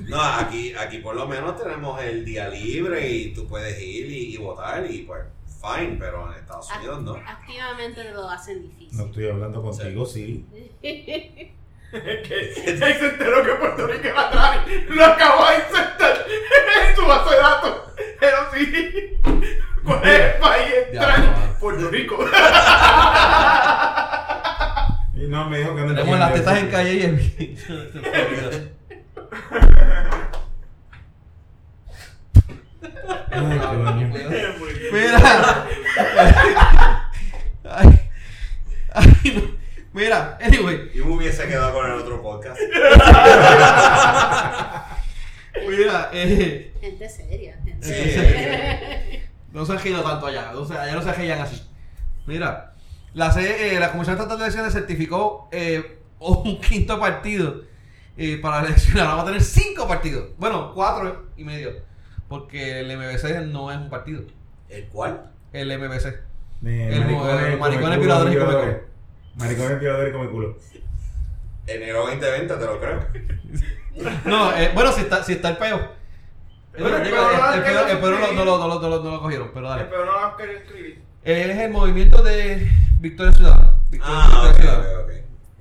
[SPEAKER 6] No, aquí, aquí por lo menos tenemos el día libre y tú puedes ir y, y votar y pues, fine, pero en Estados Unidos no.
[SPEAKER 7] Activamente lo hacen difícil.
[SPEAKER 4] No estoy hablando contigo, sí.
[SPEAKER 3] Que él se enteró que Puerto Rico era atrás. Lo acabó de insertar en su base de datos. Pero sí. ¿Cuál es el país
[SPEAKER 2] Ya,
[SPEAKER 3] extraño?
[SPEAKER 2] no.
[SPEAKER 3] Puerto Rico.
[SPEAKER 4] Y No, me dijo que no
[SPEAKER 2] Tenemos las
[SPEAKER 4] entiende.
[SPEAKER 2] tetas en calle y el bicho de Florida.
[SPEAKER 4] Ay, Ah, coño.
[SPEAKER 5] El municipio.
[SPEAKER 2] Mira. Ay. Mira, anyway.
[SPEAKER 6] Yo me hubiese quedado con el otro podcast.
[SPEAKER 2] Mira, eh,
[SPEAKER 7] Gente seria, gente
[SPEAKER 6] Sí.
[SPEAKER 7] seria.
[SPEAKER 2] No se han girado tanto allá, no se- allá no se giran así. Mira, la, C- eh, la Comisión Estatal de Elecciones certificó eh, un quinto partido eh, para eleccionar. Vamos a tener cinco partidos. Bueno, cuatro y medio. Porque el MBC no es un partido.
[SPEAKER 6] ¿El cual?
[SPEAKER 2] El MBC.
[SPEAKER 4] De
[SPEAKER 2] El- el-
[SPEAKER 4] maricones,
[SPEAKER 2] maricones,
[SPEAKER 4] come culo,
[SPEAKER 2] violadores y come
[SPEAKER 4] violadores. Maricones, violadores y come culo.
[SPEAKER 6] Enero 2020, te lo creo.
[SPEAKER 2] No, eh, bueno, si está, si está el peo. El,
[SPEAKER 3] Bueno,
[SPEAKER 2] el-
[SPEAKER 3] el
[SPEAKER 2] el-
[SPEAKER 3] peo no-
[SPEAKER 2] el peo- el peo no,
[SPEAKER 3] el-
[SPEAKER 2] no lo- no lo- no lo- no lo cogieron, pero dale.
[SPEAKER 3] Pero no lo quería escribir.
[SPEAKER 2] Él es el movimiento de Victoria Ciudadana. Victoria,
[SPEAKER 6] Ah,
[SPEAKER 2] Victoria
[SPEAKER 6] ok,
[SPEAKER 2] Ciudadana.
[SPEAKER 6] ok, ok.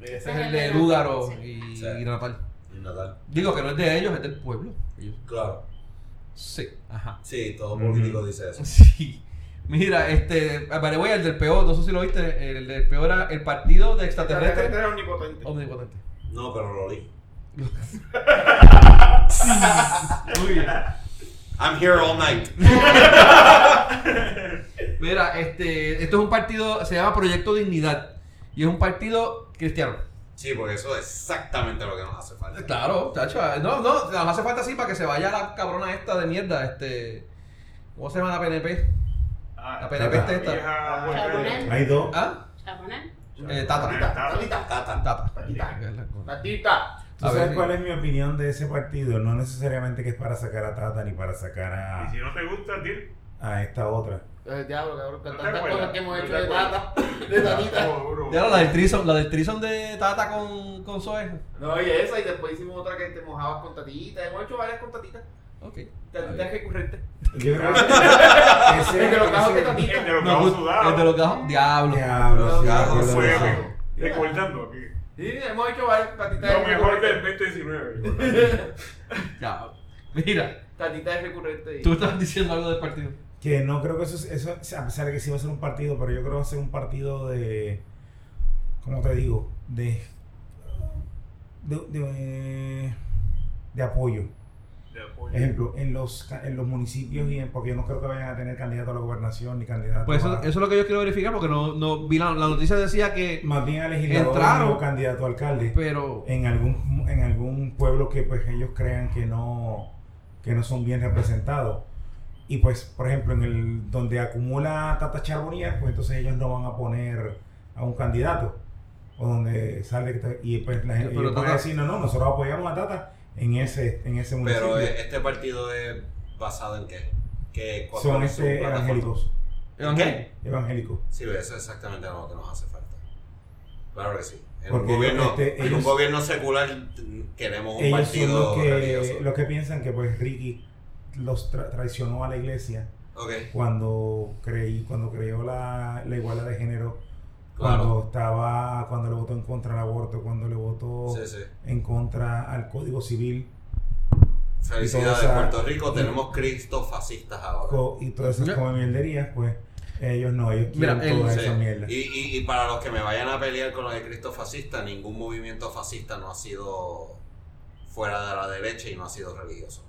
[SPEAKER 2] Ese es el de Lúgaro y,
[SPEAKER 6] Sí.
[SPEAKER 2] y Natal.
[SPEAKER 6] Natal.
[SPEAKER 2] Digo que no es de ellos, es del pueblo. Ellos-
[SPEAKER 6] Claro.
[SPEAKER 2] Sí, ajá.
[SPEAKER 6] Sí, todo político
[SPEAKER 4] Ujú.
[SPEAKER 6] dice eso.
[SPEAKER 2] Sí. Mira, este, by the way, el del PO, no sé si lo viste, el del PO era el partido de
[SPEAKER 3] Este
[SPEAKER 2] extraterrestres
[SPEAKER 3] era
[SPEAKER 2] Oh.
[SPEAKER 3] omnipotente.
[SPEAKER 2] omnipotente.
[SPEAKER 6] No, pero lo leí.
[SPEAKER 2] Muy bien.
[SPEAKER 6] I'm here all night.
[SPEAKER 2] Mira, este, esto es un partido, se llama Proyecto Dignidad y es un partido cristiano.
[SPEAKER 6] Sí, porque eso es exactamente lo que nos hace falta.
[SPEAKER 2] Claro, chacho, no, no, nos hace falta así para que se vaya la cabrona esta de mierda, este, ¿cómo se llama la PNP? La
[SPEAKER 5] Ah,
[SPEAKER 2] PNP
[SPEAKER 4] Tata.
[SPEAKER 2] esta.
[SPEAKER 5] vieja,
[SPEAKER 7] Chabonet.
[SPEAKER 4] Hay dos.
[SPEAKER 2] ¿Ah?
[SPEAKER 7] Chabonet.
[SPEAKER 2] Eh, tata.
[SPEAKER 3] Tatita.
[SPEAKER 6] Tata.
[SPEAKER 2] Tata.
[SPEAKER 3] Tatita.
[SPEAKER 4] ¿Tú
[SPEAKER 2] A ver,
[SPEAKER 4] sabes
[SPEAKER 2] sí.
[SPEAKER 4] cuál es mi opinión de ese partido? No necesariamente que es para sacar a Tata ni para sacar
[SPEAKER 5] Y si
[SPEAKER 4] a,
[SPEAKER 5] no te gusta, tío.
[SPEAKER 4] a esta otra.
[SPEAKER 3] El diablo, cabrón.
[SPEAKER 5] ¿No te
[SPEAKER 3] Tantas
[SPEAKER 5] acuerdas?
[SPEAKER 3] cosas que hemos
[SPEAKER 5] ¿No
[SPEAKER 3] hecho
[SPEAKER 5] te
[SPEAKER 3] de
[SPEAKER 5] acuerdas?
[SPEAKER 3] tata. De tatita.
[SPEAKER 5] Seguro.
[SPEAKER 2] Ya la del Trison, la del Trison de Tata con, con Zoe.
[SPEAKER 3] No, y esa. Y después hicimos otra que te mojabas con tatita. Hemos hecho varias con tatita.
[SPEAKER 2] Ok.
[SPEAKER 3] Tatita es recurrente.
[SPEAKER 4] Yo creo que
[SPEAKER 3] El de los cajos de
[SPEAKER 4] ese-
[SPEAKER 5] El de
[SPEAKER 3] tatita.
[SPEAKER 5] los
[SPEAKER 2] No,
[SPEAKER 5] cabos
[SPEAKER 2] pues, el de
[SPEAKER 5] sudados.
[SPEAKER 2] los gajos. Diablo.
[SPEAKER 4] Diablo, sí,
[SPEAKER 6] Cajos
[SPEAKER 4] acuerdo de
[SPEAKER 5] Fue,
[SPEAKER 4] eso.
[SPEAKER 5] Recortando aquí.
[SPEAKER 3] Sí, hemos hecho varias tatitas.
[SPEAKER 5] Lo
[SPEAKER 3] es
[SPEAKER 5] mejor
[SPEAKER 3] recurrente.
[SPEAKER 5] del 2019.
[SPEAKER 2] Diablo. Mira,
[SPEAKER 3] Tatita es recurrente. y-
[SPEAKER 2] tú estabas diciendo algo del partido.
[SPEAKER 4] Que no creo que eso, es- eso, a pesar de que sí va a ser un partido, pero yo creo que va a ser un partido de, ¿cómo te digo? De, de, de, de apoyo.
[SPEAKER 5] De apoyo.
[SPEAKER 4] Ejemplo, en los, ca- en los municipios y en, porque yo no creo que vayan a tener candidato a la gobernación ni candidato
[SPEAKER 2] Pues eso,
[SPEAKER 4] a...
[SPEAKER 2] eso es lo que yo quiero verificar porque no, no vi la, la noticia decía que.
[SPEAKER 4] Más bien a legislador
[SPEAKER 2] Entraron.
[SPEAKER 4] o candidato a alcalde
[SPEAKER 2] Pero.
[SPEAKER 4] en algún, en algún pueblo que pues ellos crean que no, que no son bien representados. Y pues, por ejemplo, en el donde acumula Tata Charbonnier, pues entonces ellos no van a poner a un candidato. O donde sale que ta- y pues la gente
[SPEAKER 2] Pero
[SPEAKER 4] ellos van a
[SPEAKER 2] Tata-
[SPEAKER 4] decir, no, no, nosotros apoyamos a Tata en ese, en ese municipio.
[SPEAKER 6] Pero eh, este partido es basado en qué? Que
[SPEAKER 4] son este evangélicos.
[SPEAKER 2] Evangélico.
[SPEAKER 4] Evangélicos.
[SPEAKER 6] Sí, eso es exactamente lo que nos hace falta. Claro que sí. En, un
[SPEAKER 4] Porque
[SPEAKER 6] gobierno,
[SPEAKER 4] este,
[SPEAKER 6] en un
[SPEAKER 4] ellos-
[SPEAKER 6] gobierno secular queremos un
[SPEAKER 4] Ellos son
[SPEAKER 6] partido
[SPEAKER 4] los que,
[SPEAKER 6] religioso.
[SPEAKER 4] los que piensan que pues Ricky los tra- traicionó a la iglesia
[SPEAKER 6] Ok,
[SPEAKER 4] cuando creí, cuando creó la, la igualdad de género,
[SPEAKER 6] claro.
[SPEAKER 4] cuando estaba, cuando le votó en contra del aborto, cuando le votó
[SPEAKER 6] Sí, sí.
[SPEAKER 4] en contra al código civil
[SPEAKER 6] Felicidades,
[SPEAKER 4] Y todo, o sea,
[SPEAKER 6] Puerto Rico.
[SPEAKER 4] y-
[SPEAKER 6] Tenemos cristos fascistas ahora.
[SPEAKER 4] co- y todas esas
[SPEAKER 2] Ya.
[SPEAKER 4] como mierderías, pues ellos no, ellos
[SPEAKER 2] Mira,
[SPEAKER 4] quieren
[SPEAKER 2] el-
[SPEAKER 4] toda
[SPEAKER 6] Sí.
[SPEAKER 4] esa mierda.
[SPEAKER 6] Y, y- y para los que me vayan a pelear con lo de Cristo fascista, ningún movimiento fascista no ha sido fuera de la derecha y no ha sido religioso.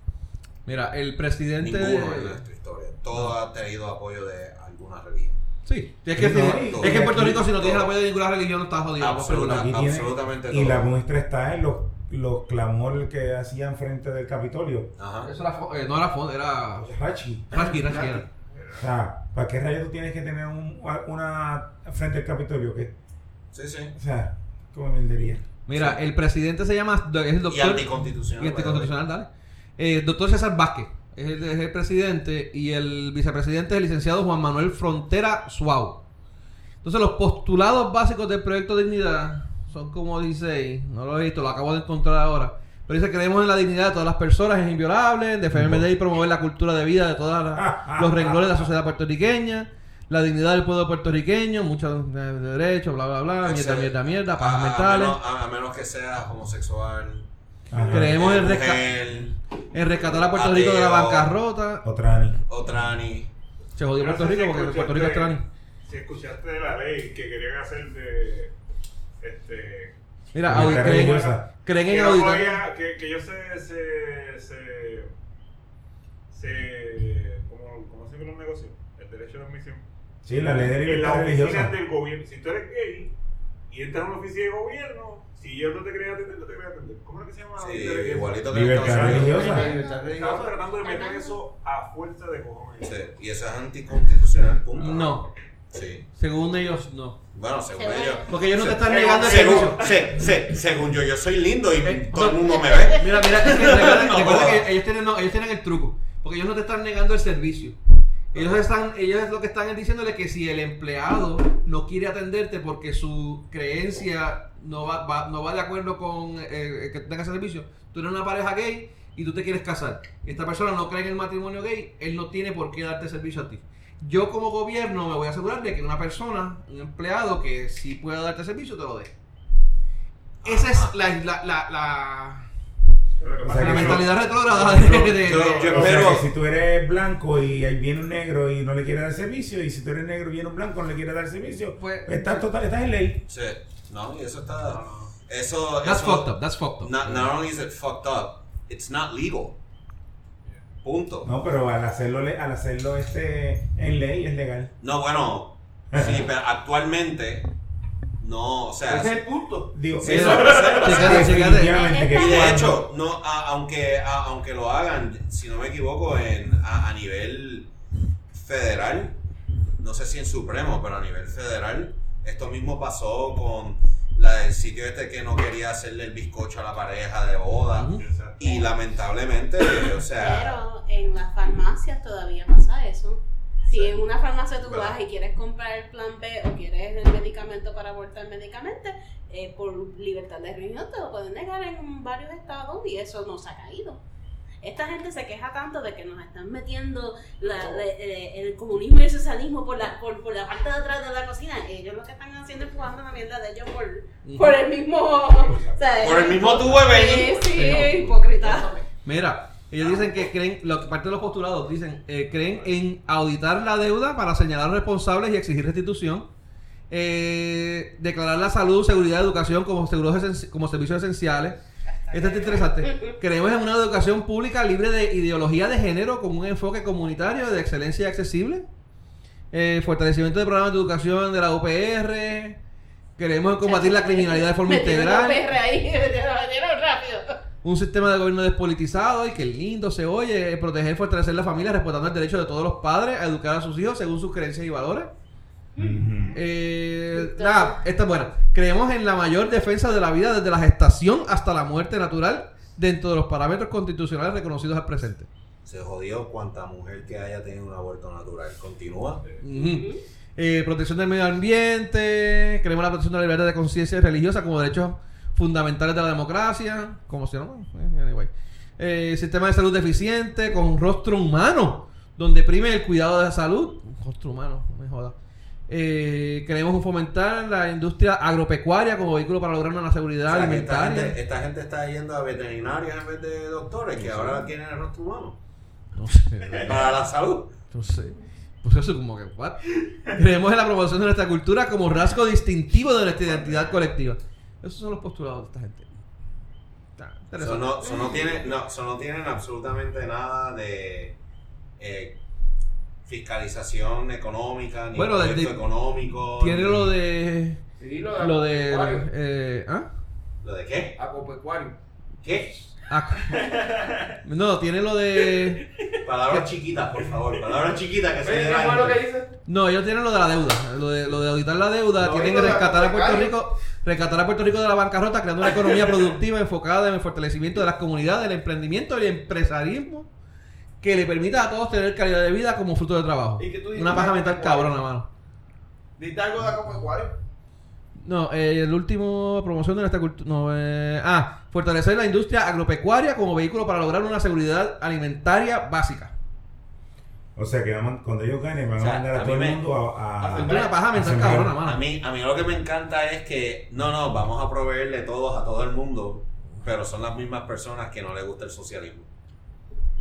[SPEAKER 2] Mira, el presidente.
[SPEAKER 6] Ninguno en
[SPEAKER 2] de-
[SPEAKER 6] nuestra historia. Todo ha tenido apoyo de alguna religión.
[SPEAKER 4] Ah,
[SPEAKER 2] Sí. Es que,
[SPEAKER 4] No,
[SPEAKER 2] tiene-
[SPEAKER 4] y-
[SPEAKER 2] es que en Puerto
[SPEAKER 4] y-
[SPEAKER 2] Rico, si no tienes el apoyo de ninguna religión, no estás jodido. vamos a
[SPEAKER 6] Absoluta-
[SPEAKER 2] preguntar.
[SPEAKER 4] Aquí tiene-
[SPEAKER 6] absolutamente
[SPEAKER 4] Y la
[SPEAKER 6] todo.
[SPEAKER 4] muestra está en los, los clamores que hacían frente del Capitolio.
[SPEAKER 6] Ajá.
[SPEAKER 2] Eso era fo- eh, no era fondo, era.
[SPEAKER 4] Rachi.
[SPEAKER 2] Rasky, Rasky era.
[SPEAKER 4] O sea, ¿para qué rayos tú tienes que tener un- una frente al Capitolio? ¿Qué?
[SPEAKER 6] Sí, sí.
[SPEAKER 4] O sea, como mierdería.
[SPEAKER 2] Mira, el presidente se llama. Es el
[SPEAKER 6] Y
[SPEAKER 2] doctor.
[SPEAKER 6] anticonstitucional.
[SPEAKER 2] Y anticonstitucional, dale. Eh, doctor César Vázquez es el, es el presidente y el vicepresidente es el licenciado Juan Manuel Frontera Suau. Entonces, los postulados básicos del proyecto Dignidad son como dice, ahí, no lo he visto, lo acabo de encontrar ahora. Pero dice: creemos en la dignidad de todas las personas, es inviolable, defender y promover la cultura de vida de todos los renglones de la sociedad puertorriqueña. La dignidad del pueblo puertorriqueño, muchos eh, derechos, bla, bla, bla, mierda,
[SPEAKER 6] Excelente.
[SPEAKER 2] mierda, mierda, pajas
[SPEAKER 6] A- a,
[SPEAKER 2] mentales.
[SPEAKER 6] Ah, menos, a- a menos que seas homosexual.
[SPEAKER 4] Ajá.
[SPEAKER 2] Creemos
[SPEAKER 6] eh,
[SPEAKER 2] en resca-
[SPEAKER 6] mujer,
[SPEAKER 2] En rescatar a Puerto Rico de la
[SPEAKER 6] Ateo.
[SPEAKER 2] bancarrota.
[SPEAKER 4] Otra Ani.
[SPEAKER 6] o trani.
[SPEAKER 2] Se jodió Puerto Rico porque Puerto Rico es trani.
[SPEAKER 5] Si escuchaste de la ley que querían hacer de. Este.
[SPEAKER 2] Mira,
[SPEAKER 4] Una
[SPEAKER 2] audi-
[SPEAKER 4] cara
[SPEAKER 2] creen,
[SPEAKER 4] orgullosa.
[SPEAKER 2] creen
[SPEAKER 5] Que,
[SPEAKER 2] en
[SPEAKER 5] no
[SPEAKER 2] auditoría.
[SPEAKER 5] podía- que, que ellos se. se. se. se ¿cómo, ¿Cómo se llama los negocios? El derecho de admisión.
[SPEAKER 4] Sí, la ley de
[SPEAKER 5] En las
[SPEAKER 4] libertad
[SPEAKER 5] oficinas
[SPEAKER 4] religiosa.
[SPEAKER 5] del gobierno. Si tú eres gay y entras a una oficina de gobierno, si yo no te quería atender, no te quería atender. ¿Cómo es Ah, que se llama?
[SPEAKER 6] Sí,
[SPEAKER 5] Libertad-
[SPEAKER 6] igualito que en
[SPEAKER 4] Libertad
[SPEAKER 6] Estados Unidos.
[SPEAKER 2] Pues,
[SPEAKER 4] religiosa.
[SPEAKER 5] Estamos tratando de meter eso a fuerza de cojones.
[SPEAKER 6] Sí, y eso es anticonstitucional, punto.
[SPEAKER 2] No,
[SPEAKER 6] Sí.
[SPEAKER 2] según ellos no.
[SPEAKER 6] Bueno, según
[SPEAKER 7] Según
[SPEAKER 6] ellos.
[SPEAKER 2] Porque ellos no te están
[SPEAKER 6] Según-
[SPEAKER 2] negando el
[SPEAKER 6] según-
[SPEAKER 2] servicio.
[SPEAKER 6] se- se- según yo, yo soy lindo y
[SPEAKER 2] Eh,
[SPEAKER 6] todo el
[SPEAKER 2] no.
[SPEAKER 6] mundo me ve.
[SPEAKER 2] Mira, mira, es que recuerda,
[SPEAKER 6] No,
[SPEAKER 2] recuerda
[SPEAKER 6] no.
[SPEAKER 2] que ellos tienen, no, ellos tienen el truco. Porque ellos no te están negando el servicio. Ellos están, ellos lo que están es diciéndole que si el empleado no quiere atenderte porque su creencia no va, va- no va de acuerdo con eh, que tengas servicio, tú eres una pareja gay y tú te quieres casar. Esta persona no cree en el matrimonio gay, él no tiene por qué darte servicio a ti. Yo como gobierno me voy a asegurar de que una persona, un empleado que sí pueda darte servicio, te lo dé. Esa es la- la- la- la
[SPEAKER 5] Pero lo que
[SPEAKER 4] O
[SPEAKER 5] pasa
[SPEAKER 4] sea,
[SPEAKER 5] es
[SPEAKER 2] la
[SPEAKER 5] que eso-
[SPEAKER 2] mentalidad retrógrada de, de, de-
[SPEAKER 6] yo- yo-
[SPEAKER 4] O sea,
[SPEAKER 6] Pero-
[SPEAKER 4] que si tú eres blanco y ahí viene un negro y no le quiere dar servicio, y si tú eres negro y viene un blanco y no le quiere dar servicio,
[SPEAKER 2] Pues-
[SPEAKER 4] estás, total, estás en ley.
[SPEAKER 6] Sí. No, y eso está. Eso.
[SPEAKER 2] That's
[SPEAKER 6] eso-
[SPEAKER 2] fucked up, that's fucked up.
[SPEAKER 6] Not, not only is it fucked up, it's not legal. Punto.
[SPEAKER 4] No, pero al hacerlo, le- al hacerlo este, en ley es legal.
[SPEAKER 6] No, bueno, sí, pero actualmente no, o sea,
[SPEAKER 3] Ese Pues es el punto.
[SPEAKER 4] Digo,
[SPEAKER 6] Sí,
[SPEAKER 4] eso
[SPEAKER 6] no, no,
[SPEAKER 2] chécate, chécate.
[SPEAKER 4] definitivamente que
[SPEAKER 6] y de
[SPEAKER 4] cuando-
[SPEAKER 6] hecho, no, a- aunque, a- aunque lo hagan, si no me equivoco, en, a, a nivel federal, no sé si en Supremo, pero a nivel federal, esto mismo pasó con la del sitio este que no quería hacerle el bizcocho a la pareja de boda.
[SPEAKER 2] Ujú.
[SPEAKER 5] Exacto.
[SPEAKER 6] Y lamentablemente, o sea,
[SPEAKER 7] Pero en las farmacias todavía pasa eso. Si en una farmacia tú
[SPEAKER 6] Verdad.
[SPEAKER 7] vas y quieres comprar el plan B o quieres el medicamento para abortar medicamente, eh, por libertad de reunión te lo pueden negar en varios estados y eso nos ha caído. Esta gente se queja tanto de que nos están metiendo la- la- eh, el comunismo y el socialismo por la, por, por la parte de atrás de la cocina. Ellos lo que están haciendo es jugando la mierda de ellos por, por el mismo... o sea,
[SPEAKER 6] por el mismo tubo de
[SPEAKER 7] Sí,
[SPEAKER 6] venir.
[SPEAKER 7] sí, hipócrita.
[SPEAKER 2] Mira, ellos dicen que creen, lo- parte de los postulados dicen, eh, creen en auditar la deuda para señalar responsables y exigir restitución, eh, declarar la salud, seguridad, educación como, seguros esenci- como servicios esenciales. Esto es interesante. Creemos en una educación pública libre de ideología de género con un enfoque comunitario de excelencia y accesible. Eh, fortalecimiento de programas de educación de la UPR. Queremos en combatir la criminalidad de forma
[SPEAKER 7] Metieron la
[SPEAKER 2] integral.
[SPEAKER 7] perra ahí, metieron- metieron rápido.
[SPEAKER 2] un sistema de gobierno despolitizado y que lindo se oye, eh, proteger, fortalecer la familia, respetando el derecho de todos los padres a educar a sus hijos según sus creencias y valores.
[SPEAKER 4] Ujú.
[SPEAKER 2] Eh, nada, esta es buena. Creemos en la mayor defensa de la vida desde la gestación hasta la muerte natural dentro de los parámetros constitucionales reconocidos al presente.
[SPEAKER 6] Se jodió cuanta mujer que haya tenido un aborto natural. Continúa.
[SPEAKER 2] Ujú. Eh, protección del medio ambiente, creemos en la protección de la libertad de conciencia y religiosa como derechos fundamentales de la democracia, como se llama, Eh, anyway. Eh, sistema de salud deficiente, con rostro humano, donde prime el cuidado de la salud, rostro humano, no me joda. Eh, queremos fomentar la industria agropecuaria como vehículo para lograr una
[SPEAKER 6] O
[SPEAKER 2] seguridad
[SPEAKER 6] sea, que esta,
[SPEAKER 2] alimentaria.
[SPEAKER 6] gente, esta gente está yendo a veterinarios en vez de doctores, que ahora tienen el rostro humano.
[SPEAKER 2] No sé,
[SPEAKER 6] Para la salud.
[SPEAKER 2] no sé. Pues eso como que, what? Creemos en la promoción de nuestra cultura como rasgo distintivo de nuestra identidad colectiva. Esos son los postulados de esta gente. Está
[SPEAKER 6] Eso
[SPEAKER 2] interesante.
[SPEAKER 6] no, eso no tiene, no, eso no tienen absolutamente nada de eh, fiscalización económica, ni
[SPEAKER 2] Bueno,
[SPEAKER 6] proyecto
[SPEAKER 2] de- de-
[SPEAKER 6] económico.
[SPEAKER 2] Tiene
[SPEAKER 6] ni-
[SPEAKER 2] lo de...
[SPEAKER 3] Sí,
[SPEAKER 2] Lo de...
[SPEAKER 3] agropecuario.
[SPEAKER 2] eh, ¿Ah?
[SPEAKER 6] ¿Lo de qué?
[SPEAKER 3] Agropecuario.
[SPEAKER 6] ¿Qué?
[SPEAKER 2] Ah, No, tiene lo de...
[SPEAKER 6] Palabras chiquitas, por favor. Palabras chiquitas que se
[SPEAKER 3] Oye, ¿Qué
[SPEAKER 6] la
[SPEAKER 3] fue lo que
[SPEAKER 6] gente.
[SPEAKER 3] dice?
[SPEAKER 2] No, ellos tienen lo de la deuda. Lo de, lo de auditar la deuda.
[SPEAKER 3] No,
[SPEAKER 2] tienen
[SPEAKER 3] no,
[SPEAKER 2] que
[SPEAKER 3] no,
[SPEAKER 2] rescatar a
[SPEAKER 3] no,
[SPEAKER 2] Puerto
[SPEAKER 3] no.
[SPEAKER 2] Rico. Rescatar a Puerto Rico de la bancarrota, creando una economía productiva enfocada en el fortalecimiento de las comunidades, el emprendimiento y el empresarismo que le permita a todos tener calidad de vida como fruto de trabajo.
[SPEAKER 3] ¿Y qué tú dices?
[SPEAKER 2] Una paja mental cabrona, mano.
[SPEAKER 3] ¿Diste algo de agropecuario?
[SPEAKER 2] No, eh, el último promoción de nuestra cultura. No, eh, ah, fortalecer la industria agropecuaria como vehículo para lograr una seguridad alimentaria básica.
[SPEAKER 4] O sea, que vamos- cuando ellos ganen, van
[SPEAKER 6] O sea,
[SPEAKER 4] a mandar
[SPEAKER 6] a
[SPEAKER 4] a todo
[SPEAKER 6] mí
[SPEAKER 4] el
[SPEAKER 6] me-
[SPEAKER 4] mundo
[SPEAKER 3] Ah,
[SPEAKER 4] a. a-
[SPEAKER 2] Es una paja mental
[SPEAKER 4] Sembrar.
[SPEAKER 2] cabrona,
[SPEAKER 6] A
[SPEAKER 2] mano.
[SPEAKER 6] mí, a mí lo que me encanta es que no, no, vamos a proveerle todos a todo el mundo, pero son las mismas personas que no les gusta el socialismo.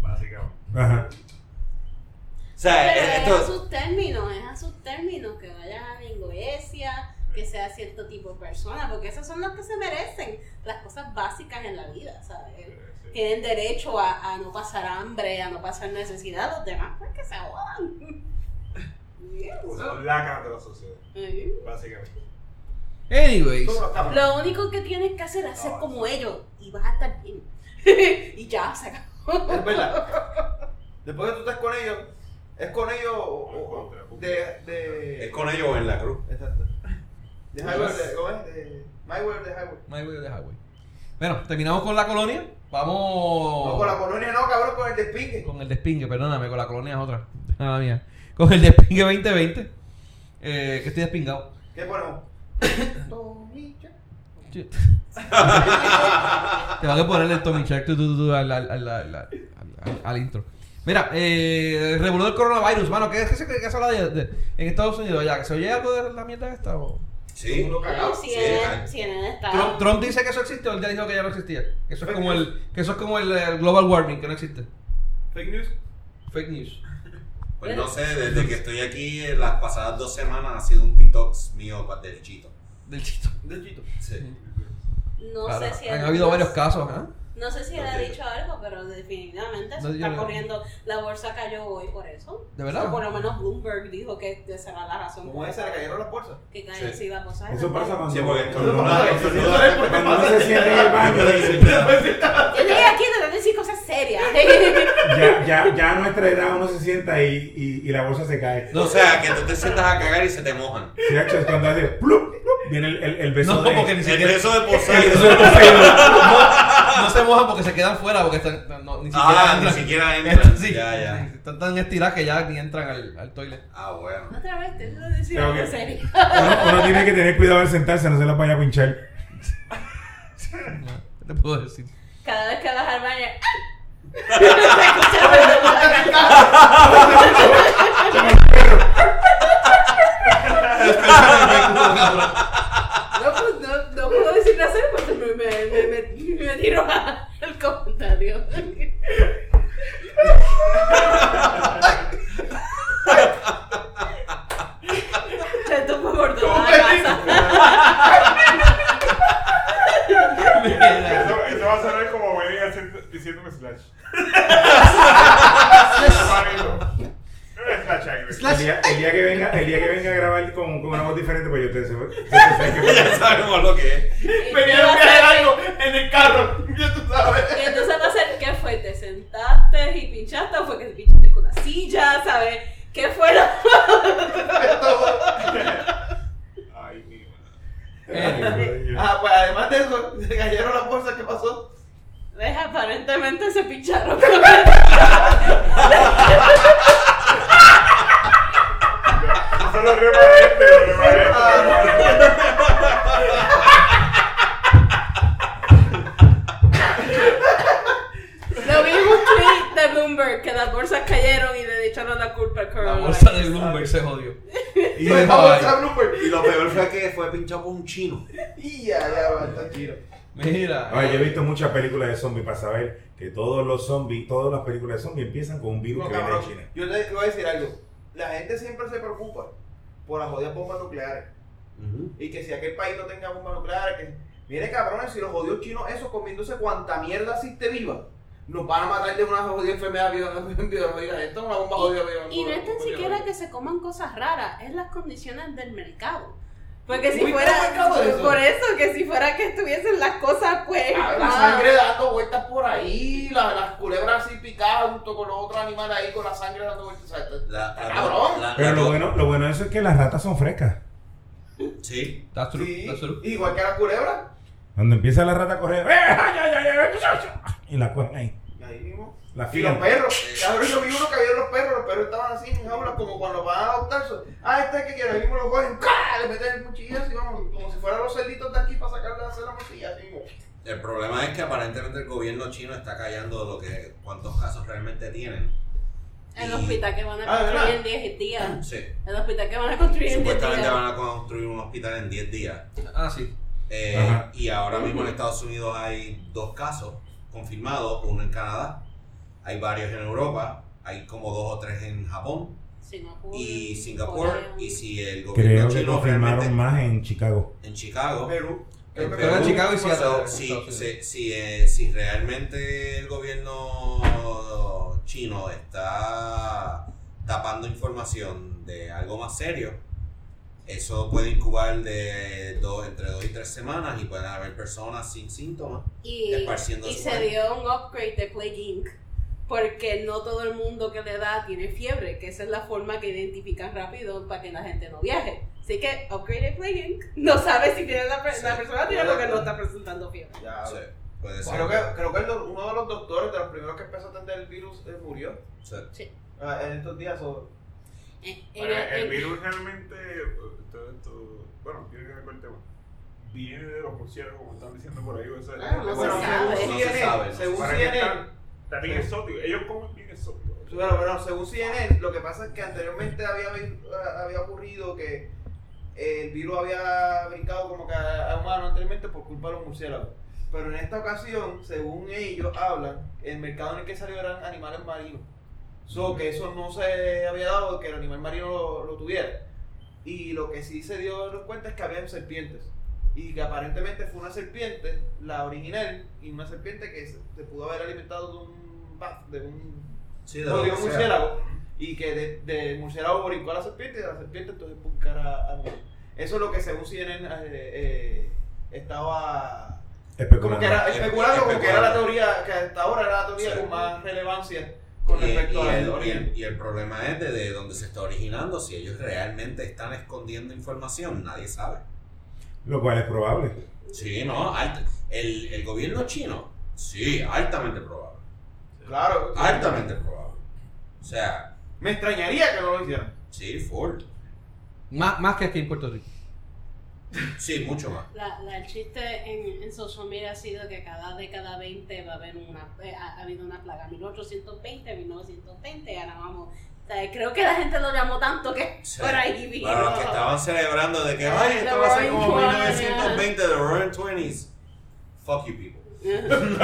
[SPEAKER 5] Básicamente.
[SPEAKER 4] Ajá.
[SPEAKER 6] O sea,
[SPEAKER 7] Pero
[SPEAKER 6] eh,
[SPEAKER 7] es a
[SPEAKER 6] esto,
[SPEAKER 7] sus términos, es a sus términos que vayan a la iglesia, que sea cierto tipo de persona, porque esos son los que se merecen las cosas básicas en la vida, ¿sabes? Tienen derecho a, a no pasar hambre, a no pasar necesidad, los demás pues que se jodan. Bien.
[SPEAKER 5] Son lacras de la sociedad.
[SPEAKER 7] Ay,
[SPEAKER 5] Básicamente.
[SPEAKER 2] Anyways.
[SPEAKER 3] Eso no está mal.
[SPEAKER 7] Lo único que tienes que hacer es ser como ellos y vas a estar bien. y ya, se acabó.
[SPEAKER 3] Es verdad. Después que tú estés con ellos, es con ellos o- o- o- de, de.
[SPEAKER 6] Es con ellos en la cruz.
[SPEAKER 3] Exacto. De Highway, de, ¿cómo es? De My World, de Highway.
[SPEAKER 2] My way or the highway. Bueno, terminamos con la colonia.
[SPEAKER 3] No,
[SPEAKER 2] Vamos.
[SPEAKER 3] con la colonia no, cabrón, con el despingue.
[SPEAKER 2] Con el despingue, perdóname, con la colonia es otra. Nada mía. Con el despingue 2020. Eh, que estoy despingado.
[SPEAKER 3] ¿Qué ponemos? Tomillo.
[SPEAKER 2] Shit. Te van a poner el Tommy Shark tu, tu, tu, tu, al, al, al, al, al- al- al intro. Mira, eh, reguló el coronavirus, mano. ¿Qué, qué, se- qué se habla de, de- en Estados Unidos ya? ¿Que se oye algo de la mierda esta? o?
[SPEAKER 6] Sí.
[SPEAKER 3] Uno cagado.
[SPEAKER 6] Sí,
[SPEAKER 7] CNN,
[SPEAKER 6] ah.
[SPEAKER 7] CNN está.
[SPEAKER 2] Trump, Trump dice que eso existe o él ya dijo que ya no existía. Que eso es como el, que eso es como el, eh, global warming, que no existe.
[SPEAKER 3] Fake news.
[SPEAKER 2] Fake news.
[SPEAKER 6] Pues no sé, desde que estoy aquí, en las pasadas dos semanas ha sido un detox mío pa- del chito.
[SPEAKER 2] Del chito.
[SPEAKER 3] Del chito.
[SPEAKER 6] Sí.
[SPEAKER 7] No
[SPEAKER 2] Claro,
[SPEAKER 7] sé si
[SPEAKER 2] han
[SPEAKER 7] él-
[SPEAKER 2] habido
[SPEAKER 7] no
[SPEAKER 2] varios
[SPEAKER 7] sé-
[SPEAKER 2] casos, ¿ah?
[SPEAKER 7] No sé si él ha
[SPEAKER 6] Entiendo.
[SPEAKER 7] dicho algo, pero definitivamente eso
[SPEAKER 2] No, yo
[SPEAKER 7] está
[SPEAKER 2] no-
[SPEAKER 7] corriendo. La bolsa cayó hoy por eso.
[SPEAKER 2] ¿De verdad?
[SPEAKER 7] O por lo menos Bloomberg dijo que esa era la razón
[SPEAKER 3] Como esa, le cayeron las bolsas.
[SPEAKER 7] que pues, cayó
[SPEAKER 6] Sí.
[SPEAKER 7] sí. la bolsa.
[SPEAKER 4] Eso pasa cuando.
[SPEAKER 6] Sí, porque esto
[SPEAKER 4] cuando
[SPEAKER 6] no-
[SPEAKER 4] uno-
[SPEAKER 6] esto no-
[SPEAKER 4] cuando uno se siente en el baño y dice,
[SPEAKER 7] Yo llegué aquí a decir cosas serias.
[SPEAKER 4] ya, ya, ya a nuestra edad uno se sienta ahí y, y la bolsa se cae.
[SPEAKER 6] O sea, que tú te sientas a cagar y se te mojan.
[SPEAKER 4] Sí, hecho, es cuando hace plup, plup, viene el, el, el beso
[SPEAKER 2] No,
[SPEAKER 4] de...
[SPEAKER 2] porque ni
[SPEAKER 6] El
[SPEAKER 2] siquiera.
[SPEAKER 6] beso de
[SPEAKER 4] el beso
[SPEAKER 6] Poseidon.
[SPEAKER 4] de Poseidon.
[SPEAKER 2] No se mojan porque se quedan fuera, porque están. no, no, ni siquiera
[SPEAKER 6] Ah, ni
[SPEAKER 2] entran.
[SPEAKER 6] siquiera
[SPEAKER 2] Están,
[SPEAKER 6] entran.
[SPEAKER 2] sí,
[SPEAKER 6] Ya, ya.
[SPEAKER 2] sí, Están tan estiradas que ya ni entran al, al toilet.
[SPEAKER 6] Ah, bueno.
[SPEAKER 7] Otra vez te voy a decir
[SPEAKER 4] Creo
[SPEAKER 7] algo
[SPEAKER 4] que-
[SPEAKER 7] serio.
[SPEAKER 4] Uno, uno tiene que tener cuidado al sentarse, no se la vaya a pinchar.
[SPEAKER 2] No, ¿Qué te puedo decir?
[SPEAKER 7] Cada vez que vas al baño. ¡ah! No, pues, no, no puedo decir nada serio porque me, me, me, me, me tiro a- al comentario. Esto fue por toda la casa.
[SPEAKER 5] Eso, eso va a sonar como venía haciendo- diciéndome Slash. Slash
[SPEAKER 4] El día,
[SPEAKER 5] ahí, güey.
[SPEAKER 4] el día que venga, el día que venga a grabar con, con una voz diferente, pues yo te sé. sé
[SPEAKER 6] Ya sabemos lo que es.
[SPEAKER 7] ¿Qué va
[SPEAKER 3] Venían
[SPEAKER 7] a
[SPEAKER 3] a hacer
[SPEAKER 7] ser?
[SPEAKER 3] algo en el carro. Ya tú sabes.
[SPEAKER 7] Y Entonces va a ser, ¿qué fue? ¿Te sentaste y pinchaste o fue que te pinchaste con la silla? ¿Sabes? ¿Qué fue lo-
[SPEAKER 5] Ay, mi madre.
[SPEAKER 2] Eh.
[SPEAKER 4] que-
[SPEAKER 3] Ah, pues además de eso, se cayeron las bolsas. ¿Qué pasó?
[SPEAKER 7] Ves, aparentemente se pincharon.
[SPEAKER 5] Eso es lo remanente, lo remanente, lo remanente.
[SPEAKER 7] Lo vi en un tweet de Bloomberg que las bolsas cayeron y le echaron la culpa al
[SPEAKER 2] La
[SPEAKER 7] coronavirus.
[SPEAKER 2] bolsa de Bloomberg se jodió.
[SPEAKER 4] Y
[SPEAKER 2] Pues,
[SPEAKER 3] La
[SPEAKER 4] de
[SPEAKER 2] Hawái.
[SPEAKER 3] bolsa Blooper.
[SPEAKER 6] Y lo peor fue que fue pinchado por un chino.
[SPEAKER 3] Y ya, ya, va, está chido.
[SPEAKER 2] Mira.
[SPEAKER 4] Ahora, yo he visto muchas películas de zombies para saber que todos los zombies, todas las películas de zombies empiezan con un virus
[SPEAKER 3] No,
[SPEAKER 4] que viene de
[SPEAKER 3] cabrón,
[SPEAKER 4] China.
[SPEAKER 3] yo te voy a decir algo. La gente siempre se preocupa por las jodidas bombas nucleares. Y que si aquel país no tenga bombas nucleares, que mire cabrones, si los jodidos chinos esos comiéndose cuanta mierda existe viva, nos van a matar de una jodida enfermedad viva, biológica. Esto es una bomba jodida viva.
[SPEAKER 7] Y no es tan siquiera que se coman cosas raras, es las condiciones del mercado. Porque si
[SPEAKER 3] Uy,
[SPEAKER 7] fuera,
[SPEAKER 3] ¿cómo mercado de eso?
[SPEAKER 7] por eso, que si fuera que estuviesen las cosas, pues...
[SPEAKER 3] Ah, La
[SPEAKER 7] más-
[SPEAKER 3] sangre dando vueltas por ahí, la- las culebras así picadas junto con los otros animales ahí con la sangre dando vueltas. O sea, está-
[SPEAKER 6] La, la-
[SPEAKER 3] Cabrón.
[SPEAKER 6] la-
[SPEAKER 4] Pero
[SPEAKER 6] la-
[SPEAKER 4] lo bueno, lo bueno de eso es que las ratas son frescas.
[SPEAKER 6] Sí.
[SPEAKER 2] That's true.
[SPEAKER 3] Sí,
[SPEAKER 2] That's true.
[SPEAKER 3] igual que las culebras.
[SPEAKER 4] Cuando empieza la rata a correr, ¡eh, ay, ay, ay, ay, ay! y la cogen ahí.
[SPEAKER 3] Ahí mismo. Y
[SPEAKER 4] La
[SPEAKER 3] los
[SPEAKER 4] filan.
[SPEAKER 3] perros, cabrón, yo vi uno que había los perros, los perros estaban así en jaulas como cuando van a adoptarse. Ah, este que quiere, mismo lo cogen, ¡ca! le meten el cuchillo así, vamos, como si fueran los cerditos de aquí para sacarle a hacer la morcilla, así mismo.
[SPEAKER 6] El problema es que aparentemente el gobierno chino está callando lo que, cuántos casos realmente tienen.
[SPEAKER 7] El
[SPEAKER 6] Y-
[SPEAKER 7] hospital que van a
[SPEAKER 3] Ah,
[SPEAKER 7] construir
[SPEAKER 3] ¿verdad?
[SPEAKER 7] en 10 días.
[SPEAKER 6] Sí.
[SPEAKER 7] El hospital que van a construir en 10
[SPEAKER 6] Supuestamente
[SPEAKER 7] días.
[SPEAKER 6] van a construir un hospital en 10 días.
[SPEAKER 2] Ah, sí.
[SPEAKER 6] Eh,
[SPEAKER 4] Ajá.
[SPEAKER 6] y ahora mismo en Estados Unidos hay dos casos confirmados, uno en Canadá, hay varios en Europa, hay como dos o tres en Japón
[SPEAKER 7] Singapur.
[SPEAKER 6] y Singapur.
[SPEAKER 7] Corea.
[SPEAKER 6] Y si el
[SPEAKER 4] Creo
[SPEAKER 6] gobierno
[SPEAKER 4] que
[SPEAKER 6] chino
[SPEAKER 4] confirmaron
[SPEAKER 6] realmente
[SPEAKER 4] más en Chicago.
[SPEAKER 6] en Chicago,
[SPEAKER 3] Perú.
[SPEAKER 2] El
[SPEAKER 6] Perú,
[SPEAKER 2] Pero en Chicago y
[SPEAKER 6] so,
[SPEAKER 2] Seattle.
[SPEAKER 6] si,
[SPEAKER 2] Estados Unidos.
[SPEAKER 6] si- si, eh, si realmente el gobierno chino está tapando información de algo más serio, Eso puede incubar de dos, entre dos y tres semanas y pueden haber personas sin síntomas.
[SPEAKER 7] Y,
[SPEAKER 6] Esparciendo
[SPEAKER 7] y
[SPEAKER 6] su
[SPEAKER 7] se
[SPEAKER 6] cuerpo.
[SPEAKER 7] dio un upgrade de Plague Inc. Porque no todo el mundo que le da tiene fiebre, que esa es la forma que identifican rápido para que la gente no viaje. Así que upgrade de Plague Inc. No sabe si tiene la,
[SPEAKER 6] Sí.
[SPEAKER 7] persona la persona tiene porque no está presentando fiebre.
[SPEAKER 3] Ya,
[SPEAKER 6] Sí, puede ser.
[SPEAKER 3] Creo que, creo que el do- uno de los doctores, de los primeros que empezó a atender el virus, eh, murió
[SPEAKER 6] Sí.
[SPEAKER 3] ah, en estos días. o-
[SPEAKER 7] En- en-
[SPEAKER 5] Ahora, el
[SPEAKER 7] Eh, en-
[SPEAKER 5] virus realmente, eh, todo esto- bueno, tiene que ver con el tema. Viene de los murciélagos, como están diciendo por ahí. o sea,
[SPEAKER 7] Ah, no se
[SPEAKER 3] Bueno, según
[SPEAKER 7] sabe.
[SPEAKER 6] No se
[SPEAKER 3] CNN,
[SPEAKER 6] sabe, no se
[SPEAKER 3] según
[SPEAKER 5] Para que
[SPEAKER 3] CNN,
[SPEAKER 5] están- está bien exótico. Ellos comen bien exótico.
[SPEAKER 3] Bueno, pero según CNN, lo que pasa es que anteriormente había, vi- eh, había ocurrido que eh, el virus había brincado como que a, a humanos anteriormente por culpa de los murciélagos. Pero en esta ocasión, según ellos hablan, el mercado en el que salió eran animales marinos. So, que eso no se había dado que el animal marino lo, lo tuviera. Y lo que sí se dio cuenta es que había serpientes. Y que aparentemente fue una serpiente, la original, y una serpiente que se, se pudo haber alimentado de un, baf- de un
[SPEAKER 6] Sí, de
[SPEAKER 3] mordió
[SPEAKER 6] lo
[SPEAKER 3] un
[SPEAKER 6] que sea.
[SPEAKER 3] murciélago y que de, de murciélago brincó a la serpiente y de la serpiente entonces pum, cara a Noé. Eso es lo que según CNN eh, eh, estaba como que era especulando como que era la teoría que hasta ahora era la teoría
[SPEAKER 6] Sí.
[SPEAKER 3] con más relevancia con
[SPEAKER 6] Y-
[SPEAKER 3] respecto
[SPEAKER 6] y
[SPEAKER 3] al
[SPEAKER 6] el-
[SPEAKER 3] origen.
[SPEAKER 6] y el- y el problema es de, de dónde se está originando. Si ellos realmente están escondiendo información, nadie sabe.
[SPEAKER 4] Lo cual es probable.
[SPEAKER 6] Sí, no. alt- el, el gobierno chino, sí, altamente probable.
[SPEAKER 3] Claro,
[SPEAKER 6] Altamente probable. O sea,
[SPEAKER 3] me extrañaría que no lo hicieran.
[SPEAKER 6] sí, full.
[SPEAKER 2] Más, más que aquí en Puerto Rico.
[SPEAKER 6] Sí, mucho más.
[SPEAKER 7] La, la- el chiste en, en social media ha sido que cada década 20 va a haber una, eh, ha, ha habido una plaga. 1820, 1920, ahora vamos. O sea, creo que la gente lo llamó tanto que
[SPEAKER 6] Sí.
[SPEAKER 7] por ahí vino.
[SPEAKER 6] Para los que estaban celebrando de que, ay, esto va a ser como 1920 de Roaring Twenties. Fuck you people.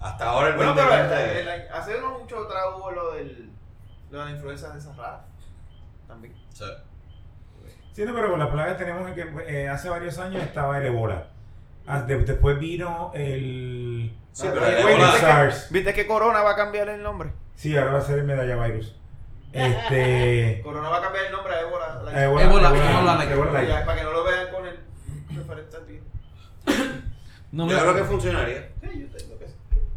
[SPEAKER 6] Hasta ahora el
[SPEAKER 3] Bueno, pero eh,
[SPEAKER 6] 2020.
[SPEAKER 3] el- el- hace no mucho atrás hubo lo del lo de la influenza de esas raras también.
[SPEAKER 6] Sí.
[SPEAKER 4] Sí, no, pero con las plagas tenemos que eh, hace varios años estaba el ébola. Ah, de- después vino el,
[SPEAKER 6] Sí,
[SPEAKER 3] Ah,
[SPEAKER 6] pero
[SPEAKER 3] oye,
[SPEAKER 6] el
[SPEAKER 3] güey,
[SPEAKER 4] el
[SPEAKER 3] dice
[SPEAKER 6] ébola-
[SPEAKER 4] SARS.
[SPEAKER 3] ¿Viste que Corona va a cambiar el nombre?
[SPEAKER 4] Sí, ahora va a ser el medallavirus. Este.
[SPEAKER 3] Corona va a cambiar el nombre a Ébola. la-
[SPEAKER 4] ébola-
[SPEAKER 2] Ébola,
[SPEAKER 4] ébola-
[SPEAKER 2] ébola,
[SPEAKER 4] ébola-
[SPEAKER 3] Para, ya- para que no lo vean con el referente al virus.
[SPEAKER 2] No,
[SPEAKER 6] Yo
[SPEAKER 2] mira,
[SPEAKER 6] creo que funcionaría.
[SPEAKER 3] Sí, yo tengo que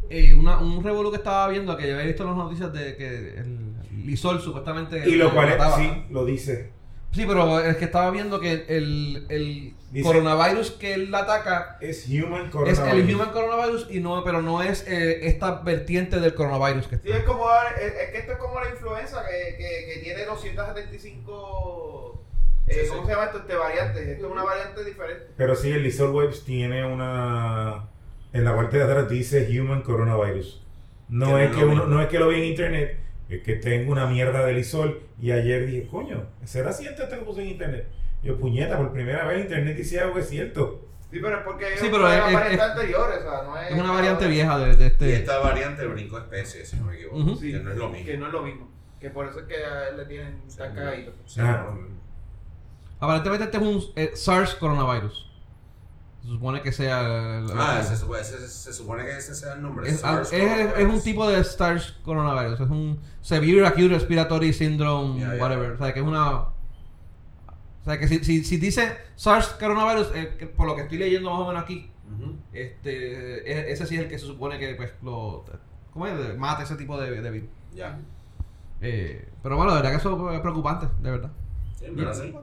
[SPEAKER 2] eh, una- un revolú que estaba viendo, que yo había visto en las noticias de que el Lisol supuestamente...
[SPEAKER 4] Y lo cual es,
[SPEAKER 2] mataba.
[SPEAKER 4] sí, lo dice.
[SPEAKER 2] Sí, pero es que estaba viendo que el, el
[SPEAKER 4] Dice-
[SPEAKER 2] coronavirus que él ataca
[SPEAKER 4] Es human
[SPEAKER 2] es
[SPEAKER 4] coronavirus.
[SPEAKER 2] el human coronavirus, y no, pero no es eh, esta vertiente del coronavirus que
[SPEAKER 3] Sí, es como, es, es que esto es como la influenza que, que, que tiene 275, eh,
[SPEAKER 6] Sí, sí.
[SPEAKER 3] ¿cómo se llama esto? Este variante, esto es una variante diferente.
[SPEAKER 4] Pero sí, el Lizol Waves tiene una. En la parte de atrás dice Human Coronavirus. No,
[SPEAKER 6] Tiene
[SPEAKER 4] es
[SPEAKER 6] lo
[SPEAKER 4] que, uno,
[SPEAKER 6] mismo.
[SPEAKER 4] no es que lo vi en internet, es que tengo una mierda de Lizol. Y ayer dije, coño, ¿será cierto esto que puse en internet? Yo, puñeta, por primera vez internet dice algo que es cierto.
[SPEAKER 3] Sí, pero es porque es
[SPEAKER 2] Sí,
[SPEAKER 3] una
[SPEAKER 2] pero es- es-
[SPEAKER 3] variante
[SPEAKER 2] es-
[SPEAKER 3] anterior, o sea, no es...
[SPEAKER 2] Es una variante vieja de, de
[SPEAKER 6] Y
[SPEAKER 2] este...
[SPEAKER 6] esta variante brincó especies, si no me equivoco.
[SPEAKER 2] Ujú.
[SPEAKER 3] Sí,
[SPEAKER 6] Que no es lo mismo.
[SPEAKER 3] Que no es lo mismo, que por eso es que a él le tienen tan cagadito.
[SPEAKER 6] O sea,
[SPEAKER 4] Ah.
[SPEAKER 6] no, no.
[SPEAKER 2] Aparentemente este es un eh, SARS coronavirus. Se supone que sea... el-
[SPEAKER 6] Ah, se, supo- se- se supone que ese sea el nombre.
[SPEAKER 2] Es, es-
[SPEAKER 6] SARS
[SPEAKER 2] es- es un
[SPEAKER 6] coronavirus.
[SPEAKER 2] tipo de SARS coronavirus, es un Severe Acute Respiratory Syndrome,
[SPEAKER 6] Ya, ya.
[SPEAKER 2] whatever. O sea, que es una. O sea, que si, si, si dice SARS coronavirus, eh, que por lo que estoy leyendo más o menos aquí,
[SPEAKER 6] Ujú.
[SPEAKER 2] este, e- ese sí es el que se supone que pues lo. ¿Cómo es? Mata ese tipo de, de virus.
[SPEAKER 6] Ya.
[SPEAKER 2] Eh, pero bueno, de verdad que eso es preocupante, de verdad.
[SPEAKER 6] Sí, en verdad, sí.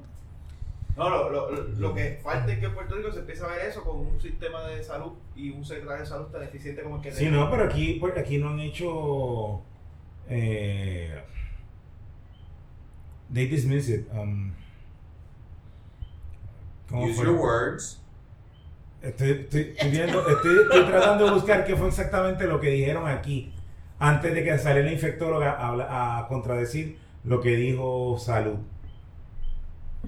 [SPEAKER 3] No, lo, lo, lo- lo que falta es que en Puerto Rico se empiece a ver eso con un sistema de salud y un secretario de salud tan eficiente como el que
[SPEAKER 4] Sí,
[SPEAKER 3] tenemos.
[SPEAKER 4] no, pero aquí, porque aquí no han hecho. eh, they dismiss it. um, ¿cómo
[SPEAKER 6] Use
[SPEAKER 4] fue?
[SPEAKER 6] your words.
[SPEAKER 4] Estoy, estoy, estoy viendo- estoy- estoy tratando de buscar qué fue exactamente lo que dijeron aquí. Antes de que saliera la infectóloga a, habla- a contradecir lo que dijo Salud.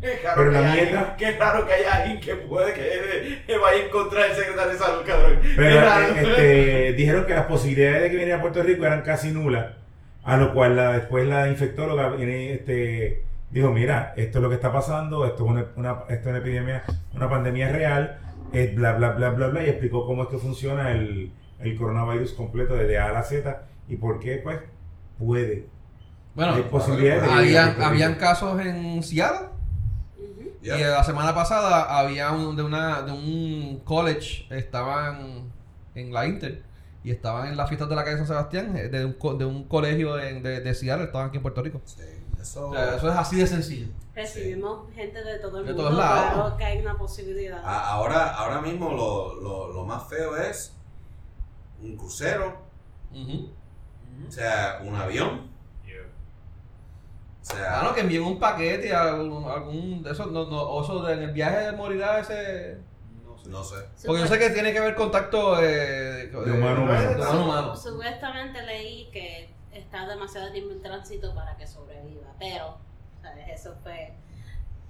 [SPEAKER 3] Qué raro
[SPEAKER 4] Pero la
[SPEAKER 3] que haya-
[SPEAKER 4] mierda-
[SPEAKER 3] Qué raro que haya alguien que puede que, que vaya en contra del secretario de salud, cabrón. Qué
[SPEAKER 4] Pero
[SPEAKER 3] raro.
[SPEAKER 4] este, dijeron que las posibilidades de que viniera a Puerto Rico eran casi nulas. A lo cual la, después la infectóloga viene, este, dijo, mira, esto es lo que está pasando, esto es una, una- esto es una epidemia, una pandemia real, eh, bla, bla, bla, bla, bla, y explicó cómo es que funciona el, el coronavirus completo desde A a la Z y por qué, pues, puede.
[SPEAKER 2] Bueno,
[SPEAKER 4] hay posibilidades de que
[SPEAKER 2] habían,
[SPEAKER 4] llegue a Puerto
[SPEAKER 2] habían
[SPEAKER 4] Rico.
[SPEAKER 2] casos en Seattle
[SPEAKER 6] Yeah.
[SPEAKER 2] Y eh, la semana pasada había un, de, una, de un college, estaban en la Inter y estaban en las fiestas de la calle San Sebastián, eh, de un, co- de un colegio en- de, de Seattle, estaban aquí en Puerto Rico.
[SPEAKER 6] Sí, eso.
[SPEAKER 2] O sea, eso es así de sencillo.
[SPEAKER 7] Recibimos gente de todo el
[SPEAKER 2] De
[SPEAKER 7] mundo.
[SPEAKER 2] todos lados.
[SPEAKER 7] Claro que hay una posibilidad.
[SPEAKER 6] A- ahora, ahora mismo lo, lo, lo más feo es un crucero,
[SPEAKER 2] Ujú.
[SPEAKER 6] o sea, un avión. O sea,
[SPEAKER 2] Claro, Ah, que envíen un paquete a algún, algún de esos, no, no, o eso de- en el viaje morirá ese...
[SPEAKER 3] No sé.
[SPEAKER 6] no sé.
[SPEAKER 2] Porque yo sé que tiene que haber contacto eh,
[SPEAKER 4] De humano a humano.
[SPEAKER 2] de humano a humano.
[SPEAKER 7] Supuestamente leí que está demasiado tiempo en tránsito para que sobreviva, pero ¿sabes? eso fue.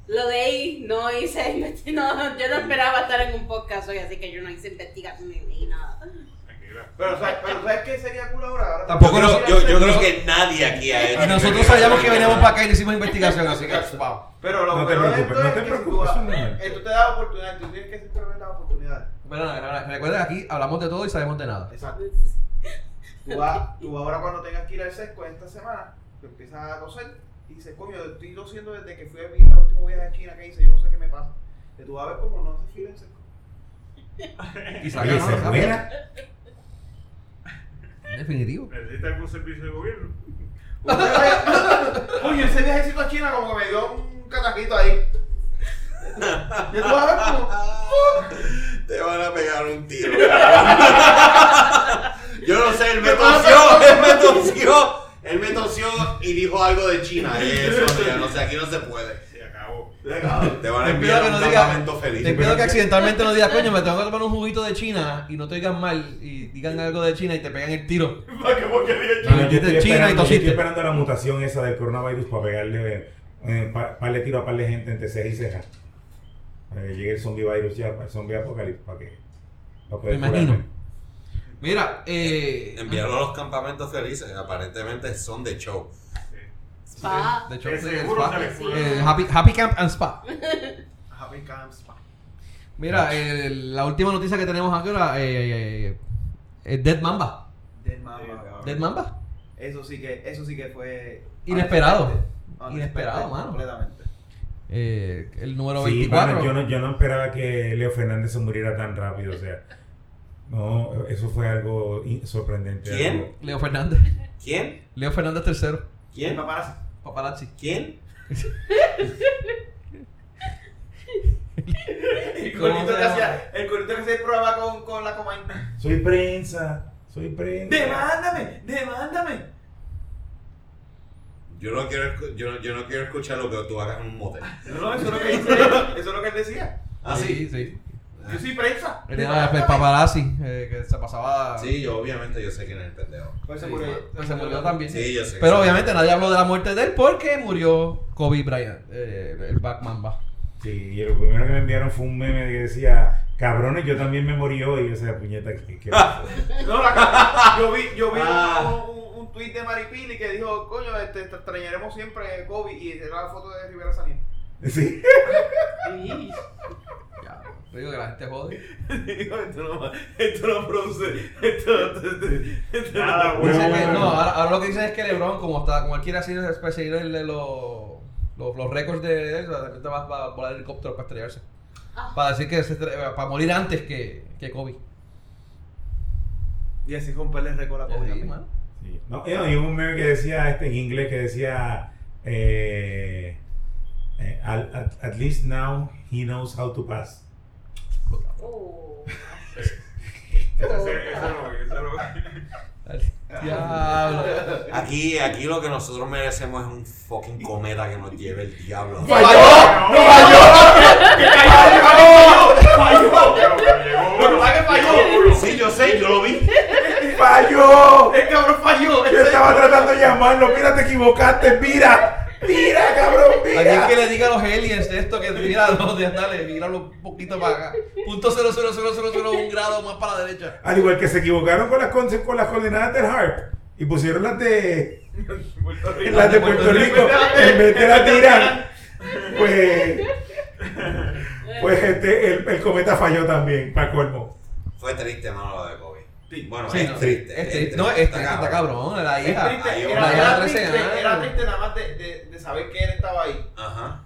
[SPEAKER 7] Lo leí, no hice investi- no, yo no esperaba estar en un podcast hoy, así que yo no hice investigación ni leí nada.
[SPEAKER 5] Tranquila.
[SPEAKER 3] Pero, ¿sabes, pero ¿sabes qué sería cool ahora? Ahora-
[SPEAKER 2] Tampoco
[SPEAKER 6] yo,
[SPEAKER 2] nos-
[SPEAKER 6] creo, yo, yo
[SPEAKER 2] nos-
[SPEAKER 6] creo que nadie aquí ha hecho.
[SPEAKER 2] Y nosotros sabíamos que veníamos para acá y le hicimos investigación, así que... wow.
[SPEAKER 3] Pero lo
[SPEAKER 4] No te
[SPEAKER 3] peor de
[SPEAKER 4] preocupes,
[SPEAKER 3] esto
[SPEAKER 4] no
[SPEAKER 3] es
[SPEAKER 4] te
[SPEAKER 3] que
[SPEAKER 4] preocupes,
[SPEAKER 3] si
[SPEAKER 4] eso no es.
[SPEAKER 3] tú- Esto te da oportunidades, tú tienes que siempre dar oportunidades.
[SPEAKER 2] Bueno, no, no, no, recuerda que aquí hablamos de todo y sabemos de nada.
[SPEAKER 3] Exacto. Tú, vas- tú ahora cuando tengas que ir al sesco esta semana, te empiezas a toser y dices, coño, estoy tosiendo desde que fui a mi último viaje a China que hice, yo no sé qué me pasa. Que tú vas a ver cómo no se fila el sesco.
[SPEAKER 2] Quizá
[SPEAKER 4] Oye,
[SPEAKER 2] no,
[SPEAKER 4] se
[SPEAKER 2] no, no.
[SPEAKER 4] buena.
[SPEAKER 2] En definitivo.
[SPEAKER 5] ¿Necesita algún servicio de gobierno?
[SPEAKER 3] Coño, ese viajecito a China como que me dio un catajito ahí. Y tú vas a ver cómo...
[SPEAKER 6] Te van a pegar un tiro. yo no sé, él me
[SPEAKER 3] Te van a
[SPEAKER 6] tosió,
[SPEAKER 3] pegar
[SPEAKER 6] él me tosió. Él me tosió y dijo algo de China. Eso, ya no sé, aquí no se puede.
[SPEAKER 5] Se acabó.
[SPEAKER 6] Te van a
[SPEAKER 2] Te pido
[SPEAKER 6] enviar
[SPEAKER 2] que
[SPEAKER 6] a
[SPEAKER 2] no
[SPEAKER 6] un
[SPEAKER 2] diga-
[SPEAKER 6] campamento
[SPEAKER 2] Te
[SPEAKER 6] feliz.
[SPEAKER 2] pido que accidentalmente no digas, coño, me tengo que tomar un juguito de China y no te digan mal y digan algo de China y te pegan el tiro.
[SPEAKER 5] ¿Para qué porquería
[SPEAKER 4] No,
[SPEAKER 2] Ah,
[SPEAKER 5] yo?
[SPEAKER 4] no, yo, estoy
[SPEAKER 2] China y
[SPEAKER 4] esperando, yo estoy
[SPEAKER 2] tosiste.
[SPEAKER 4] esperando la mutación esa del coronavirus para pegarle eh, pa- par de tiro a par de gente entre ceja y ceja. Para que llegue el zombie virus ya, el zombie apocalipsis, para que. Para poder
[SPEAKER 2] Me imagino.
[SPEAKER 4] curarme.
[SPEAKER 2] Mira, eh.
[SPEAKER 6] Enviarlo a los campamentos felices. Aparentemente son de show.
[SPEAKER 7] Spa.
[SPEAKER 2] De hecho,
[SPEAKER 5] Que
[SPEAKER 2] sí, el
[SPEAKER 5] seguro
[SPEAKER 2] spa.
[SPEAKER 5] se le
[SPEAKER 7] fue.
[SPEAKER 2] Eh, happy, Happy Camp and Spa.
[SPEAKER 3] Happy Camp Spa.
[SPEAKER 2] Mira, eh, la última noticia que tenemos aquí ahora, eh, eh, eh, Dead Mamba.
[SPEAKER 3] Del mamba, cabrón.
[SPEAKER 2] Dead Mamba.
[SPEAKER 3] Eso sí que, eso sí que fue...
[SPEAKER 2] Inesperado.
[SPEAKER 3] Unexpected,
[SPEAKER 2] Inesperado, mano.
[SPEAKER 3] Completamente.
[SPEAKER 2] Eh, el número
[SPEAKER 4] Sí,
[SPEAKER 2] 24.
[SPEAKER 4] mano, yo, no, yo no esperaba que Leo Fernández se muriera tan rápido, o sea. No, eso fue algo in- sorprendente.
[SPEAKER 6] ¿Quién?
[SPEAKER 4] algo-
[SPEAKER 2] Leo Fernández.
[SPEAKER 6] ¿Quién?
[SPEAKER 2] Leo Fernández III.
[SPEAKER 3] El
[SPEAKER 6] ¿Quién?
[SPEAKER 3] paparazzi.
[SPEAKER 2] Paparazzi.
[SPEAKER 6] ¿Quién?
[SPEAKER 3] El
[SPEAKER 2] ¿Cómo
[SPEAKER 3] corito
[SPEAKER 2] se
[SPEAKER 3] que
[SPEAKER 2] llama?
[SPEAKER 3] hacía, el corito que hacía el programa con, con la comaina.
[SPEAKER 4] Soy prensa, soy prensa.
[SPEAKER 3] ¡Demándame! ¡Demándame!
[SPEAKER 6] Yo no quiero, escu- yo no, yo no quiero escuchar lo que tú hagas en un motel.
[SPEAKER 3] No, no, eso es lo que dice él. Eso es lo que él decía.
[SPEAKER 6] Ah,
[SPEAKER 2] sí,
[SPEAKER 6] sí.
[SPEAKER 2] sí.
[SPEAKER 3] Yo soy prensa.
[SPEAKER 2] Él era el paparazzi eh, que se pasaba.
[SPEAKER 6] Ah, Sí, yo obviamente yo sé quién es el pendejo.
[SPEAKER 3] Pues
[SPEAKER 2] Se
[SPEAKER 3] se
[SPEAKER 2] murió,
[SPEAKER 3] murió.
[SPEAKER 2] se murió también.
[SPEAKER 6] Sí, yo sé.
[SPEAKER 2] Pero obviamente nadie habló de la muerte de él porque murió Kobe Bryant, eh, el Black Mamba.
[SPEAKER 4] Sí, y lo primero que me enviaron fue un meme que decía, cabrones, yo también me morí hoy. O sea, puñeta, que... que-
[SPEAKER 3] No, la cara. Yo vi, yo vi
[SPEAKER 6] Ah.
[SPEAKER 3] un, un, un tweet de Maripili que dijo, coño, este, te extrañaremos siempre, Kobe. Y era la foto de Rivera Sanín.
[SPEAKER 4] sí.
[SPEAKER 2] Ya, te digo que la gente jode.
[SPEAKER 3] Digo, esto no, esto no produce. Esto, esto, esto, esto
[SPEAKER 5] Nada,
[SPEAKER 3] no-
[SPEAKER 5] güey.
[SPEAKER 2] Dicen que-
[SPEAKER 4] bueno, bueno.
[SPEAKER 2] no, ahora, ahora lo que dicen es que LeBron, como está, como él quiere así perseguir el, de los, los, los récords de él, de repente va, va a volar el helicóptero para estrellarse.
[SPEAKER 7] Ah.
[SPEAKER 2] Para decir que se estre- eh, para morir antes que, que Kobe.
[SPEAKER 3] Y así romperle el récord a Kobe.
[SPEAKER 2] Sí,
[SPEAKER 3] también.
[SPEAKER 2] mano.
[SPEAKER 4] Sí. No, y no, y hubo un meme que decía este, en inglés que decía eh, eh, al- at, at least now he knows how to pass.
[SPEAKER 7] Oh.
[SPEAKER 5] Ese, ese, ese no, ese no.
[SPEAKER 2] Diablo.
[SPEAKER 6] Aquí, aquí lo que nosotros merecemos es un fucking cometa que nos lleve el diablo.
[SPEAKER 5] ¡No falló! ¡No falló! ¡Falló!
[SPEAKER 3] Bueno, va que falló.
[SPEAKER 6] Sí, yo sé, yo lo vi.
[SPEAKER 4] ¡Falló!
[SPEAKER 3] El cabrón falló.
[SPEAKER 4] Yo estaba tratando de llamarlo, mira, te equivocaste, mira, mira, cabrón,
[SPEAKER 2] Alguien que le diga a los aliens de esto que mira los de dale, míralo un poquito para acá. Punto cero cero cero cero cero un grado más para la derecha.
[SPEAKER 4] Al igual que se equivocaron con las, con, con las coordenadas del HARP y pusieron las de,
[SPEAKER 5] Puerto Rico.
[SPEAKER 4] las de Puerto Rico en vez de las de Irán, pues,
[SPEAKER 7] Oh.
[SPEAKER 4] pues este, el, el cometa falló también, para colmo.
[SPEAKER 6] Fue triste, mano, lo de Kobe.
[SPEAKER 3] Sí.
[SPEAKER 6] Bueno,
[SPEAKER 2] Sí,
[SPEAKER 6] es,
[SPEAKER 2] no,
[SPEAKER 6] triste,
[SPEAKER 2] es triste. Este, No, es triste, está cabrón. La
[SPEAKER 3] Es
[SPEAKER 2] hija.
[SPEAKER 3] triste,
[SPEAKER 6] ahí
[SPEAKER 3] era,
[SPEAKER 6] va.
[SPEAKER 2] La hija
[SPEAKER 3] era
[SPEAKER 2] de 13
[SPEAKER 3] triste, era
[SPEAKER 2] años.
[SPEAKER 3] triste nada más de, de- de saber que él estaba ahí.
[SPEAKER 6] Ajá.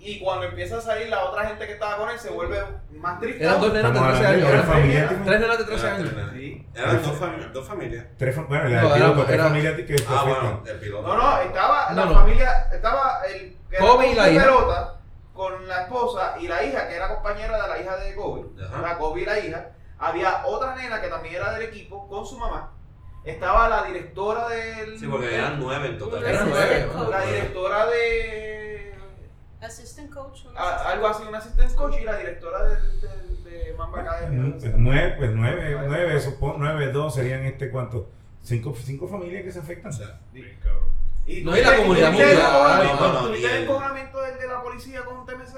[SPEAKER 3] Y cuando empieza a salir la otra gente que estaba con él, se vuelve más triste.
[SPEAKER 2] Eran dos nenas de
[SPEAKER 4] Estamos
[SPEAKER 2] 13
[SPEAKER 4] hablando
[SPEAKER 2] años.
[SPEAKER 4] de
[SPEAKER 2] eran
[SPEAKER 4] una familia.
[SPEAKER 2] tres- Tres nenas de 13
[SPEAKER 6] Eran
[SPEAKER 2] años.
[SPEAKER 6] tres nenas.
[SPEAKER 3] Sí.
[SPEAKER 6] Eran dos, fami- dos familias.
[SPEAKER 4] Tres, fam- bueno, la
[SPEAKER 2] No,
[SPEAKER 4] del
[SPEAKER 2] era-
[SPEAKER 4] piloto, tres
[SPEAKER 2] era-
[SPEAKER 4] familias que que
[SPEAKER 6] Ah,
[SPEAKER 4] afectan.
[SPEAKER 6] bueno, el piloto.
[SPEAKER 3] No, no, estaba
[SPEAKER 2] No,
[SPEAKER 3] la
[SPEAKER 2] no.
[SPEAKER 3] familia, estaba el que era
[SPEAKER 2] Kobe y la
[SPEAKER 3] de
[SPEAKER 2] hija.
[SPEAKER 3] pelota con la esposa y la hija que era compañera de la hija de Kobe.
[SPEAKER 6] Ajá.
[SPEAKER 3] La Kobe y la hija. Había otra nena que también era del equipo con su mamá. Estaba la directora del.
[SPEAKER 6] Sí, porque eran nueve en total.
[SPEAKER 2] Eran nueve, ¿no?
[SPEAKER 3] La directora de.
[SPEAKER 7] Assistant coach. un
[SPEAKER 3] a- algo así, un assistant coach y la directora del, del- de Mamba Academy.
[SPEAKER 4] Pues nueve, pues nueve, nueve, supongo, nueve, dos serían este cuánto, cinco, cinco familias que se afectan.
[SPEAKER 5] Sí, cabrón.
[SPEAKER 3] Y
[SPEAKER 2] No,
[SPEAKER 3] tú
[SPEAKER 2] y la
[SPEAKER 3] dices-
[SPEAKER 2] comunidad
[SPEAKER 3] tú dices el
[SPEAKER 2] mundial, Ah,
[SPEAKER 3] encojonamiento-
[SPEAKER 6] no, no,
[SPEAKER 3] tú
[SPEAKER 6] ni
[SPEAKER 3] dices el
[SPEAKER 6] el-
[SPEAKER 3] encojonamiento del de la policía con TMZ.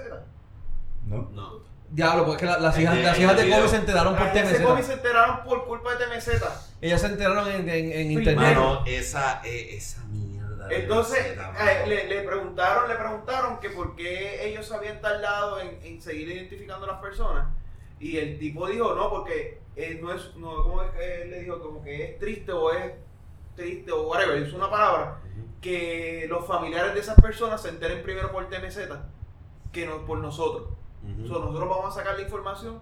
[SPEAKER 4] ¿no?
[SPEAKER 6] No.
[SPEAKER 2] Diablo, pues es que la- las
[SPEAKER 6] Ahí
[SPEAKER 2] hijas,
[SPEAKER 6] tiene
[SPEAKER 2] las hijas de
[SPEAKER 6] video.
[SPEAKER 2] Kobe se enteraron por
[SPEAKER 3] Ahí ese cómic
[SPEAKER 2] TMZ.
[SPEAKER 3] se enteraron por culpa de TMZ.
[SPEAKER 2] Ellas se enteraron en, en, en
[SPEAKER 3] Mano,
[SPEAKER 2] internet.
[SPEAKER 6] Mano, esa, eh, esa mierda. de
[SPEAKER 3] Entonces,
[SPEAKER 6] Marcela,
[SPEAKER 3] eh,
[SPEAKER 6] mano.
[SPEAKER 3] le, le preguntaron, le preguntaron que por qué ellos se habían tardado en, en seguir identificando a las personas. Y el tipo dijo, no, porque eh, no es, no, ¿cómo es que él le dijo? Como que es triste o es triste o whatever, es una palabra,
[SPEAKER 6] Ujú.
[SPEAKER 3] que los familiares de esas personas se enteren primero por TMZ que no por nosotros.
[SPEAKER 6] Ujú.
[SPEAKER 3] O sea, nosotros vamos a sacar la información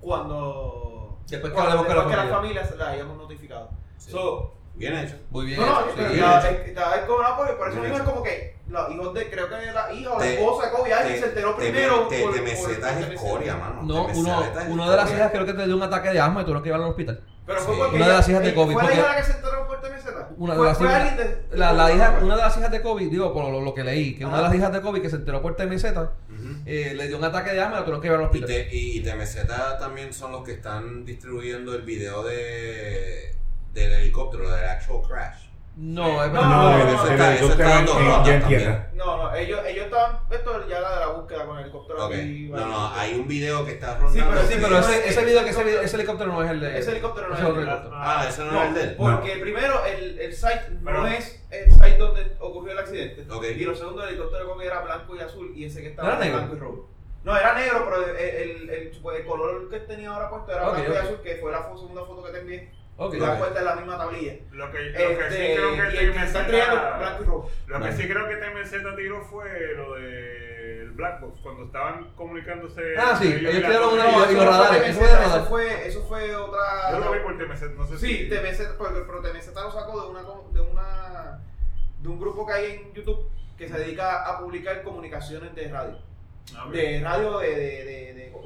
[SPEAKER 3] cuando...
[SPEAKER 2] Después Pues que
[SPEAKER 3] cuando-
[SPEAKER 2] hablemos con la
[SPEAKER 3] después que las
[SPEAKER 2] familia.
[SPEAKER 3] familias la hayamos notificado.
[SPEAKER 6] Sí.
[SPEAKER 3] So,
[SPEAKER 6] Bien hecho.
[SPEAKER 2] Muy bien.
[SPEAKER 3] no, no,
[SPEAKER 2] sí,
[SPEAKER 3] pero
[SPEAKER 2] bien.
[SPEAKER 3] estaba, estaba encojonado porque por eso
[SPEAKER 6] Bien
[SPEAKER 3] mismo es
[SPEAKER 6] hecho.
[SPEAKER 3] como que los hijos de, creo que la hija o la
[SPEAKER 6] Te-
[SPEAKER 3] esposa de Kobe Bryant se enteró primero.
[SPEAKER 6] Te,
[SPEAKER 3] por-
[SPEAKER 6] te,
[SPEAKER 3] por-
[SPEAKER 6] mesetas
[SPEAKER 3] por-
[SPEAKER 6] es escoria, mano.
[SPEAKER 2] No,
[SPEAKER 6] Te
[SPEAKER 2] uno,
[SPEAKER 6] mesetas es
[SPEAKER 2] uno de las
[SPEAKER 6] escoria.
[SPEAKER 2] hijas creo que te dio un ataque de asma y tuvieron que llevarlo al hospital.
[SPEAKER 3] Pero
[SPEAKER 6] Sí.
[SPEAKER 3] fue porque
[SPEAKER 2] Una de las
[SPEAKER 3] ella-
[SPEAKER 2] hijas de Kobe,
[SPEAKER 3] ¿Fue la
[SPEAKER 2] porque-
[SPEAKER 3] hija la que se enteró por TMZ?
[SPEAKER 2] Una de
[SPEAKER 3] Fue-
[SPEAKER 2] las
[SPEAKER 3] fue
[SPEAKER 2] hijas-
[SPEAKER 3] alguien de-
[SPEAKER 2] La, la hija,
[SPEAKER 3] Ajá.
[SPEAKER 2] una de las hijas de Kobe, digo, por lo, lo que leí, que una de las hijas de Kobe que se enteró por TMZ,
[SPEAKER 6] Ujú.
[SPEAKER 2] eh, le dio un ataque de asma y la tuvieron que llevar al
[SPEAKER 6] Y,
[SPEAKER 2] hospital.
[SPEAKER 6] te, y, y TMZ también son los que están distribuyendo el video de del helicóptero, del actual crash.
[SPEAKER 2] No, es
[SPEAKER 3] No,
[SPEAKER 2] verdad.
[SPEAKER 4] No,
[SPEAKER 3] no,
[SPEAKER 4] el-
[SPEAKER 3] no,
[SPEAKER 4] el
[SPEAKER 3] no,
[SPEAKER 4] helicóptero
[SPEAKER 6] no,
[SPEAKER 4] en-
[SPEAKER 6] no,
[SPEAKER 4] en-
[SPEAKER 6] no,
[SPEAKER 4] ya en
[SPEAKER 6] no,
[SPEAKER 4] tierra.
[SPEAKER 3] No, no, ellos, ellos estaban. Esto ya era de la búsqueda con el helicóptero.
[SPEAKER 6] Ok.
[SPEAKER 3] y-
[SPEAKER 6] No, no, hay un video que está rondando.
[SPEAKER 3] Sí, pero
[SPEAKER 2] Sí, pero ese, ese video que ese, video- ese helicóptero no es el de.
[SPEAKER 3] Ese helicóptero no
[SPEAKER 2] ese
[SPEAKER 3] es el
[SPEAKER 2] otro
[SPEAKER 3] de-
[SPEAKER 2] helicóptero.
[SPEAKER 6] Ah, ese no, es el de él.
[SPEAKER 3] porque primero el, el site no
[SPEAKER 5] Pero-
[SPEAKER 3] es el site donde ocurrió el accidente.
[SPEAKER 6] Ok.
[SPEAKER 3] Y lo segundo, el helicóptero de Kobe era blanco y azul y ese que estaba
[SPEAKER 2] ¿Era negro?
[SPEAKER 3] blanco y rojo. No, era negro, pero el, el, el- pues, el color que tenía ahora puesto era
[SPEAKER 2] Ok,
[SPEAKER 3] blanco
[SPEAKER 2] ok.
[SPEAKER 3] y azul, que fue la fo- segunda foto que te envié.
[SPEAKER 2] Ok.
[SPEAKER 3] Y la puesta en la misma tablilla.
[SPEAKER 5] Lo que, lo que
[SPEAKER 3] Este,
[SPEAKER 5] sí creo
[SPEAKER 3] y
[SPEAKER 5] que
[SPEAKER 3] el que está triángulo blanco y
[SPEAKER 5] TMZ.
[SPEAKER 3] rojo.
[SPEAKER 5] Lo que
[SPEAKER 6] Vale.
[SPEAKER 5] sí creo que TMZ tiró fue lo del Black Box, cuando estaban comunicándose.
[SPEAKER 2] Ah, sí,
[SPEAKER 5] entre
[SPEAKER 2] ellos
[SPEAKER 5] y la
[SPEAKER 2] tiraron una- y los
[SPEAKER 5] policía.
[SPEAKER 3] eso no fue
[SPEAKER 2] radares,
[SPEAKER 3] TMZ,
[SPEAKER 2] eso fue de radar.
[SPEAKER 3] Eso fue, eso fue otra.
[SPEAKER 5] Yo lo vi por TMZ, no sé
[SPEAKER 3] Sí,
[SPEAKER 5] si.
[SPEAKER 3] TMZ, pero, pero TMZ lo sacó de una, de una de un grupo que hay en YouTube que se dedica a publicar comunicaciones de radio.
[SPEAKER 5] Ah, bien.
[SPEAKER 3] De radio de, de, de,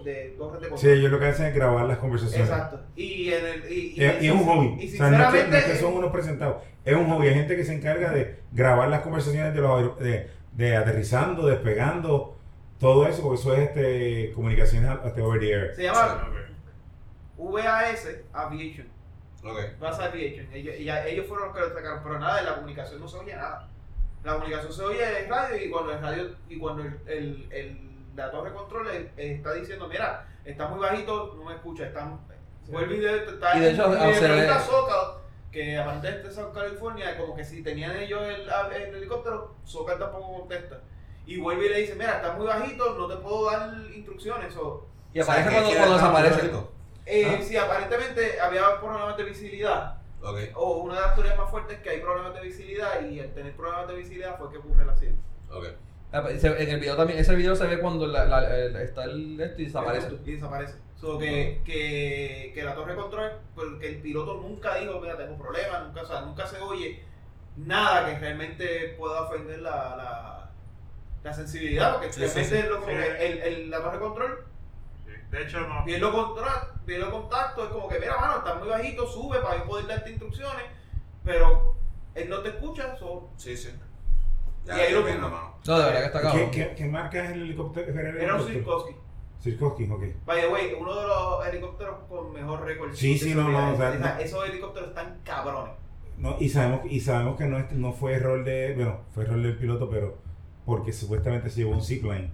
[SPEAKER 3] de, de torres de
[SPEAKER 4] Sí, ellos lo que hacen es grabar las conversaciones.
[SPEAKER 3] Exacto. Y en el y, y-
[SPEAKER 4] Y, y es un hobby.
[SPEAKER 3] Y
[SPEAKER 4] o sea, no es, que,
[SPEAKER 3] sinceramente
[SPEAKER 4] no es que son unos presentados. Es un hobby. Hay gente que se encarga de grabar las conversaciones de los aer- de, de aterrizando, despegando, todo eso, porque eso es este, comunicaciones este, over the air.
[SPEAKER 3] se llama
[SPEAKER 5] Ah, ok.
[SPEAKER 3] VAS Aviation.
[SPEAKER 6] Ok.
[SPEAKER 3] VAS Aviation. Ellos, ella- ellos fueron los que lo sacaron, pero nada, de la comunicación no se oye nada. La comunicación se oye en radio y cuando el radio y cuando el, el, el- la torre control eh, está diciendo, mira, está muy bajito, no me escucha, está fue el video está
[SPEAKER 2] Y de hecho,
[SPEAKER 3] en- en
[SPEAKER 2] se
[SPEAKER 3] la
[SPEAKER 2] ve-
[SPEAKER 3] isla Zócalo, que aparentemente de South California, como que si tenían ellos el, el helicóptero, Zócalo tampoco contesta. Y vuelve y le dice, mira, está muy bajito, no te puedo dar instrucnes. O,
[SPEAKER 2] Y aparece
[SPEAKER 6] ¿Sabes
[SPEAKER 2] cuando,
[SPEAKER 6] qué?
[SPEAKER 2] cuando
[SPEAKER 6] Está muy
[SPEAKER 2] desaparece.
[SPEAKER 6] bonito.
[SPEAKER 3] eh,
[SPEAKER 2] Ah.
[SPEAKER 3] Sí, aparentemente había problemas de visibilidad.
[SPEAKER 6] Ok.
[SPEAKER 3] O una de las teorías más fuertes es que hay problemas de visibilidad y al tener problemas de visibilidad fue que ocurre el accidente.
[SPEAKER 6] Ok.
[SPEAKER 2] Aparece- En el video también, ese video se ve cuando la- la- el- está el esto y desaparece.
[SPEAKER 3] Y desaparece. So, que, que, que la torre de control, porque el piloto nunca dijo, mira, tengo problemas, nunca, o sea, nunca se oye nada que realmente pueda ofender la, la, la sensibilidad, porque
[SPEAKER 6] Sí,
[SPEAKER 3] realmente
[SPEAKER 6] sí, sí.
[SPEAKER 3] lo- como
[SPEAKER 5] Sí.
[SPEAKER 3] que el, el- la torre de control,
[SPEAKER 5] Sí. De hecho, no.
[SPEAKER 3] bien lo, contra, bien lo contacto, es como que, mira, mano, está muy bajito, sube para yo poder darte instrucciones, pero él no te escucha, so,
[SPEAKER 6] Sí, sí.
[SPEAKER 3] Y ahí lo
[SPEAKER 6] estoy
[SPEAKER 3] pongo.
[SPEAKER 6] mano.
[SPEAKER 2] No, de verdad que está
[SPEAKER 4] ¿Qué,
[SPEAKER 2] cabrón.
[SPEAKER 4] qué, qué marca es el helicóptero?
[SPEAKER 3] era un Sirkovsky.
[SPEAKER 4] Sirkovsky, ok.
[SPEAKER 3] By the way, uno de los helicópteros con mejor récord.
[SPEAKER 4] Sí, sí, no, no, o sea,
[SPEAKER 3] Esa-
[SPEAKER 4] no.
[SPEAKER 3] Esos helicópteros están cabrones.
[SPEAKER 4] No, y sabemos, y sabemos que no, es- no fue error de, bueno, fue error del piloto, pero porque supuestamente se llevó un zipline.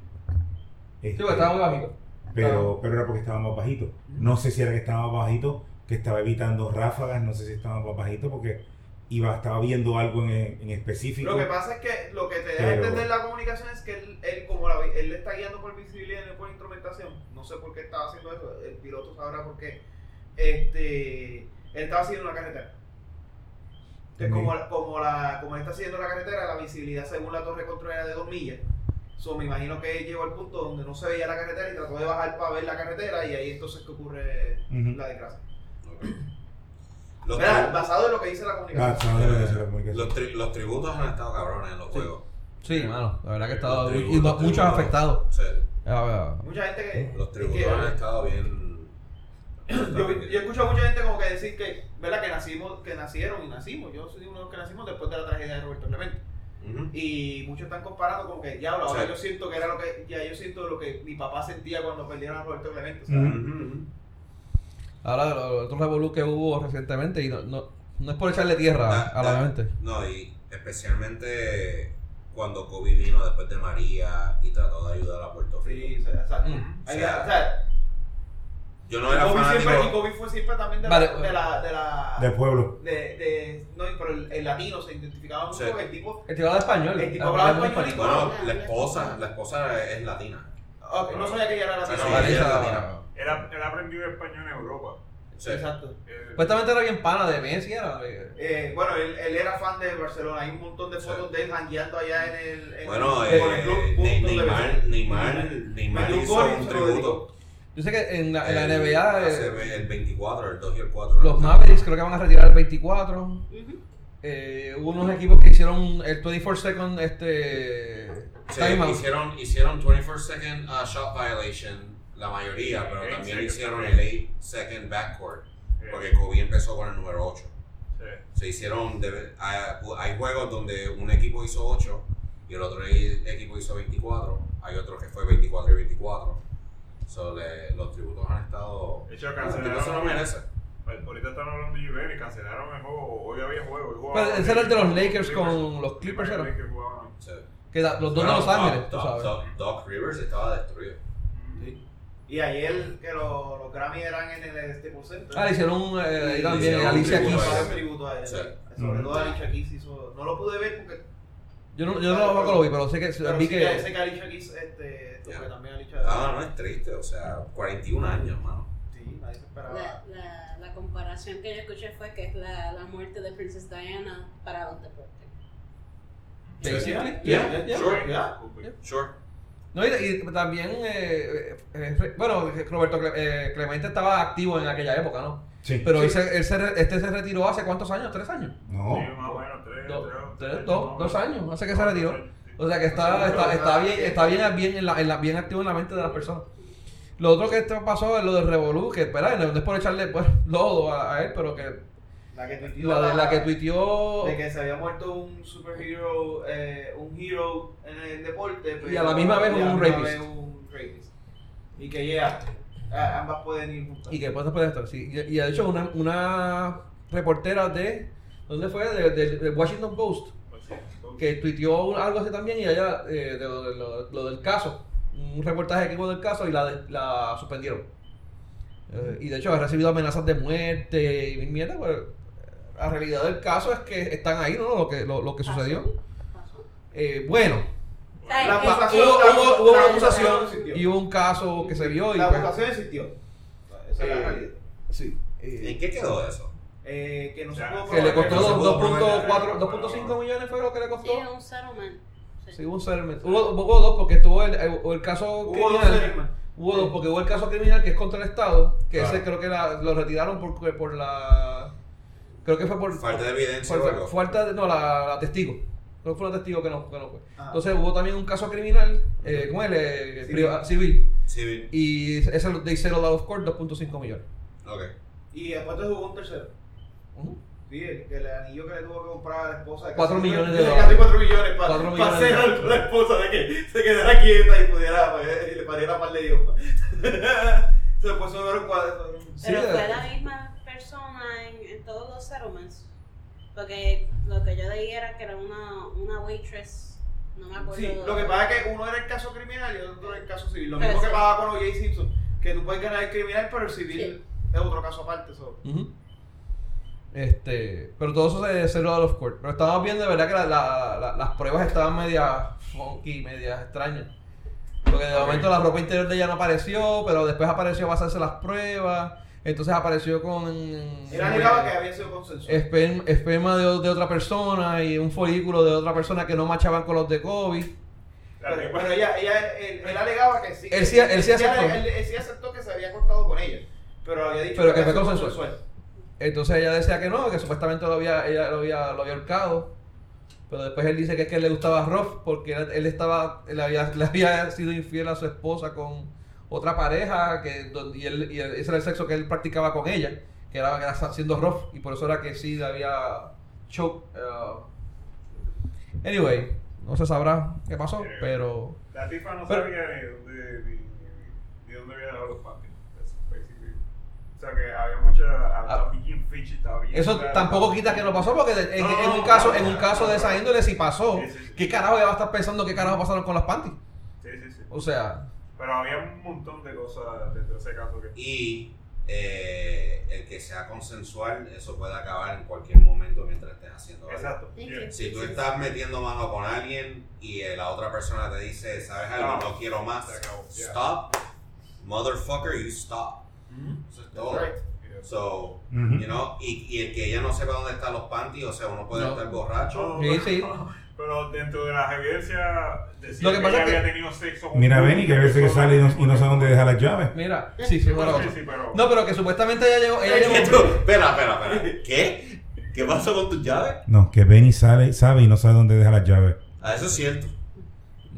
[SPEAKER 2] Sí,
[SPEAKER 4] Este,
[SPEAKER 2] porque estaba muy bajito.
[SPEAKER 4] pero, pero era porque estaba más bajito. No sé si era que estaba más bajito, que estaba evitando ráfagas, no sé si estaba más bajito porque iba, estaba viendo algo en, en específico.
[SPEAKER 3] Lo que pasa es que lo que te deja
[SPEAKER 4] Pero-
[SPEAKER 3] entender la comunicación es que él, él como la, vi- él le está guiando por visibilidad y no por instrumentación. No sé por qué estaba haciendo eso. El piloto sabrá por qué. Este, él estaba haciendo una carretera. Entonces,
[SPEAKER 4] Ok.
[SPEAKER 3] como, la- como, la, como él está haciendo la carretera, la visibilidad según la torre controlera de dos millas. So, me imagino que él llegó al punto donde no se veía la carretera y trató de bajar para ver la carretera y ahí entonces que ocurre
[SPEAKER 4] Ujú. Ah,
[SPEAKER 3] la desgracia.
[SPEAKER 6] Los,
[SPEAKER 3] Mira,
[SPEAKER 6] tri-
[SPEAKER 3] basado en lo que dice la
[SPEAKER 4] Ah,
[SPEAKER 3] comunicación.
[SPEAKER 4] no, de lo que se la comunicación.
[SPEAKER 6] los tri- los tributos han estado cabrones en los juegos.
[SPEAKER 2] Sí, mano, la verdad que ha estado.
[SPEAKER 6] Los
[SPEAKER 2] Y
[SPEAKER 6] tributos,
[SPEAKER 2] no- muchos
[SPEAKER 6] tributos.
[SPEAKER 2] afectados.
[SPEAKER 6] Sí,
[SPEAKER 2] Ah, ah,
[SPEAKER 3] Mucha gente que...
[SPEAKER 6] los tributos
[SPEAKER 3] que-
[SPEAKER 6] han estado bien.
[SPEAKER 3] Yo, yo escucho a mucha gente como que decir que, ¿verdad? Que nacimos, que nacieron y nacimos. Yo soy uno de los que nacimos después de la tragedia de Roberto Clemente.
[SPEAKER 6] Ujú.
[SPEAKER 3] Y muchos están comparando como que diablo, ahora
[SPEAKER 6] Sí.
[SPEAKER 3] yo siento que era lo que, ya yo siento lo que mi papá sentía cuando perdieron a Roberto Clemente. O sea,
[SPEAKER 4] Ujú.
[SPEAKER 6] Ujú, ujú.
[SPEAKER 2] Ahora, lo- lo- otro revolú que hubo recientemente y no, no, no es por echarle tierra
[SPEAKER 6] Da-
[SPEAKER 2] a la
[SPEAKER 6] da-
[SPEAKER 2] mente.
[SPEAKER 6] No, y especialmente cuando Kobe vino después de María y trató de ayudar a Puerto Rico.
[SPEAKER 3] Sí, o sea, exacto.
[SPEAKER 2] Mm.
[SPEAKER 3] Ahí
[SPEAKER 6] O
[SPEAKER 3] ya,
[SPEAKER 6] sea,
[SPEAKER 3] o sea,
[SPEAKER 6] Yo no era
[SPEAKER 3] Kobe
[SPEAKER 6] fanático.
[SPEAKER 3] siempre, y Kobe fue siempre también de la,
[SPEAKER 2] Vale.
[SPEAKER 3] de la, de la-
[SPEAKER 4] Del pueblo.
[SPEAKER 3] de, de- no, y pero el, el latino se identificaba mucho
[SPEAKER 6] Sí.
[SPEAKER 3] con el tipo,
[SPEAKER 2] El tipo hablaba español.
[SPEAKER 3] El tipo hablaba
[SPEAKER 2] Hablaba
[SPEAKER 3] español y
[SPEAKER 6] Bueno, la esposa, la esposa es latina.
[SPEAKER 3] ah, ok, no sabía que ella era
[SPEAKER 6] Sí,
[SPEAKER 2] Bueno,
[SPEAKER 3] latino.
[SPEAKER 6] sí,
[SPEAKER 2] vale,
[SPEAKER 6] ella
[SPEAKER 2] esa-
[SPEAKER 6] latina.
[SPEAKER 5] Él, ha- él aprendió español en Europa.
[SPEAKER 6] Sí.
[SPEAKER 3] Exacto.
[SPEAKER 5] Eh,
[SPEAKER 2] Supuestamente era bien pana de Messi, era. eh,
[SPEAKER 3] Eh, bueno, él, él era fan de Barcelona, hay un montón de fotos de él jangueando allá en el... en-
[SPEAKER 6] Bueno,
[SPEAKER 3] con el
[SPEAKER 6] eh,
[SPEAKER 3] club, un montón
[SPEAKER 6] Ne-
[SPEAKER 3] de
[SPEAKER 6] Neymar,
[SPEAKER 3] veces.
[SPEAKER 6] Neymar, Neymar
[SPEAKER 3] Metió un
[SPEAKER 6] hizo
[SPEAKER 3] gol y
[SPEAKER 6] un
[SPEAKER 3] se lo dedicó.
[SPEAKER 6] tributo.
[SPEAKER 2] Yo sé que en la, en la
[SPEAKER 6] El-
[SPEAKER 2] NBA eh,
[SPEAKER 6] hace el 24, el 2 y el 4.
[SPEAKER 2] los Mavericks creo que van a retirar el 24.
[SPEAKER 7] Ujú.
[SPEAKER 2] Eh, hubo unos equipos que hicieron el 24 second este
[SPEAKER 6] Sí,
[SPEAKER 2] timeout.
[SPEAKER 6] hicieron, hicieron 21st second uh, shot violation, la mayoría, pero
[SPEAKER 5] Eight
[SPEAKER 6] también
[SPEAKER 5] second
[SPEAKER 6] hicieron
[SPEAKER 5] break.
[SPEAKER 6] el 8 second backcourt,
[SPEAKER 5] eh,
[SPEAKER 6] porque Kobe empezó con el número 8.
[SPEAKER 5] eh,
[SPEAKER 6] Se hicieron, de- ah, hay juegos donde un equipo hizo 8 y el otro e- equipo hizo 24, hay otro que fue 24 y 24. So, le- los tributos han estado...
[SPEAKER 5] De hecho,
[SPEAKER 6] los tributos se lo
[SPEAKER 5] cancelaron. pues,
[SPEAKER 6] merecen.
[SPEAKER 5] Ahorita están hablando de Juven y cancelaron el juego. Hoy había juego. hoy jugaban
[SPEAKER 2] Pero
[SPEAKER 5] los
[SPEAKER 2] Pues, ese era el de los Lakers
[SPEAKER 5] Clippers.
[SPEAKER 2] con los Clippers, era.
[SPEAKER 5] pues, Lakers jugaban.
[SPEAKER 6] Sí.
[SPEAKER 2] Que da- los dos
[SPEAKER 6] Bueno,
[SPEAKER 2] de Los
[SPEAKER 6] Doc-
[SPEAKER 2] Ángeles, tú
[SPEAKER 6] Doc-
[SPEAKER 2] sabes.
[SPEAKER 6] Doc, Doc Rivers estaba destruido.
[SPEAKER 3] Sí. Y ayer que los, los Grammy eran en el este, Staples Center.
[SPEAKER 2] Ah, le hicieron un, eh, ahí
[SPEAKER 6] Le
[SPEAKER 2] también
[SPEAKER 6] hicieron un
[SPEAKER 2] Alicia
[SPEAKER 3] Hizo
[SPEAKER 6] tributo
[SPEAKER 2] Keys.
[SPEAKER 6] a
[SPEAKER 3] un tributo a él.
[SPEAKER 6] Sí.
[SPEAKER 3] Sobre
[SPEAKER 4] Ujú.
[SPEAKER 3] todo a Alicia Keys hizo. No lo pude ver porque.
[SPEAKER 2] Yo no, yo no lo lo vi, pero sé que
[SPEAKER 3] Pero
[SPEAKER 2] vi
[SPEAKER 3] sí que
[SPEAKER 2] que
[SPEAKER 3] sé que Alicia Keys. Este, esto
[SPEAKER 6] Ya.
[SPEAKER 3] fue también Alicia.
[SPEAKER 6] Ah, no, es triste, o sea, 41 años, mano.
[SPEAKER 3] Sí, nadie se esperaba.
[SPEAKER 7] La, la, la comparación que yo escuché fue que es la, la muerte de Princess Diana para los deportes.
[SPEAKER 2] Basically,
[SPEAKER 3] Yeah,
[SPEAKER 2] yeah.
[SPEAKER 3] yeah, yeah.
[SPEAKER 5] pues,
[SPEAKER 6] Sure.
[SPEAKER 3] Yeah.
[SPEAKER 6] Sure.
[SPEAKER 2] No, y, y también, eh, eh, eh, bueno, Roberto Cle- eh, Clemente estaba activo en aquella época, ¿no?
[SPEAKER 4] Sí.
[SPEAKER 2] Pero
[SPEAKER 3] Sí.
[SPEAKER 2] él se- él se re- este se retiró hace cuántos años, tres años.
[SPEAKER 4] No.
[SPEAKER 5] Sí, más o menos, tres,
[SPEAKER 2] Do-
[SPEAKER 5] tres,
[SPEAKER 2] tres,
[SPEAKER 5] tres,
[SPEAKER 2] dos-
[SPEAKER 5] más o
[SPEAKER 2] dos
[SPEAKER 5] menos.
[SPEAKER 2] años, hace que se retiró.
[SPEAKER 5] Sí.
[SPEAKER 2] O sea que está, está, está bien, está bien, bien, en la, en la- bien activo en la mente de las personas. Lo otro que esto pasó es lo de Revolú, que espera, no no es por echarle pues, lodo a, a él, pero que
[SPEAKER 3] La que tuiteó.
[SPEAKER 2] la, de, la que tuiteó
[SPEAKER 3] de que se había muerto un superhero, eh, un hero en el deporte.
[SPEAKER 2] Y a la misma vez
[SPEAKER 3] y a la
[SPEAKER 2] un
[SPEAKER 3] misma
[SPEAKER 2] rapist.
[SPEAKER 3] vez un rapist. Y que, yeah, a- ambas pueden ir juntas.
[SPEAKER 2] y que después después de esto, sí. Y, y de hecho una, una reportera de, ¿dónde fue? De, de- de Washington Post,
[SPEAKER 5] Pues sí, todo-
[SPEAKER 2] que tuiteó un- algo así también y allá eh, de lo, de lo- lo del caso, un reportaje que hubo del caso y la, de- la suspendieron. Eh, y de hecho ha recibido amenazas de muerte y mil mierda, pues la realidad del caso es que están ahí, ¿no? Lo que, lo, lo que sucedió.
[SPEAKER 7] Ah, Pasó.
[SPEAKER 2] Eh, bueno,
[SPEAKER 7] Ay,
[SPEAKER 3] La
[SPEAKER 7] eh,
[SPEAKER 3] acusación-
[SPEAKER 2] hubo, hubo- hubo una
[SPEAKER 3] la
[SPEAKER 2] acusación
[SPEAKER 3] existió.
[SPEAKER 2] y hubo un caso que se vio y
[SPEAKER 3] La
[SPEAKER 2] pues,
[SPEAKER 3] votación existió. Esa es la
[SPEAKER 2] Eh,
[SPEAKER 3] realidad.
[SPEAKER 2] sí, eh,
[SPEAKER 6] ¿En qué quedó eso?
[SPEAKER 3] Eh, que no se
[SPEAKER 5] Ya.
[SPEAKER 3] pudo
[SPEAKER 2] que le
[SPEAKER 3] probar
[SPEAKER 2] costó
[SPEAKER 6] No se
[SPEAKER 2] dos-
[SPEAKER 6] pudo
[SPEAKER 2] 2.4,
[SPEAKER 5] probar.
[SPEAKER 2] 2.5 millones fue lo que le
[SPEAKER 7] Sí,
[SPEAKER 2] costó.
[SPEAKER 7] es un ser humano. Sí.
[SPEAKER 2] Sí, hubo un settlement. Hubo, hubo dos porque estuvo el, el- el caso
[SPEAKER 3] Hubo dos
[SPEAKER 2] criminal.
[SPEAKER 3] settlements.
[SPEAKER 2] hubo dos porque hubo el caso criminal que es contra el Estado, que
[SPEAKER 6] Claro.
[SPEAKER 2] ese creo que la- lo retiraron por, por la... Creo que fue por...
[SPEAKER 6] Falta de evidencia o
[SPEAKER 2] Falta,
[SPEAKER 6] algo.
[SPEAKER 2] falta de- no, la, la testigo. No fue la testigo que no, que no fue.
[SPEAKER 3] Ah.
[SPEAKER 2] Entonces hubo también un caso criminal, eh, ¿cómo es? Eh,
[SPEAKER 3] Civil.
[SPEAKER 2] priva- civil.
[SPEAKER 6] Sí,
[SPEAKER 2] Y ese lo de Zero Out of Court, 2.5 millones.
[SPEAKER 6] ok.
[SPEAKER 3] Y después te jugó un tercero.
[SPEAKER 2] Ujú.
[SPEAKER 3] Sí, el, el anillo que le tuvo que comprar a la esposa. de
[SPEAKER 2] Cuatro
[SPEAKER 3] casi-
[SPEAKER 2] millones de
[SPEAKER 3] Casi
[SPEAKER 2] dólares.
[SPEAKER 3] 4 millones para
[SPEAKER 2] Cuatro millones de
[SPEAKER 3] hacer
[SPEAKER 2] dólares.
[SPEAKER 3] algo a la esposa de que se quedara quieta y pudiera eh, y le pariera mal de Dios. se le puso ver un cuadro.
[SPEAKER 7] Pero
[SPEAKER 2] Sí, eh.
[SPEAKER 7] fue
[SPEAKER 2] de-
[SPEAKER 7] la misma persona en, en todos los settlements. Porque lo que yo leí era que era una, una waitress. No me acuerdo.
[SPEAKER 3] Sí, lo que pasa es que uno era el caso criminal y el otro era el caso civil. Lo
[SPEAKER 7] Pero
[SPEAKER 3] mismo que
[SPEAKER 7] sí.
[SPEAKER 3] pasaba con O.J. Simpson, que tú puedes ganar el criminal, pero el civil es otro caso aparte. so.
[SPEAKER 2] Ujú. Este, pero todo eso se se lo da los court. Pero estábamos viendo de verdad que la- la- la- las pruebas estaban medias funky, medias extrañas. Porque de momento la ropa interior de ella no apareció, pero después apareció a hacerse las pruebas. Entonces apareció con
[SPEAKER 3] Era negado que había sido consensuado.
[SPEAKER 2] esper- esperma de, o- de otra persona y un folículo de otra persona que no machaban con los de Kobe.
[SPEAKER 5] La
[SPEAKER 3] Pero,
[SPEAKER 5] tipa-
[SPEAKER 3] bueno, ella, ella él, él alegaba que sí.
[SPEAKER 2] Él sí- él sí
[SPEAKER 3] ella-
[SPEAKER 2] aceptó.
[SPEAKER 3] Él, él sí aceptó que se había acostado con ella. Pero había dicho
[SPEAKER 2] Pero que fue
[SPEAKER 3] había sido
[SPEAKER 2] consensual. Entonces ella decía que no, que supuestamente lo había, ella lo había, lo había ahorcado. Pero después él dice que es que le gustaba Roth porque era- él estaba, él había, le había sido infiel a su esposa con otra pareja que, donde- y, él, y él- ese era el sexo que él practicaba con ella, que era, que era siendo Roth y por eso era que sí le había choke. uh, anyway, no se sabrá qué pasó, pero
[SPEAKER 5] La tipa no
[SPEAKER 2] Pero-
[SPEAKER 5] sabía de dónde, ni- ni- ni dónde había dejado los papeles. That's basically- O sea que había mucha.
[SPEAKER 2] Ah.
[SPEAKER 5] Estaba bien ficha, estaba bien.
[SPEAKER 2] eso
[SPEAKER 5] clara.
[SPEAKER 2] tampoco quita que no pasó porque en, en- en un caso, en un caso de esa índole si pasó, ¿qué carajo ella va a estar pensando qué carajo pasaron con las panties?
[SPEAKER 5] Sí, sí, sí.
[SPEAKER 2] O sea,
[SPEAKER 5] Pero había un montón de cosas dentro de ese caso que.
[SPEAKER 6] Y eh, el que sea consensual, eso puede acabar en cualquier momento mientras estés haciendo algo.
[SPEAKER 5] Exacto.
[SPEAKER 7] Sí,
[SPEAKER 5] Yeah.
[SPEAKER 7] sí.
[SPEAKER 6] Si tú estás metiendo mano con alguien y eh, la otra persona te dice, ¿sabes algo? No quiero más.
[SPEAKER 5] Se acabó. Yeah.
[SPEAKER 6] Stop. Motherfucker, you stop. Eso es todo.
[SPEAKER 3] Right.
[SPEAKER 5] Yeah.
[SPEAKER 6] So,
[SPEAKER 4] Ujú.
[SPEAKER 6] you know, y, y el que ella no sepa dónde están los panties, o sea, uno puede
[SPEAKER 2] No.
[SPEAKER 6] estar borracho.
[SPEAKER 2] Sí, sí.
[SPEAKER 5] Pero dentro de las evidencias decía
[SPEAKER 2] Lo que
[SPEAKER 5] que,
[SPEAKER 2] pasa
[SPEAKER 5] ella
[SPEAKER 2] es que-
[SPEAKER 5] había tenido sexo con
[SPEAKER 4] Mira,
[SPEAKER 5] un-
[SPEAKER 4] Benny, que a veces que sale y no, y no sabe dónde dejar las llaves.
[SPEAKER 2] mira, sí, sí, bueno,
[SPEAKER 5] Sí, sí, pero.
[SPEAKER 2] No, pero que supuestamente ella llegó, ella
[SPEAKER 6] Y
[SPEAKER 2] llegó.
[SPEAKER 6] tú, espera, espera, espera. ¿Qué? ¿Qué pasó con tus llaves?
[SPEAKER 4] No, que Benny sale, sabe y no sabe dónde deja las llaves.
[SPEAKER 6] Ah, eso es cierto.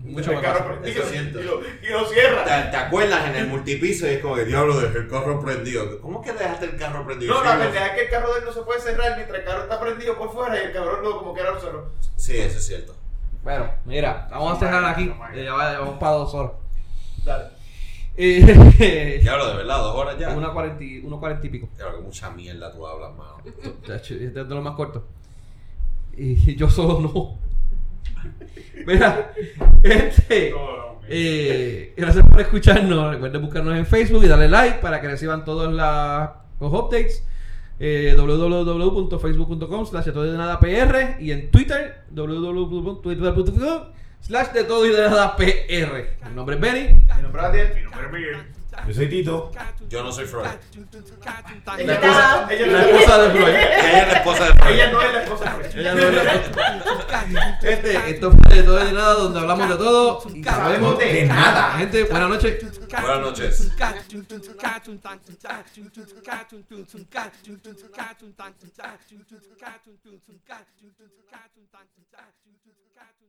[SPEAKER 2] Mucho más
[SPEAKER 3] Claro,
[SPEAKER 2] fácil.
[SPEAKER 3] pero-
[SPEAKER 6] Eso es cierto.
[SPEAKER 3] Y lo, y lo cierra.
[SPEAKER 6] ¿Te, te acuerdas en el multipiso? Y es como que diablo, dejé el carro prendido. ¿Cómo que dejaste el carro prendido?
[SPEAKER 3] No, la
[SPEAKER 6] Sí, no.
[SPEAKER 3] verdad es que el carro de él no se puede cerrar mientras el carro está prendido por fuera y el cabrón no, como que era un cerró.
[SPEAKER 6] Sí, eso es cierto.
[SPEAKER 2] Bueno, mira, vamos a cerrar aquí. eh, Ya va- ya vamos para dos horas.
[SPEAKER 3] Dale.
[SPEAKER 2] Eh,
[SPEAKER 6] Diablo, de verdad, dos horas ya.
[SPEAKER 2] Una cuarenta y, uno cuarenta y pico.
[SPEAKER 6] Claro, que mucha mierda tú hablas, mano.
[SPEAKER 2] Chacho, Este es de lo más corto. Y yo solo no. Mira, este.
[SPEAKER 5] Todo era un mito.
[SPEAKER 2] Eh, gracias por escucharnos. Recuerden buscarnos en Facebook y darle like para que reciban todos las- los updates. Eh, www.facebook.com slash de todo y de nada PR y en Twitter www.twitter.com slash de todo y de nada PR. Mi nombre es Benny.
[SPEAKER 3] Mi nombre es Adiel.
[SPEAKER 5] Mi nombre es Miguel.
[SPEAKER 4] Yo soy Tito.
[SPEAKER 6] Yo no soy Freud.
[SPEAKER 3] Ella,
[SPEAKER 7] Ella-
[SPEAKER 3] no- ella,
[SPEAKER 2] La
[SPEAKER 3] no-
[SPEAKER 2] esposa de Floyd.
[SPEAKER 6] Ella es la esposa de Freud.
[SPEAKER 3] ella no es la esposa de
[SPEAKER 2] Ella no es la- Este, esto fue de todo y de nada donde hablamos de todo y sabemos de nada. Gente, buenas noches.
[SPEAKER 6] Buenas noches.
[SPEAKER 1] noches.